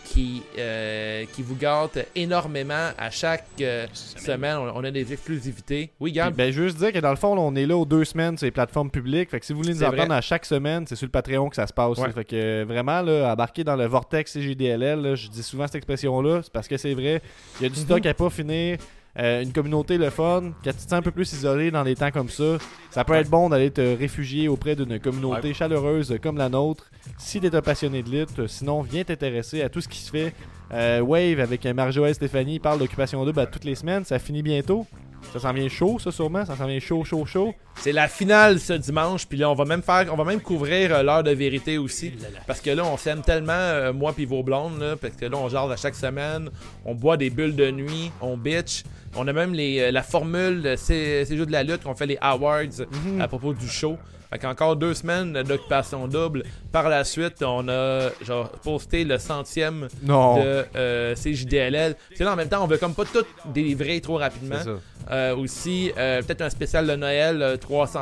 qui, euh, qui vous gâte énormément à chaque euh, semaine. On, on a des exclusivités. Oui,
Puis,
Gab?
ben, je veux juste dire que dans le fond, là, on est là aux deux semaines sur les plateformes publiques. Fait que si vous voulez nous
C'est
entendre
vrai.
à chaque semaine, c'est sur le Patreon que ça se passe.
Ouais.
là. Fait que euh, vraiment, là, embarquer dans le vortex CGDLL, là, je dis souvent cette expression-là, c'est parce que c'est vrai. Il y a
Mhm.
du stock à pas finir. Euh, une communauté le fun, quand tu te sens un peu plus isolé dans des temps comme ça, ça peut être bon d'aller te réfugier auprès d'une communauté chaleureuse comme la nôtre. Si t'es un passionné de lutte, euh, sinon viens t'intéresser à tout ce qui se fait. Euh, Wave avec euh, Marie-Joëlle Stéphanie parle d'Occupation 2 bah, toutes les semaines, ça finit bientôt. Ça s'en vient chaud, ça sûrement. Ça s'en vient chaud, chaud, chaud.
C'est la finale ce dimanche, puis là on va même faire, on va même couvrir euh, l'heure de vérité aussi, parce que là on s'aime tellement euh, moi puis vos blondes là, parce que là on jase à chaque semaine, on boit des bulles de nuit, on bitch, on a même les, euh, la formule euh, c'est c'est juste de la lutte qu'on fait les awards
Mhm.
à propos du show. Fait qu'encore deux semaines d'occupation double. Par la suite, on a genre posté le centième
Non.
de euh, CJDLL. C'est là en même temps, on veut comme pas tout délivrer trop rapidement.
C'est ça.
Euh, aussi, euh, peut-être un spécial de Noël euh,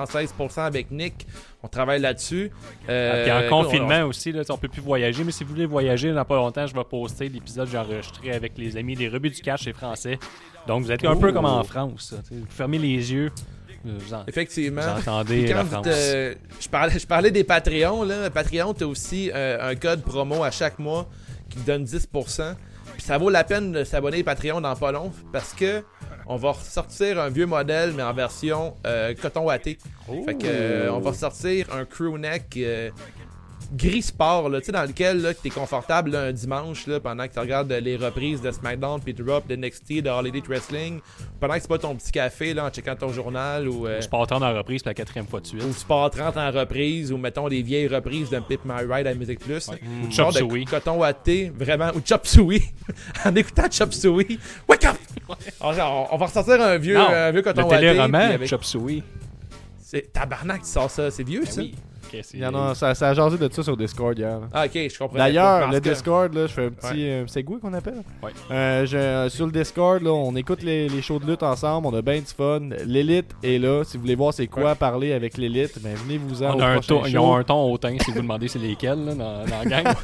316% avec Nick. On travaille là-dessus. Euh,
Ah, Puis en
écoute, on-
confinement aussi, là, tu sais, on peut plus voyager, mais si vous voulez voyager dans pas longtemps, je vais poster l'épisode que j'ai enregistré avec les amis des rebuts du cash, c'est français. Donc vous êtes un peu comme en France. ça, tu sais. Vous fermez les yeux, euh, vous, en-
on- effectivement.
vous entendez
Puis
la
quand
France.
vous, euh, je, parlais, je parlais des Patreons. Là. Patreon, tu aussi euh, un code promo à chaque mois qui te donne 10%. Puis ça vaut la peine de s'abonner à Patreon dans pas long parce que on va ressortir un vieux modèle, mais en version euh, coton watté. Fait que, euh, on va sortir un crew neck euh, gris sport, là, tu sais, dans lequel là, t'es confortable là, un dimanche là, pendant que tu regardes euh, les reprises de SmackDown, puis de Raw, puis de NXT, de All Elite Wrestling, pendant que c'est pas ton petit café là, en checkant ton journal ou, euh,
Je pars en reprise pour la quatrième fois de suite.
ou Sport 30 en reprise, ou mettons des vieilles reprises d'un Pip My Ride à Musique Plus.
Ou
Mm. Genre
Chop
de
Suey.
coton watté, vraiment, ou Chop Suey, en écoutant Chop Suey. Wake up! On, on- on va ressortir un vieux, euh,
Non,
un vieux coton
Le
watté. puis
téléroman,
avec-
Chop Suey.
C'est tabarnak qui sort ça, c'est vieux
Ben
ça?
oui. Ok, c'est-
Il y en a, ça, ça a jasé de ça sur Discord hier.
Ah ok, je comprends.
D'ailleurs, le Discord, là, je fais un petit.
Ouais.
euh, segway qu'on appelle
Ouais.
Euh, je- euh, Sur le Discord, là, on écoute les, les shows de lutte ensemble, on a bien du fun. L'élite est là. Si vous voulez voir c'est quoi parler avec l'élite, ben, venez vous en.
On
au
a un
prochain
ton- ils ont
show.
un ton hautain si vous demandez c'est lesquels là, dans, dans la gang.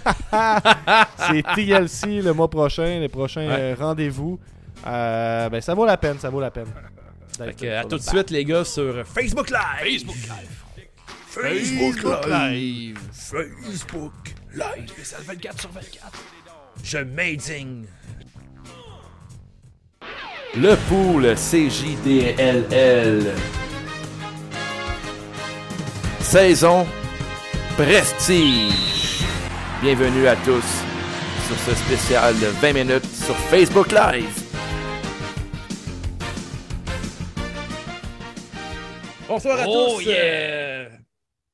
C'est TLC le mois prochain, les prochains
Ouais.
euh, rendez-vous. Euh, ben, ça vaut la peine, ça vaut la peine.
Fait que, à tout de suite les gars sur Facebook Live.
Facebook Live.
Facebook
Live.
Facebook Live.
Spécial 24 sur 24.
Je m'indigne.
Le pool CJDLL. Saison Prestige. Bienvenue à tous sur ce spécial de 20 minutes sur Facebook Live.
Bonsoir à
Oh,
tous.
yeah.
euh,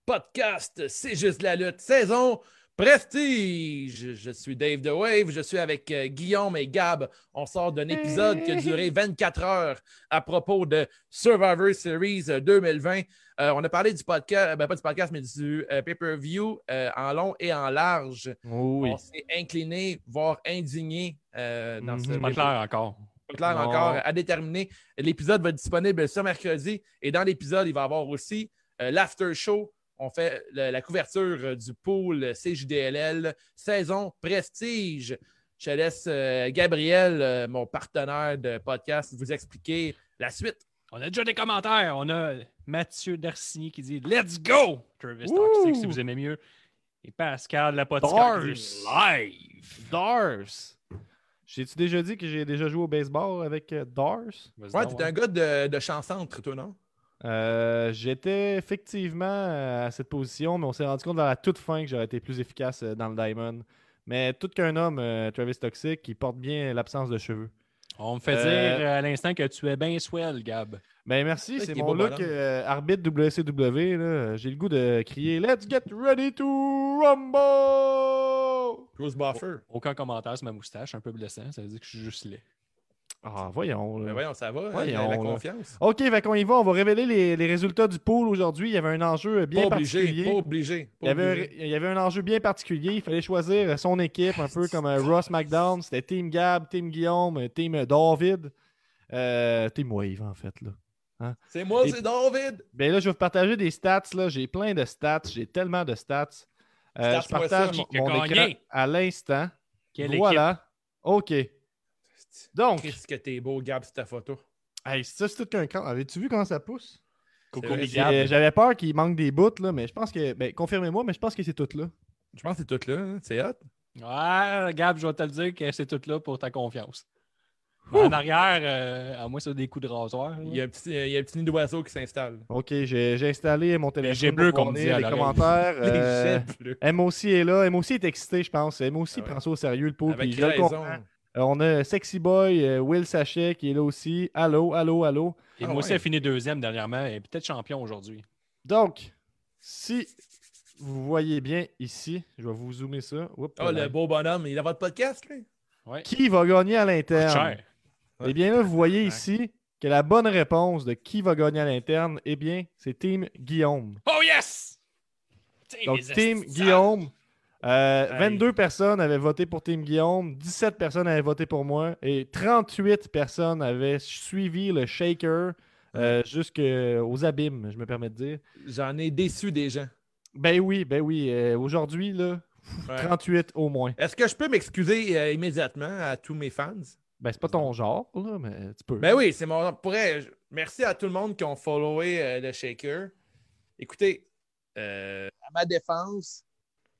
podcast C'est juste la lutte, saison prestige. Je suis Dave The Wave, je suis avec euh, Guillaume et Gab. On sort d'un épisode qui a duré 24 heures à propos de Survivor Series euh, 2020. Euh, on a parlé du podcast, ben, pas du podcast, mais du euh, pay-per-view euh, en long et en large.
Oui.
On s'est incliné, voire indigné euh, dans
Mhm.
ce
Pas
Pas clair encore.
pas clair
Non.
encore à déterminer. L'épisode va être disponible ce mercredi et dans l'épisode, il va y avoir aussi euh, l'after show. On fait le- la couverture euh, du pool CJDLL saison prestige. Je laisse euh, Gabriel, euh, mon partenaire de podcast, vous expliquer la suite.
On a déjà des commentaires. On a Mathieu Darcigny qui dit Let's go! Travis Toxic, si vous aimez mieux. Et Pascal Lapothicaire qui dit Live!
Dars. J'ai-tu déjà dit que j'ai déjà joué au baseball avec euh, Dars?
Vas-y
Ouais,
donc,
t'es un
hein.
gars de, de chancentre, toi, non?
Euh, J'étais effectivement euh, à cette position, mais on s'est rendu compte dans la toute fin que j'aurais été plus efficace euh, dans le Diamond. Mais tout qu'un homme, euh, Travis Toxic, qui porte bien l'absence de cheveux.
On me fait
Euh,
dire euh, à l'instant que tu es bien swell, Gab.
Ben merci,
Peut-être
c'est
qu'il est
mon
beau
look
bonhomme.
euh, arbitre WCW. là. J'ai le goût de crier Let's get ready to rumble!
Bruce Buffer.
Aucun commentaire sur ma moustache, un peu blessant. Ça veut dire que je suis juste laid.
Ah, voyons. là.
Ben voyons, ça va, hein,
Voyons,
la
là.
confiance.
Ok, fait qu'on y va. On va révéler les, les résultats du pool aujourd'hui. Il y avait un enjeu euh, bien
pas obligé,
particulier.
pas obligé. pas
Il y, avait un,
obligé.
il y avait un enjeu bien particulier. Il fallait choisir son équipe, un peu comme euh, Ross McDown. C'était Team Gab, Team Guillaume, euh, Team David, euh, Team Wave, en fait. Là.
C'est moi,
Et-
c'est David!
Ben là, je vais vous partager des stats. là. J'ai plein de stats. J'ai tellement de stats. Euh,
Stats,
je
moi,
partage
ça,
mon,
qui a
mon écran
gagné.
à l'instant.
Quelle
Voilà. OK. Donc,
Qu'est-ce que t'es beau, Gab, sur ta photo.
hey, ça, c'est tout qu'un camp. Avez-tu vu comment ça pousse?
C'est vrai,
J'ai- J'avais peur qu'il manque des bouts, là, mais je pense que. Ben, confirmez-moi, mais je pense que c'est tout là.
Je pense que c'est tout là, hein, c'est hot.
équipe. Ouais, Gab, je vais te le dire que c'est tout là pour ta confiance. Mais En arrière, euh, à moins c'est des coups de rasoir. là.
Il y a un petit, il y a un petit nid d'oiseau qui s'installe.
OK, j'ai j'ai installé mon
Ben,
téléphone.
jets
pour
bleus,
pouvoir
comme
lire
dit à
les
l'oreille.
commentaires. euh,
Les jets bleus.
MOC est là. MOC est excité, je pense. MOC
Ah ouais.
prend ça au sérieux, le pot.
Avec
oh, puis je le
raison.
comprends. Euh, on a Sexy Boy, euh, Will Sachet qui est là aussi. Allô, allô, allô.
Et
Ah
moi aussi,
ouais.
a fini deuxième dernièrement et peut-être champion aujourd'hui.
Donc, si vous voyez bien ici, je vais vous zoomer ça. Oups,
Oh,
là.
le beau bonhomme, il a votre podcast, lui?
Ouais.
Qui va gagner à l'interne?
Cher.
Eh bien là, vous voyez
Ouais.
ici que la bonne réponse de qui va gagner à l'interne, eh bien, c'est Team Guillaume.
Oh yes! T'es
Donc,
les estis
Team
de
Guillaume. euh,
Aïe.
22 personnes avaient voté pour Team Guillaume, 17 personnes avaient voté pour moi et 38 personnes avaient suivi le shaker euh, jusqu'aux abîmes, je me permets de dire.
J'en ai déçu des gens.
Ben oui, ben oui. euh, Aujourd'hui, là, pff,
Ouais.
38 au moins.
Est-ce que je peux m'excuser euh, immédiatement à tous mes fans?
Ben, c'est pas ton genre, là, mais tu peux.
Ben oui, c'est mon. Pour vrai, je- merci à tout le monde qui ont followé euh, le Shaker. Écoutez, euh, à ma défense,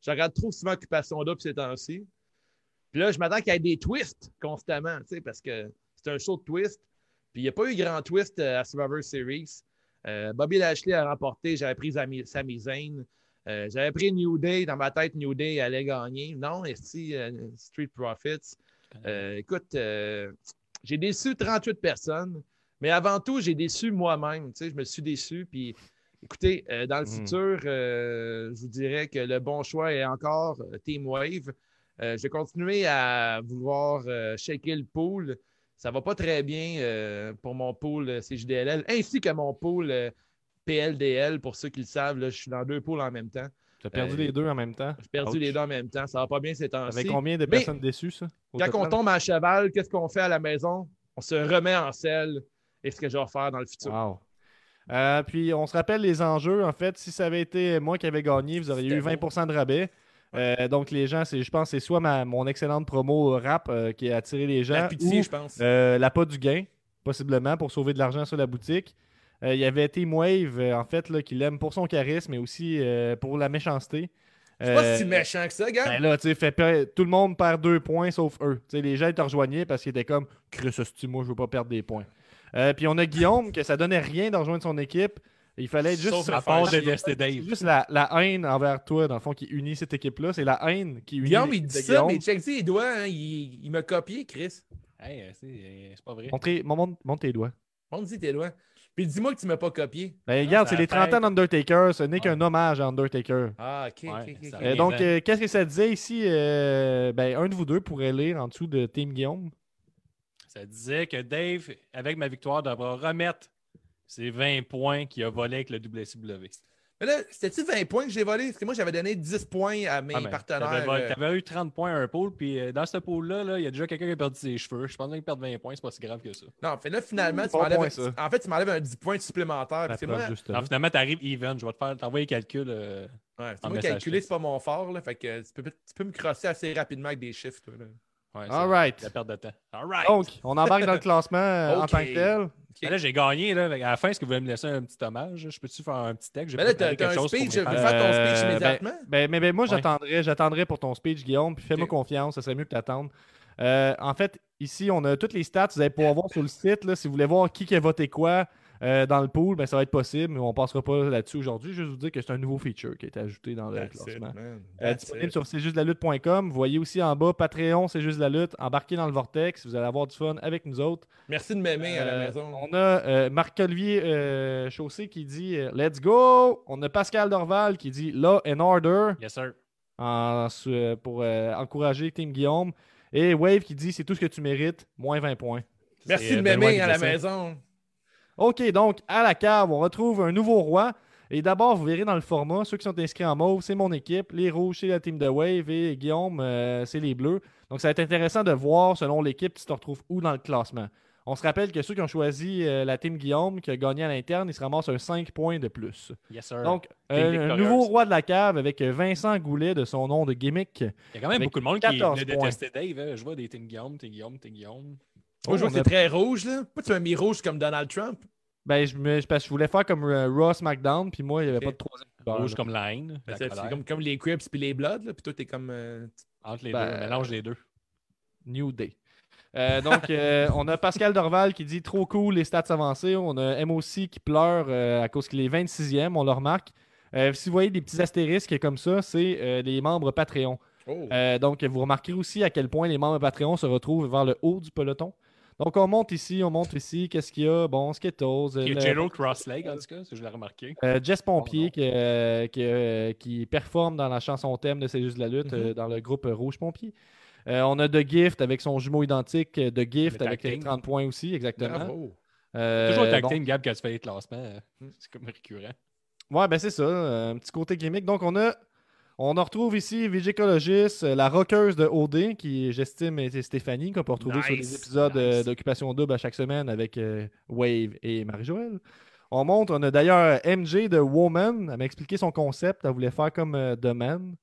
je regarde trop souvent Occupation Double ces temps-ci. Puis là, je m'attends qu'il y ait des twists constamment, tu sais, parce que c'est un show de twist. Puis il n'y a pas eu grand twist euh, à Survivor Series. Euh, Bobby Lashley a remporté, j'avais pris Sami Sami Zayn. Euh, j'avais pris New Day. Dans ma tête, New Day allait gagner. Non, si Street Profits. Euh, écoute, euh, j'ai déçu 38 personnes, mais avant tout, j'ai déçu moi-même. Tu sais, je me suis déçu. Puis, écoutez, euh, dans le
Mm.
futur, euh, je vous dirais que le bon choix est encore euh, Team Wave. Euh, je vais continuer à vouloir euh, shaker le pool. Ça va pas très bien euh, pour mon pool euh, CJDLL, ainsi que mon pool euh, PLDL. Pour ceux qui le savent, là, je suis dans deux pools en même temps.
T'as perdu
euh,
les deux en même temps.
J'ai perdu
Ouch.
les deux en même temps. Ça va pas bien ces temps-ci.
Avec combien de
Mais-
personnes déçues, ça? au
Quand
total?
on tombe à cheval, qu'est-ce qu'on fait à la maison? On se remet en selle. Et ce que je vais faire dans le futur.
Wow. Euh, puis on se rappelle les enjeux. En fait, si ça avait été moi qui avais gagné, vous auriez eu
C'était
20% de rabais. Euh, donc les gens, c'est, je pense, c'est soit ma, mon excellente promo rap euh, qui a attiré les gens,
la pitié,
ou,
je pense.
euh, la pas du gain, possiblement pour sauver de l'argent sur la boutique. Euh, Il y avait Team Wave, euh, en fait, là, qui l'aime pour son charisme, mais aussi euh, pour la méchanceté.
c'est pas
Euh,
si méchant que ça, gars.
ben là, tu sais, fait pe- tout le monde perd deux points sauf eux. Tu sais, les gens ils te rejoignaient parce qu'ils étaient comme Chris, hostie, moi, je veux pas perdre des points. Euh, puis on a Guillaume que ça donnait rien de rejoindre son équipe. Il fallait juste,
Sauf
se
la
À
faire
part
part
de
de
Destiny
chier.
Dave.
juste la, la haine envers toi, dans le fond, qui unit cette équipe-là. C'est la haine qui unit.
Guillaume, il
l'équipe
dit
de
ça,
Guillaume.
mais check il doit. hein, il, il m'a copié, Chris.
Hey, euh, c'est euh, c'est pas vrai.
Montrez- mon- monte, monte tes doigts.
On dit, t'es loin. Puis dis-moi que tu m'as pas copié.
Ben, regarde,
ça
c'est les
la
30 ans d'Undertaker. Ce n'est qu'un
Ouais.
hommage à Undertaker.
Ah, ok, ok,
Ouais,
ok,
ça
ok.
Euh,
Les
donc,
ans.
euh, qu'est-ce que ça disait ici Euh, Ben, un de vous deux pourrait lire en dessous de Team Guillaume.
Ça disait que Dave, avec ma victoire, devra remettre ses 20 points qu'il a volés avec le WCW.
Mais là, c'était-tu 20 points que j'ai volé? Parce que moi, j'avais donné 10 points à mes
Ah, mais T'avais
partenaires.
vol-
euh,
t'avais eu 30 points à un pôle, puis euh, dans ce pôle-là, là, il y a déjà quelqu'un qui a perdu ses cheveux. Je pense qu'il perd 20 points, c'est pas si grave que ça.
Non, fait là, finalement, tu
bon
m'enlèves.
point, ça.
en fait, tu m'enlèves un 10 points supplémentaire. Puis C'est moi,
Approche juste là.
Alors, finalement, t'arrives even. Je vais te faire t'envoyer les calculs. euh.
ouais, c'est
En
moi
message
calculer,
texte.
c'est pas mon fort. Là, fait que tu peux, tu peux me crosser assez rapidement avec des chiffres, toi. Là.
Ouais,
All
c'est
right.
La perte de temps. All right.
Donc, on embarque dans le classement euh, en
Ok.
tant que tel.
Mais
Ben
Là, j'ai gagné. Là, à la fin, est-ce que vous voulez me laisser un petit hommage? Je peux-tu faire un petit texte? J'ai
Mais Ben là,
préparé
t'as- t'as
quelque
un
chose pour
speech,
mes
je veux
fans.
faire ton
Euh,
speech
ben,
immédiatement.
Ben, mais ben, moi,
Ouais.
j'attendrais, j'attendrais pour ton speech, Guillaume. Puis fais-moi
Ok.
confiance, ça serait mieux que t'attendes. Euh, en fait, ici, on a toutes les stats. Vous allez pouvoir voir sur le site, là, si vous voulez voir qui qui a voté quoi. euh, dans le pool, ben, ça va être possible, mais on passera pas là-dessus aujourd'hui. Juste vous dire que c'est un nouveau feature qui est ajouté dans le
That's it,
classement.
man.
Euh,
That's
disponible
it.
sur c'est juste la lutte.com. Vous voyez aussi en bas Patreon, c'est juste la lutte. Embarquez dans le vortex, vous allez avoir du fun avec nous autres.
Merci de m'aimer à la
Euh,
maison.
On a euh, Marc-Olivier euh, Chaussé qui dit euh, Let's go. On a Pascal Dorval qui dit Law and Order
Yes, sir.
en- su- euh, pour euh, encourager Team Guillaume. Et Wave qui dit C'est tout ce que tu mérites, moins 20 points.
Merci
C'est,
de
euh, Benoît
m'aimer
qui
à la
dit ça.
maison.
OK, donc à la cave, on retrouve un nouveau roi. Et d'abord, vous verrez dans le format, ceux qui sont inscrits en mauve, c'est mon équipe. Les rouges, c'est la team de Wave. Et Guillaume, euh, c'est les bleus. Donc, ça va être intéressant de voir, selon l'équipe, tu te retrouves où dans le classement. On se rappelle que ceux qui ont choisi euh, la team Guillaume, qui a gagné à l'interne, ils se ramassent un 5 points de plus.
Yes, sir.
Donc,
Team
euh, un
victorieuse.
nouveau roi de la cave avec Vincent Goulet de son nom de gimmick.
Il y a quand même
Avec
beaucoup de monde qui
14
venait
points.
détester Dave. hein. Je vois des Team Guillaume, Team Guillaume, Team Guillaume.
Moi, je vois
Oh, on
que
a-
c'est très rouge, là. Pourquoi tu m'as mis rouge comme Donald Trump?
Ben, je, me- je- parce que je voulais faire comme euh, Raw SmackDown, puis moi, il n'y avait
Ok.
pas de troisième couleur,
Rouge
là.
comme la haine, la
Ben, C'est
colère.
comme, comme les Crips puis les Bloods, là. Puis toi, t'es comme. euh,
Entre les
Ben,
deux, mélange les deux.
New Day. Euh, donc, euh, on a Pascal Dorval qui dit trop cool les stats avancées. On a MOC qui pleure euh, à cause qu'il est 26e, on le remarque. Euh, si vous voyez des petits astérisques comme ça, c'est euh, les membres Patreon.
Oh.
Euh, donc, vous remarquerez aussi à quel point les membres Patreon se retrouvent vers le haut du peloton. Donc, on monte ici, on monte ici. Qu'est-ce qu'il y a Bon, Skittles. euh,
Il y a
le-
Jero Crossleg, en tout cas, si je l'ai remarqué.
euh, Jess Pompier
non.
qui, euh, qui, euh, qui performe dans la chanson thème de C'est juste de la
Mhm.
lutte euh, dans le groupe euh, Rouge Pompier. Euh, on a The Gift avec son jumeau identique, euh, The Gift
Le tag
avec les
team.
30 points aussi, exactement.
Bravo.
Euh,
Toujours le tag
bon.
team, Gab, quand tu fais les classements. euh,
Hmm.
C'est comme récurrent.
Ouais, ben c'est ça, euh, un petit côté gimmick. Donc on a on en retrouve ici Vigicologist, euh, la rockeuse de OD, qui j'estime était Stéphanie, qu'on peut retrouver sur les
Nice,
épisodes euh,
nice.
d'Occupation Double à chaque semaine avec euh, Wave et Marie-Joëlle. On monte, on a d'ailleurs MJ de Woman, elle m'a expliqué son concept, elle voulait faire comme euh, The Man.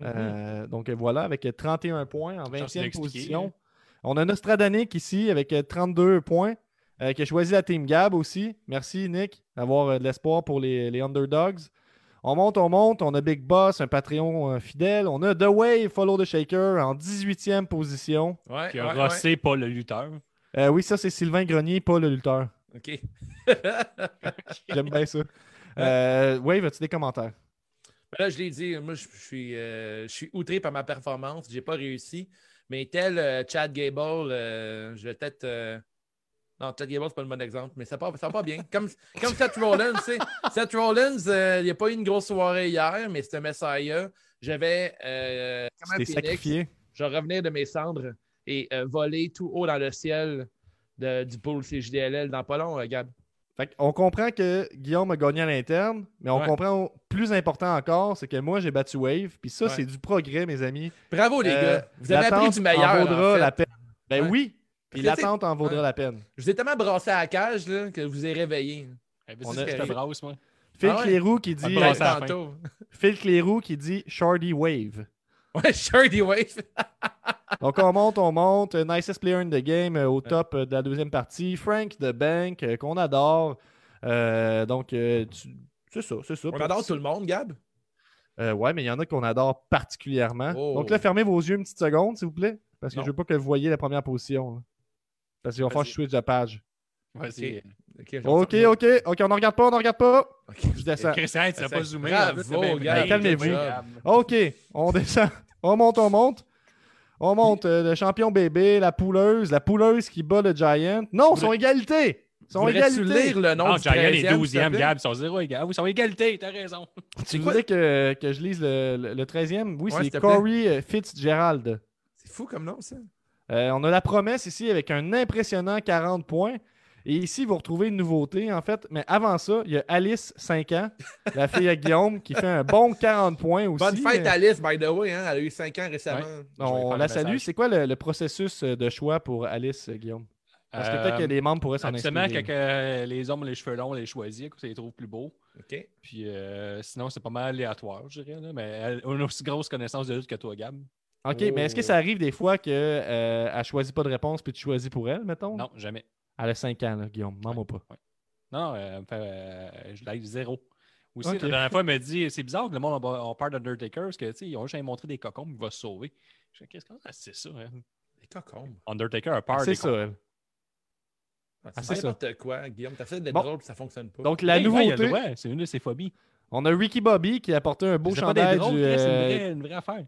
Mm-hmm.
Euh, donc euh, voilà, avec euh, 31 points en
Chance de
20e
l'expliquer,
Ben, position.
hein.
On a Nostradanic ici avec euh, 32 points, euh, qui a choisi la Team Gab aussi. Merci Nick d'avoir euh, de l'espoir pour les, les Underdogs. On monte, on monte, on a Big Boss, un Patreon euh, fidèle. On a The Wave, Follow the Shaker en 18e position.
Ouais,
Puis un
ouais,
Rossé, pas le lutteur.
Euh, oui, ça c'est Sylvain Grenier, pas le lutteur.
ouais. OK.
J'aime bien ça. Euh, Wave, as-tu des commentaires?
Ben Là, je l'ai dit, moi, je je suis, euh, je suis outré par ma performance. J'ai pas réussi. Mais tel euh, Chad Gable, euh, je vais peut-être. euh, Non, Chad Gable, c'est pas le bon exemple, mais ça part, ça part bien. Comme, comme Seth Rollins, tu sais. Seth Rollins, euh, il n'y a pas eu une grosse soirée hier, mais c'était Messiah. J'avais. Euh, comme un
C'était
phoenix,
sacrifié.
Je revenais de mes cendres et euh, voler tout haut dans le ciel de- du pôle CJDLL dans pas long, euh, Gab.
Fait on comprend que Guillaume a gagné à l'interne, mais on
Ouais.
comprend plus important encore, c'est que moi j'ai battu Wave, puis ça
Ouais.
c'est du progrès, mes amis.
Bravo, les
Euh,
gars. Vous avez appris
l'attente
du meilleur.
En vaudra
en fait.
la peine. Ben
Ouais.
oui, puis
Parce que,
l'attente en vaudra
ouais. Ah
la peine.
Je vous ai tellement brassé à la cage là, que je vous ai réveillé.
Eh ben,
On
c'est
a-
ce que je te brasse, moi.
Phil
ouais?
Cléroux qui dit,
Pas de
euh,
brassage. à la fin.
tantôt.
Phil Cléroux qui dit Shardy Wave.
Ouais, Shirty Wave.
Donc on monte, on monte. Euh, Nicest player in the game euh, au top euh, de la deuxième partie. Frank de Bank euh, qu'on adore. Euh, donc euh, tu- c'est ça, c'est ça.
On adore tout le monde, Gab.
Euh, ouais, mais il y en a qu'on adore particulièrement.
Oh.
Donc là, fermez vos yeux une petite seconde, s'il vous plaît. Parce que
Non.
je veux pas que vous voyez la première position. là. Parce qu'il va falloir que je switch de page.
Vas-y.
Ok, j'en
Ok,
sors.
ok, ok, on ne regarde pas, on ne regarde pas.
Ok.
Je descends.
Christian, tu n'as pas zoomé.
Bravo,
en plus, c'est bien
gars.
vrai.
Calmez-vous. Oh,
Gab.
Ok, on descend. On monte, on monte. On monte. euh, le champion bébé, la pouleuse, la pouleuse qui bat le Giant. Non, sont égalité. Sont
Voudrais-tu
égalité.
lire le nom
Non,
du
Giant est
13e, s'il te
12e,
plaît?
Gab. Ils sont zéro égal. Ah oui, Ils sont égalité, t'as raison.
Tu voulais que, que je lise le, le- le 13e? Oui,
Ouais, s'il te
c'est
plaît.
Corey euh, Fitzgerald.
C'est fou comme nom, ça.
Euh, on a la promesse ici avec un impressionnant 40 points. Et ici, vous retrouvez une nouveauté, en fait. Mais avant ça, il y a Alice, 5 ans, la fille à Guillaume, qui fait un bon 40 points aussi.
Bonne fête,
Euh,
Alice, by the way. Hein? Elle a eu 5 ans
Je
récemment.
vais faire
On
un
la salue.
message.
C'est quoi le, le processus euh, de choix pour Alice, euh, Guillaume? Parce que peut-être que
Euh,
les membres pourraient s'en
Absolument,
inspirer.
quand euh, les hommes ont les cheveux longs, on les choisit, écoute, ça les trouve plus beaux.
Ok.
Puis euh, sinon, c'est pas mal aléatoire, je dirais. là, Mais elle a une aussi grosse connaissance de lutte que toi, Gab.
OK, mais est-ce que
Oh.
ça arrive des fois qu'elle euh, ne choisit pas de réponse puis tu choisis pour elle, mettons?
Non, jamais.
Elle a 5 ans, là, Guillaume. Maman pas.
Non, euh, elle me fait, euh, je live zéro. Aussi,
Ok.
la dernière fois, elle me dit c'est bizarre que le monde on, on parle d'Undertaker parce que, tu sais, ils ont juste à lui montrer des cocons, il va se sauver. Je dis qu'est-ce que c'est ça hein?
Les cocombes.
Undertaker a peur
C'est
des
ça,
cocons.
elle.
Ah,
c'est
c'est
ça.
n'importe quoi, Guillaume. T'essaies d'être
Bon.
drôle, puis ça fonctionne pas.
Donc, la
Hey, hey, il a le
nouveauté,
droit, c'est une de ses phobies.
on a Ricky Bobby qui a porté un beau
C'est pas des
chandail
drôles,
du.
Chris, c'est
euh,
une vraie- une vraie affaire.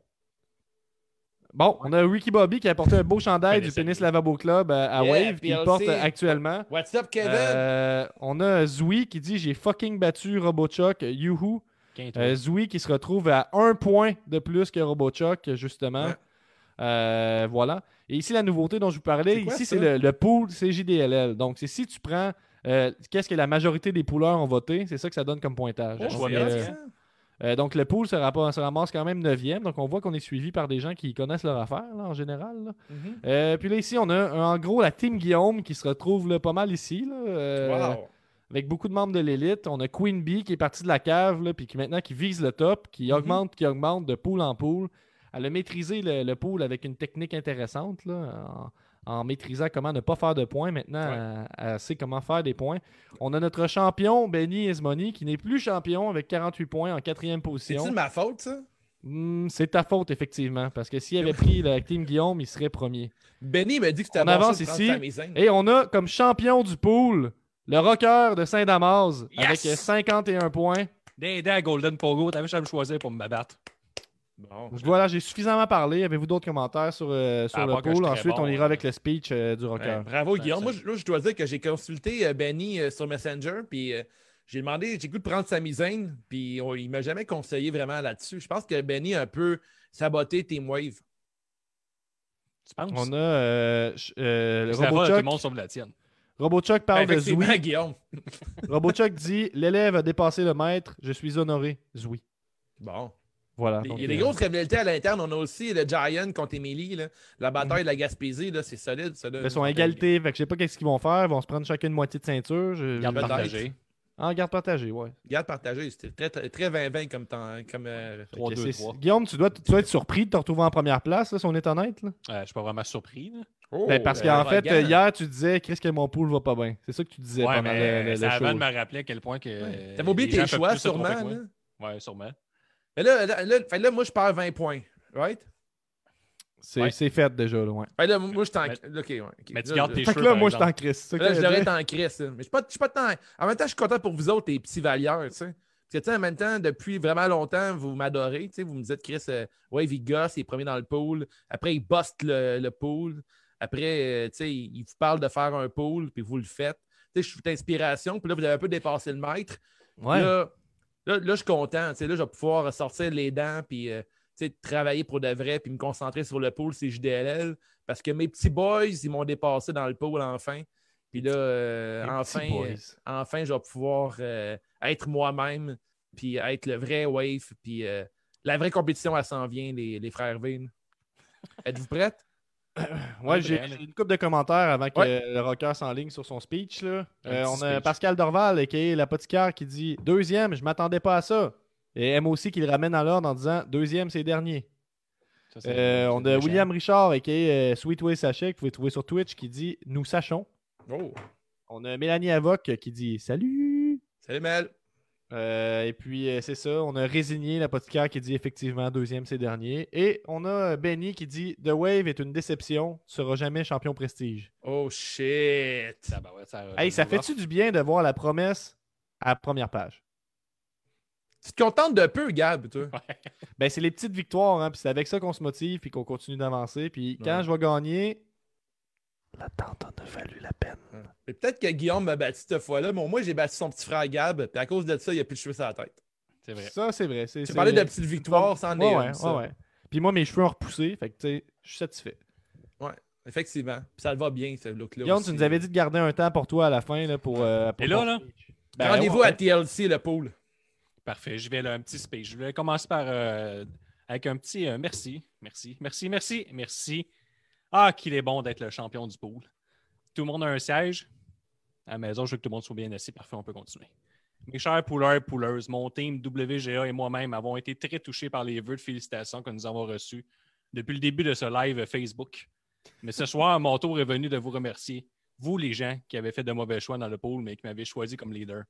Bon, on a Ricky Bobby qui a porté un beau chandail
Ben,
du
essaye.
Penis Lavabo Club euh, à
Yeah,
Wave qu'il
PLC.
porte euh, actuellement.
What's up, Kevin?
Euh, on a Zoui qui dit J'ai fucking battu Robochuck, youhou.
Quinte,
Euh, Zoui qui se retrouve à un point de plus que Robochuck, justement.
Ouais.
Euh, voilà. Et ici, la nouveauté dont je vous parlais,
C'est quoi,
ici,
ça?
c'est le, le pool CJDLL. Donc, c'est si tu prends euh, qu'est-ce que la majorité des poolers ont voté, c'est ça que ça donne comme pointage.
Oh,
Donc,
c'est
euh,
hot, ça.
euh, donc, le pool se, rappa- se ramasse quand même 9e. Donc, on voit qu'on est suivi par des gens qui connaissent leur affaire, là, en général. là.
Mhm.
Euh, puis là, ici, on a euh, en gros la team Guillaume qui se retrouve là, pas mal ici. là, euh,
Wow.
Avec beaucoup de membres de l'élite. On a Queen Bee qui est partie de la cave, là, puis qui maintenant qui vise le top, qui
Mhm.
augmente, qui augmente de pool en pool. Elle a maîtrisé le, le pool avec une technique intéressante, là, en, en maîtrisant comment ne pas faire de points. Maintenant, elle, elle sait comment faire des points. On a notre champion, Benny Esmoni, qui n'est plus champion avec 48 points en quatrième position.
C'est-tu de ma faute, ça?
Hmm, c'est ta faute, effectivement, parce que s'il avait pris la team Guillaume, il serait premier.
Benny me dit que tu t'as
On
bon
avance
ça de
ici.
prendre ta misaine.
Et on a comme champion du pool le rocker de Saint-Damas avec 51 points.
Dindin, Golden Pogo, t'avais juste à me choisir pour me battre.
Bon.
Voilà, j'ai suffisamment parlé. Avez-vous d'autres commentaires sur, euh, sur
À
le
part que je suis
pool?
très
Ensuite,
bon,
on ira
euh,
avec le speech euh, du
Ouais,
rocker.
bravo,
Ça-
Guillaume.
ça-
Moi, je- moi, je dois dire que j'ai consulté euh, Benny euh, sur Messenger, puis euh, j'ai demandé, j'ai le goût de prendre sa misaine, puis on- il m'a jamais conseillé vraiment là-dessus. Je pense que Benny a un peu saboté Team Wave.
Tu penses?
On a euh, ch- euh, le
Ça va, tout le
Robochuck.
monde Ben, sauf la tienne.
Robochuck parle de
Effectivement,
Zoui.
Guillaume.
Robochuck dit L'élève a dépassé le maître, je suis honoré. Zoui.
Bon.
Voilà.
Il
donc,
y a des
euh,
grosses rivalités à l'interne. On a aussi le Giant contre Emily, là. la bataille de la Gaspésie, là, c'est solide. Ça, là. Euh,
Ils
euh, ben,
sont à Mhm. égalité, fait que je sais pas qu'est-ce qu'ils vont faire. Ils vont se prendre chacun une moitié de ceinture. Je-
Garde
Peut-être.
partagée.
En garde partagée, ouais.
Garde partagée, c'était très, très, très 20-20 comme, temps- comme euh,
Fait
3,
que
2,
c'est-
3.
Guillaume, tu dois, tu dois être surpris de te retrouver en première place, là, si on est honnête. là.
Euh, Je suis pas vraiment surpris. là.
Ben, parce
Oh,
qu'en
arrogant.
fait, euh, hier, tu disais, Chris, que mon pool va pas bien. C'est ça que tu disais
Ouais,
pendant
mais
le, le- le
ça avant
show.
de me rappeler à quel point que. euh,
T'avais oublié
les gens
tes
peuvent
choix,
plus se tromper que
sûrement.
moi.
Là.
Ouais, sûrement.
Mais là, là, là, fait là, moi, je perds 20 points. Right?
C'est
Ouais.
c'est fait déjà, là, ouais.
Fait là, moi, je t'en.
Mais-
ok, ouais, ok.
mais tu
Là,
gardes
je-
tes
Fait que
cheveux,
là,
par
moi, je
exemple.
t'en crisse. c'est ça
Là,
que
je
je
devrais
dis.
être en crise. là. Mais je suis pas, je suis pas tant. En même temps, je suis content pour vous autres, les petits valieurs, tu sais. Parce que, tu sais, en même temps, depuis vraiment longtemps, vous m'adorez. Tu sais, vous me dites, Chris, euh, ouais, il gosse, il est premier dans le pool. Après, il buste le, le pool. Après, euh, tu sais, il il vous parle de faire un pool, puis vous le faites. Tu sais, je suis d'inspiration. Puis là, vous avez un peu dépassé le maître.
Ouais.
Là, là, là, je suis content. Tu sais, là, je vais pouvoir sortir les dents, puis euh, tu sais, travailler pour de vrai, puis me concentrer sur le pool, c'est JDLL. Parce que mes petits boys, ils m'ont dépassé dans le pool enfin. Puis là, euh,
Les petits
enfin,
boys.
euh, enfin, je vais pouvoir euh, être moi-même, puis être le vrai Wave, puis euh, la vraie compétition, elle s'en vient, les, les frères V. là. Êtes-vous prêtes?
Ouais, j'ai j'ai une couple de commentaires avant que
Ouais.
le rocker s'enligne sur son speech. Là.
Un
Euh,
petit
on a
speech.
Pascal Dorval, qui est l'apothicaire, qui dit Deuxième, je m'attendais pas à ça. Et aime aussi qu'il ramène à l'ordre en disant Deuxième, c'est dernier.
Ça, c'est-
Euh, on
c'est
a
méchant.
William Richard, qui est Sweetway Sachet, que vous pouvez trouver sur Twitch, qui dit Nous sachons.
Oh,
On a Mélanie Avoc euh, qui dit Salut.
salut Mel.
Euh, et puis, euh, c'est ça. On a Résigné, l'apothicaire, qui dit effectivement deuxième, c'est dernier. Et on a euh, Benny qui dit The Wave est une déception. Tu seras jamais champion prestige.
Oh shit.
Ah, bah ouais, ça,
Euh,
hey, ça fait-tu du bien de voir la promesse à la première page?
Tu te contentes de peu, Gab, toi.
Ben, c'est les petites victoires, hein, puis c'est avec ça qu'on se motive, puis qu'on continue d'avancer. Puis quand
Ouais.
je vais gagner,
Mais peut-être que Guillaume m'a battu cette fois-là, mais au moins j'ai battu son petit frère Gab, puis à cause de ça, il a plus de cheveux sur la tête.
C'est vrai.
ça, c'est vrai. c'est-
Tu
c'est-
parlais de petites victoires, ça en est
Ouais,
une,
ouais,
ça.
ouais, ouais. Puis moi, mes cheveux ont repoussé, fait que tu sais, je suis satisfait.
Effectivement. Puis ça le va bien, ce look-là.
Guillaume,
aussi. euh.
tu nous avais dit de garder un temps pour toi à la fin, là, pour. euh, pour
Et là,
ton-
là,
Ben,
Rendez-vous
ouais.
à TLC, le pool.
Parfait, je vais là un petit speech. Je vais commencer par euh, avec un petit euh, merci, merci, merci, merci, merci. Ah, qu'il est bon d'être le champion du pool. Tout le monde a un siège. À la maison, je veux que tout le monde soit bien assis. Parfait, on peut continuer. Mes chers pouleurs et pouleuses, mon team WGA et moi-même avons été très touchés par les vœux de félicitations que nous avons reçus depuis le début de ce live Facebook. Mais ce soir, mon tour est venu de vous remercier, vous les gens qui avez fait de mauvais choix dans le pool, mais qui m'avez choisi comme leader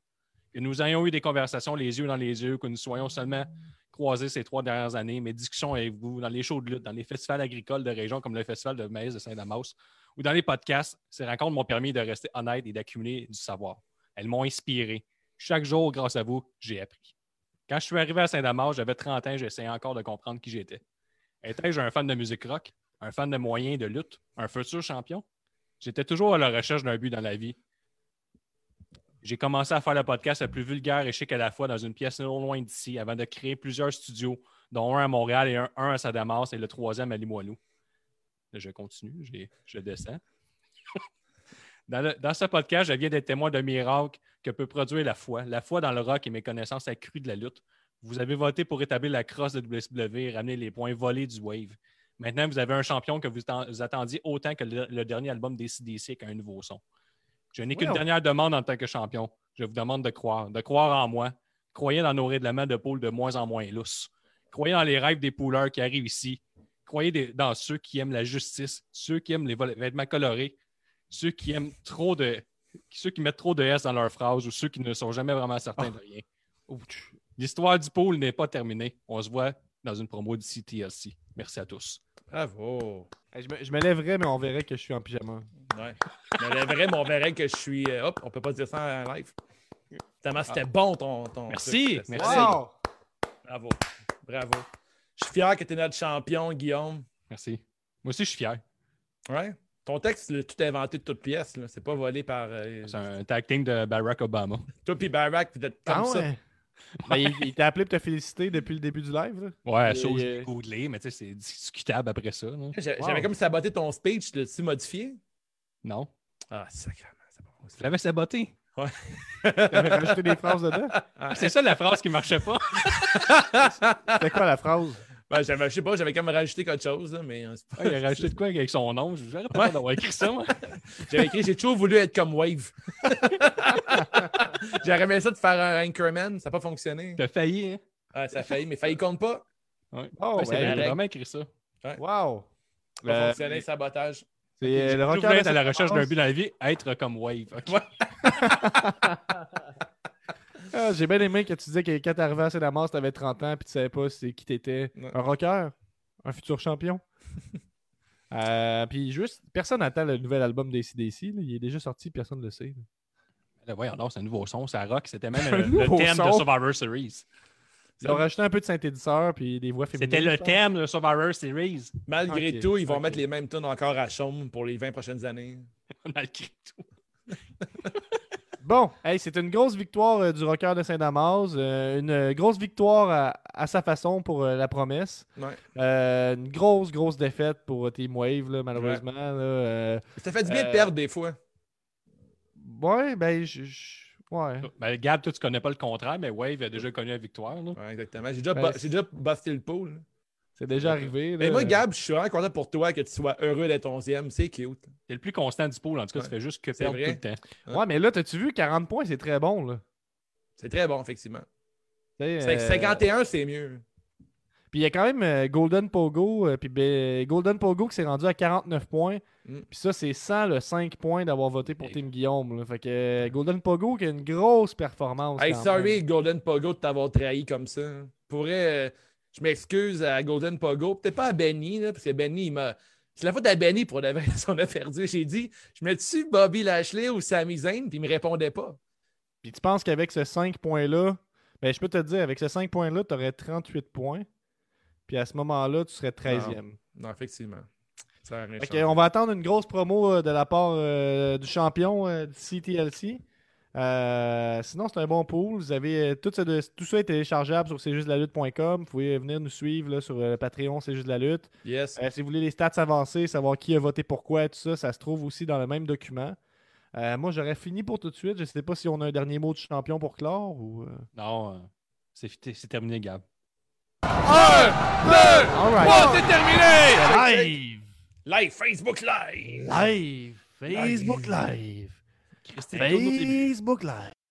que nous ayons eu des conversations les yeux dans les yeux, que nous soyons seulement, qu'on- croisé ces trois dernières années, mes discussions avec vous dans les shows de lutte, dans les festivals agricoles de région comme le Festival de maïs de Saint-Damas ou dans les podcasts, ces rencontres m'ont permis de rester honnête et d'accumuler du savoir. Elles m'ont inspiré. Chaque jour, grâce à vous, j'ai appris. Quand je suis arrivé à Saint-Damas, j'avais 30 ans, j'essayais encore de comprendre qui j'étais. Étais-je un fan de musique rock, un fan de moyens de lutte, un futur champion? J'étais toujours à la recherche d'un but dans la vie. J'ai commencé à faire le podcast le plus vulgaire et chic à la fois dans une pièce non loin d'ici avant de créer plusieurs studios, dont un à Montréal et un, un à Sadamas et le troisième à Limoilou. Là, je continue, j'ai- je descends. dans, le- dans ce podcast, je viens d'être témoin d'un miracle que peut produire la foi, la foi dans le rock et mes connaissances accrues de la lutte. Vous avez voté pour établir la crosse de WCW et ramener les points volés du Wave. Maintenant, vous avez un champion que vous, atten- vous attendiez autant que le, le dernier album des CDC avec un nouveau son. Je n'ai qu'une
Wow.
dernière demande en tant que champion. Je vous demande de croire, de croire en moi. Croyez dans nos règlements de pôle de moins en moins lousses. Croyez dans les rêves des pouleurs qui arrivent ici. Croyez des- dans ceux qui aiment la justice, ceux qui aiment les vol- vêtements colorés, ceux qui aiment trop de. ceux qui mettent trop de S dans leurs phrases ou ceux qui ne sont jamais vraiment certains de rien. L'histoire du pôle n'est pas terminée. On se voit dans une promo d'ici TLC. Merci à tous.
Bravo.
Hey, Je me, je me lèverais, mais on verrait que je suis en pyjama.
Ouais. Mais le vrai, mon verrait que je suis. euh, hop, on peut pas dire ça en live. Tellement c'était bon ton. ton
Merci,
truc.
merci.
Ah. Wow!
Bravo. Bravo. Je suis fier que tu es notre champion, Guillaume.
Merci. Moi aussi, je suis fier.
Ouais. Ton texte, tu l'as tout inventé de toutes pièces. là. C'est pas volé par. euh,
C'est un tag team de Barack Obama.
Toi puis Barack, vous êtes comme
Ah
ça.
ouais. Ben, il il t'a appelé pour te féliciter depuis le début du live. Là.
Ouais,
Il-
ça,
il-
j'ai googlé, mais tu sais, c'est discutable après ça. là.
J'a-
Wow.
J'avais comme saboté ton speech, tu l'as-tu modifié?
Non.
Ah, sacrément, c'est bon.
Je l'avais saboté.
Il avait rajouté des phrases dedans.
Ah, c'est ça la phrase qui marchait pas.
C'était quoi la phrase?
Ben, j'avais, je sais pas, j'avais quand même rajouté quelque chose, là, mais euh, c'est pas-
Ouais, il a rajouté de quoi avec son nom. Je vais pas d'avoir écrit ça, moi.
j'avais écrit J'ai toujours voulu être comme Wave. J'aurais aimé ça de faire un Anchorman, ça n'a pas fonctionné.
T'as failli, hein?
Ah, ça a failli, mais failli compte pas.
Ouais.
Oh,
Ouais, c'est vrai,
ben,
il a vraiment écrit ça.
Wow!
Ça a pas
Euh,
fonctionné, sabotage.
C'est euh, le
Je
rocker
voulais
de
être à la recherche d'un
Saint-Damas.
but dans la vie, être comme Wave. ok?
Ah, J'ai bien aimé que tu disais que quand t'arrivais à Saint-Damas, t'avais 30 ans puis tu savais pas c'est qui t'étais.
Ouais.
Un rocker? Un futur champion? Euh, puis juste, personne n'attend le nouvel album des CDC. là. Il est déjà sorti, personne ne le sait. là.
Là, voyons donc, c'est un nouveau son, ça rock. C'était même
Un
euh, le,
nouveau
thème de
son.
Survivor Series.
Ils ont rajouté un peu de synthétiseur puis des voix féminines.
C'était le
je pense.
thème de Survivor Series.
Malgré
ok,
tout, ils vont
ok.
mettre les mêmes tonnes encore à chaume pour les 20 prochaines années.
On a écrit tout.
Bon, hey, c'est une grosse victoire euh, du rocker de Saint-Damas. euh, une euh, grosse victoire à, à sa façon pour euh, la promesse.
Ouais.
Euh, une grosse, grosse défaite pour euh, Team Wave, là, malheureusement. là, euh,
Ça fait du bien de
Euh,
perdre des fois.
ouais, ben, je. je- Ouais.
Ben, Gab, toi, tu connais pas le contraire, mais Wave a déjà connu la victoire. là.
Ouais, exactement. J'ai déjà,
Ben,
bu-
c'est-
j'ai déjà busté le pool. là.
C'est déjà arrivé.
Mais
là.
Ben, moi, Gab, je suis vraiment content pour toi que tu sois heureux d'être 11e. C'est cute.
T'es le plus constant du pôle, en tout cas,
Ouais.
tu fais juste que
C'est
perdre
vrai.
tout le temps.
Ouais, mais là, t'as-tu vu, 40 points, c'est très bon, là.
C'est très bon, effectivement.
Tu sais,
C'est-
euh,
51, c'est mieux.
Puis il y a quand même euh, Golden Pogo, euh, puis ben, Golden Pogo qui s'est rendu à 49 points.
Mm.
Puis ça, c'est sans le 5 points d'avoir voté pour
Et-
Team Guillaume. là. Fait que euh, Golden Pogo qui a une grosse performance.
Hey,
quand
sorry,
même.
Golden Pogo, de t'avoir trahi comme ça. Pourrais, euh, je m'excuse à Golden Pogo, peut-être pas à Benny, là, parce que Benny, il m'a. C'est la faute à Benny pour la si on a perdu. J'ai dit, je mets dessus Bobby Lashley ou Sami Zayn, puis il me répondait pas.
Puis tu penses qu'avec ce 5 points-là, ben, je peux te dire, avec ce 5 points-là, tu aurais 38 points. Puis à ce moment-là, tu serais 13e.
Non, effectivement. Ça a rien
Fait que,
changé.
on va attendre une grosse promo euh, de la part euh, du champion euh, du CTLC. Euh, sinon, c'est un bon pool. Vous avez, euh, tout, ça de- tout ça est téléchargeable sur cjustdelalutte.com. Vous pouvez venir nous suivre là, sur euh, le Patreon C'est juste de la lutte.
Yes.
Euh, si vous voulez les stats avancées, savoir qui a voté pourquoi, tout ça, ça se trouve aussi dans le même document. Euh, moi, j'aurais fini pour tout de suite. Je ne sais pas si on a un dernier mot du champion pour clore ou. euh,
Non, euh, c'est fi- c'est terminé, Gab.
All right.
Oh,
c'est terminé!
Live!
Live, Facebook Live!
Live! Facebook Live!
Christy, tourne au début.
Facebook Live!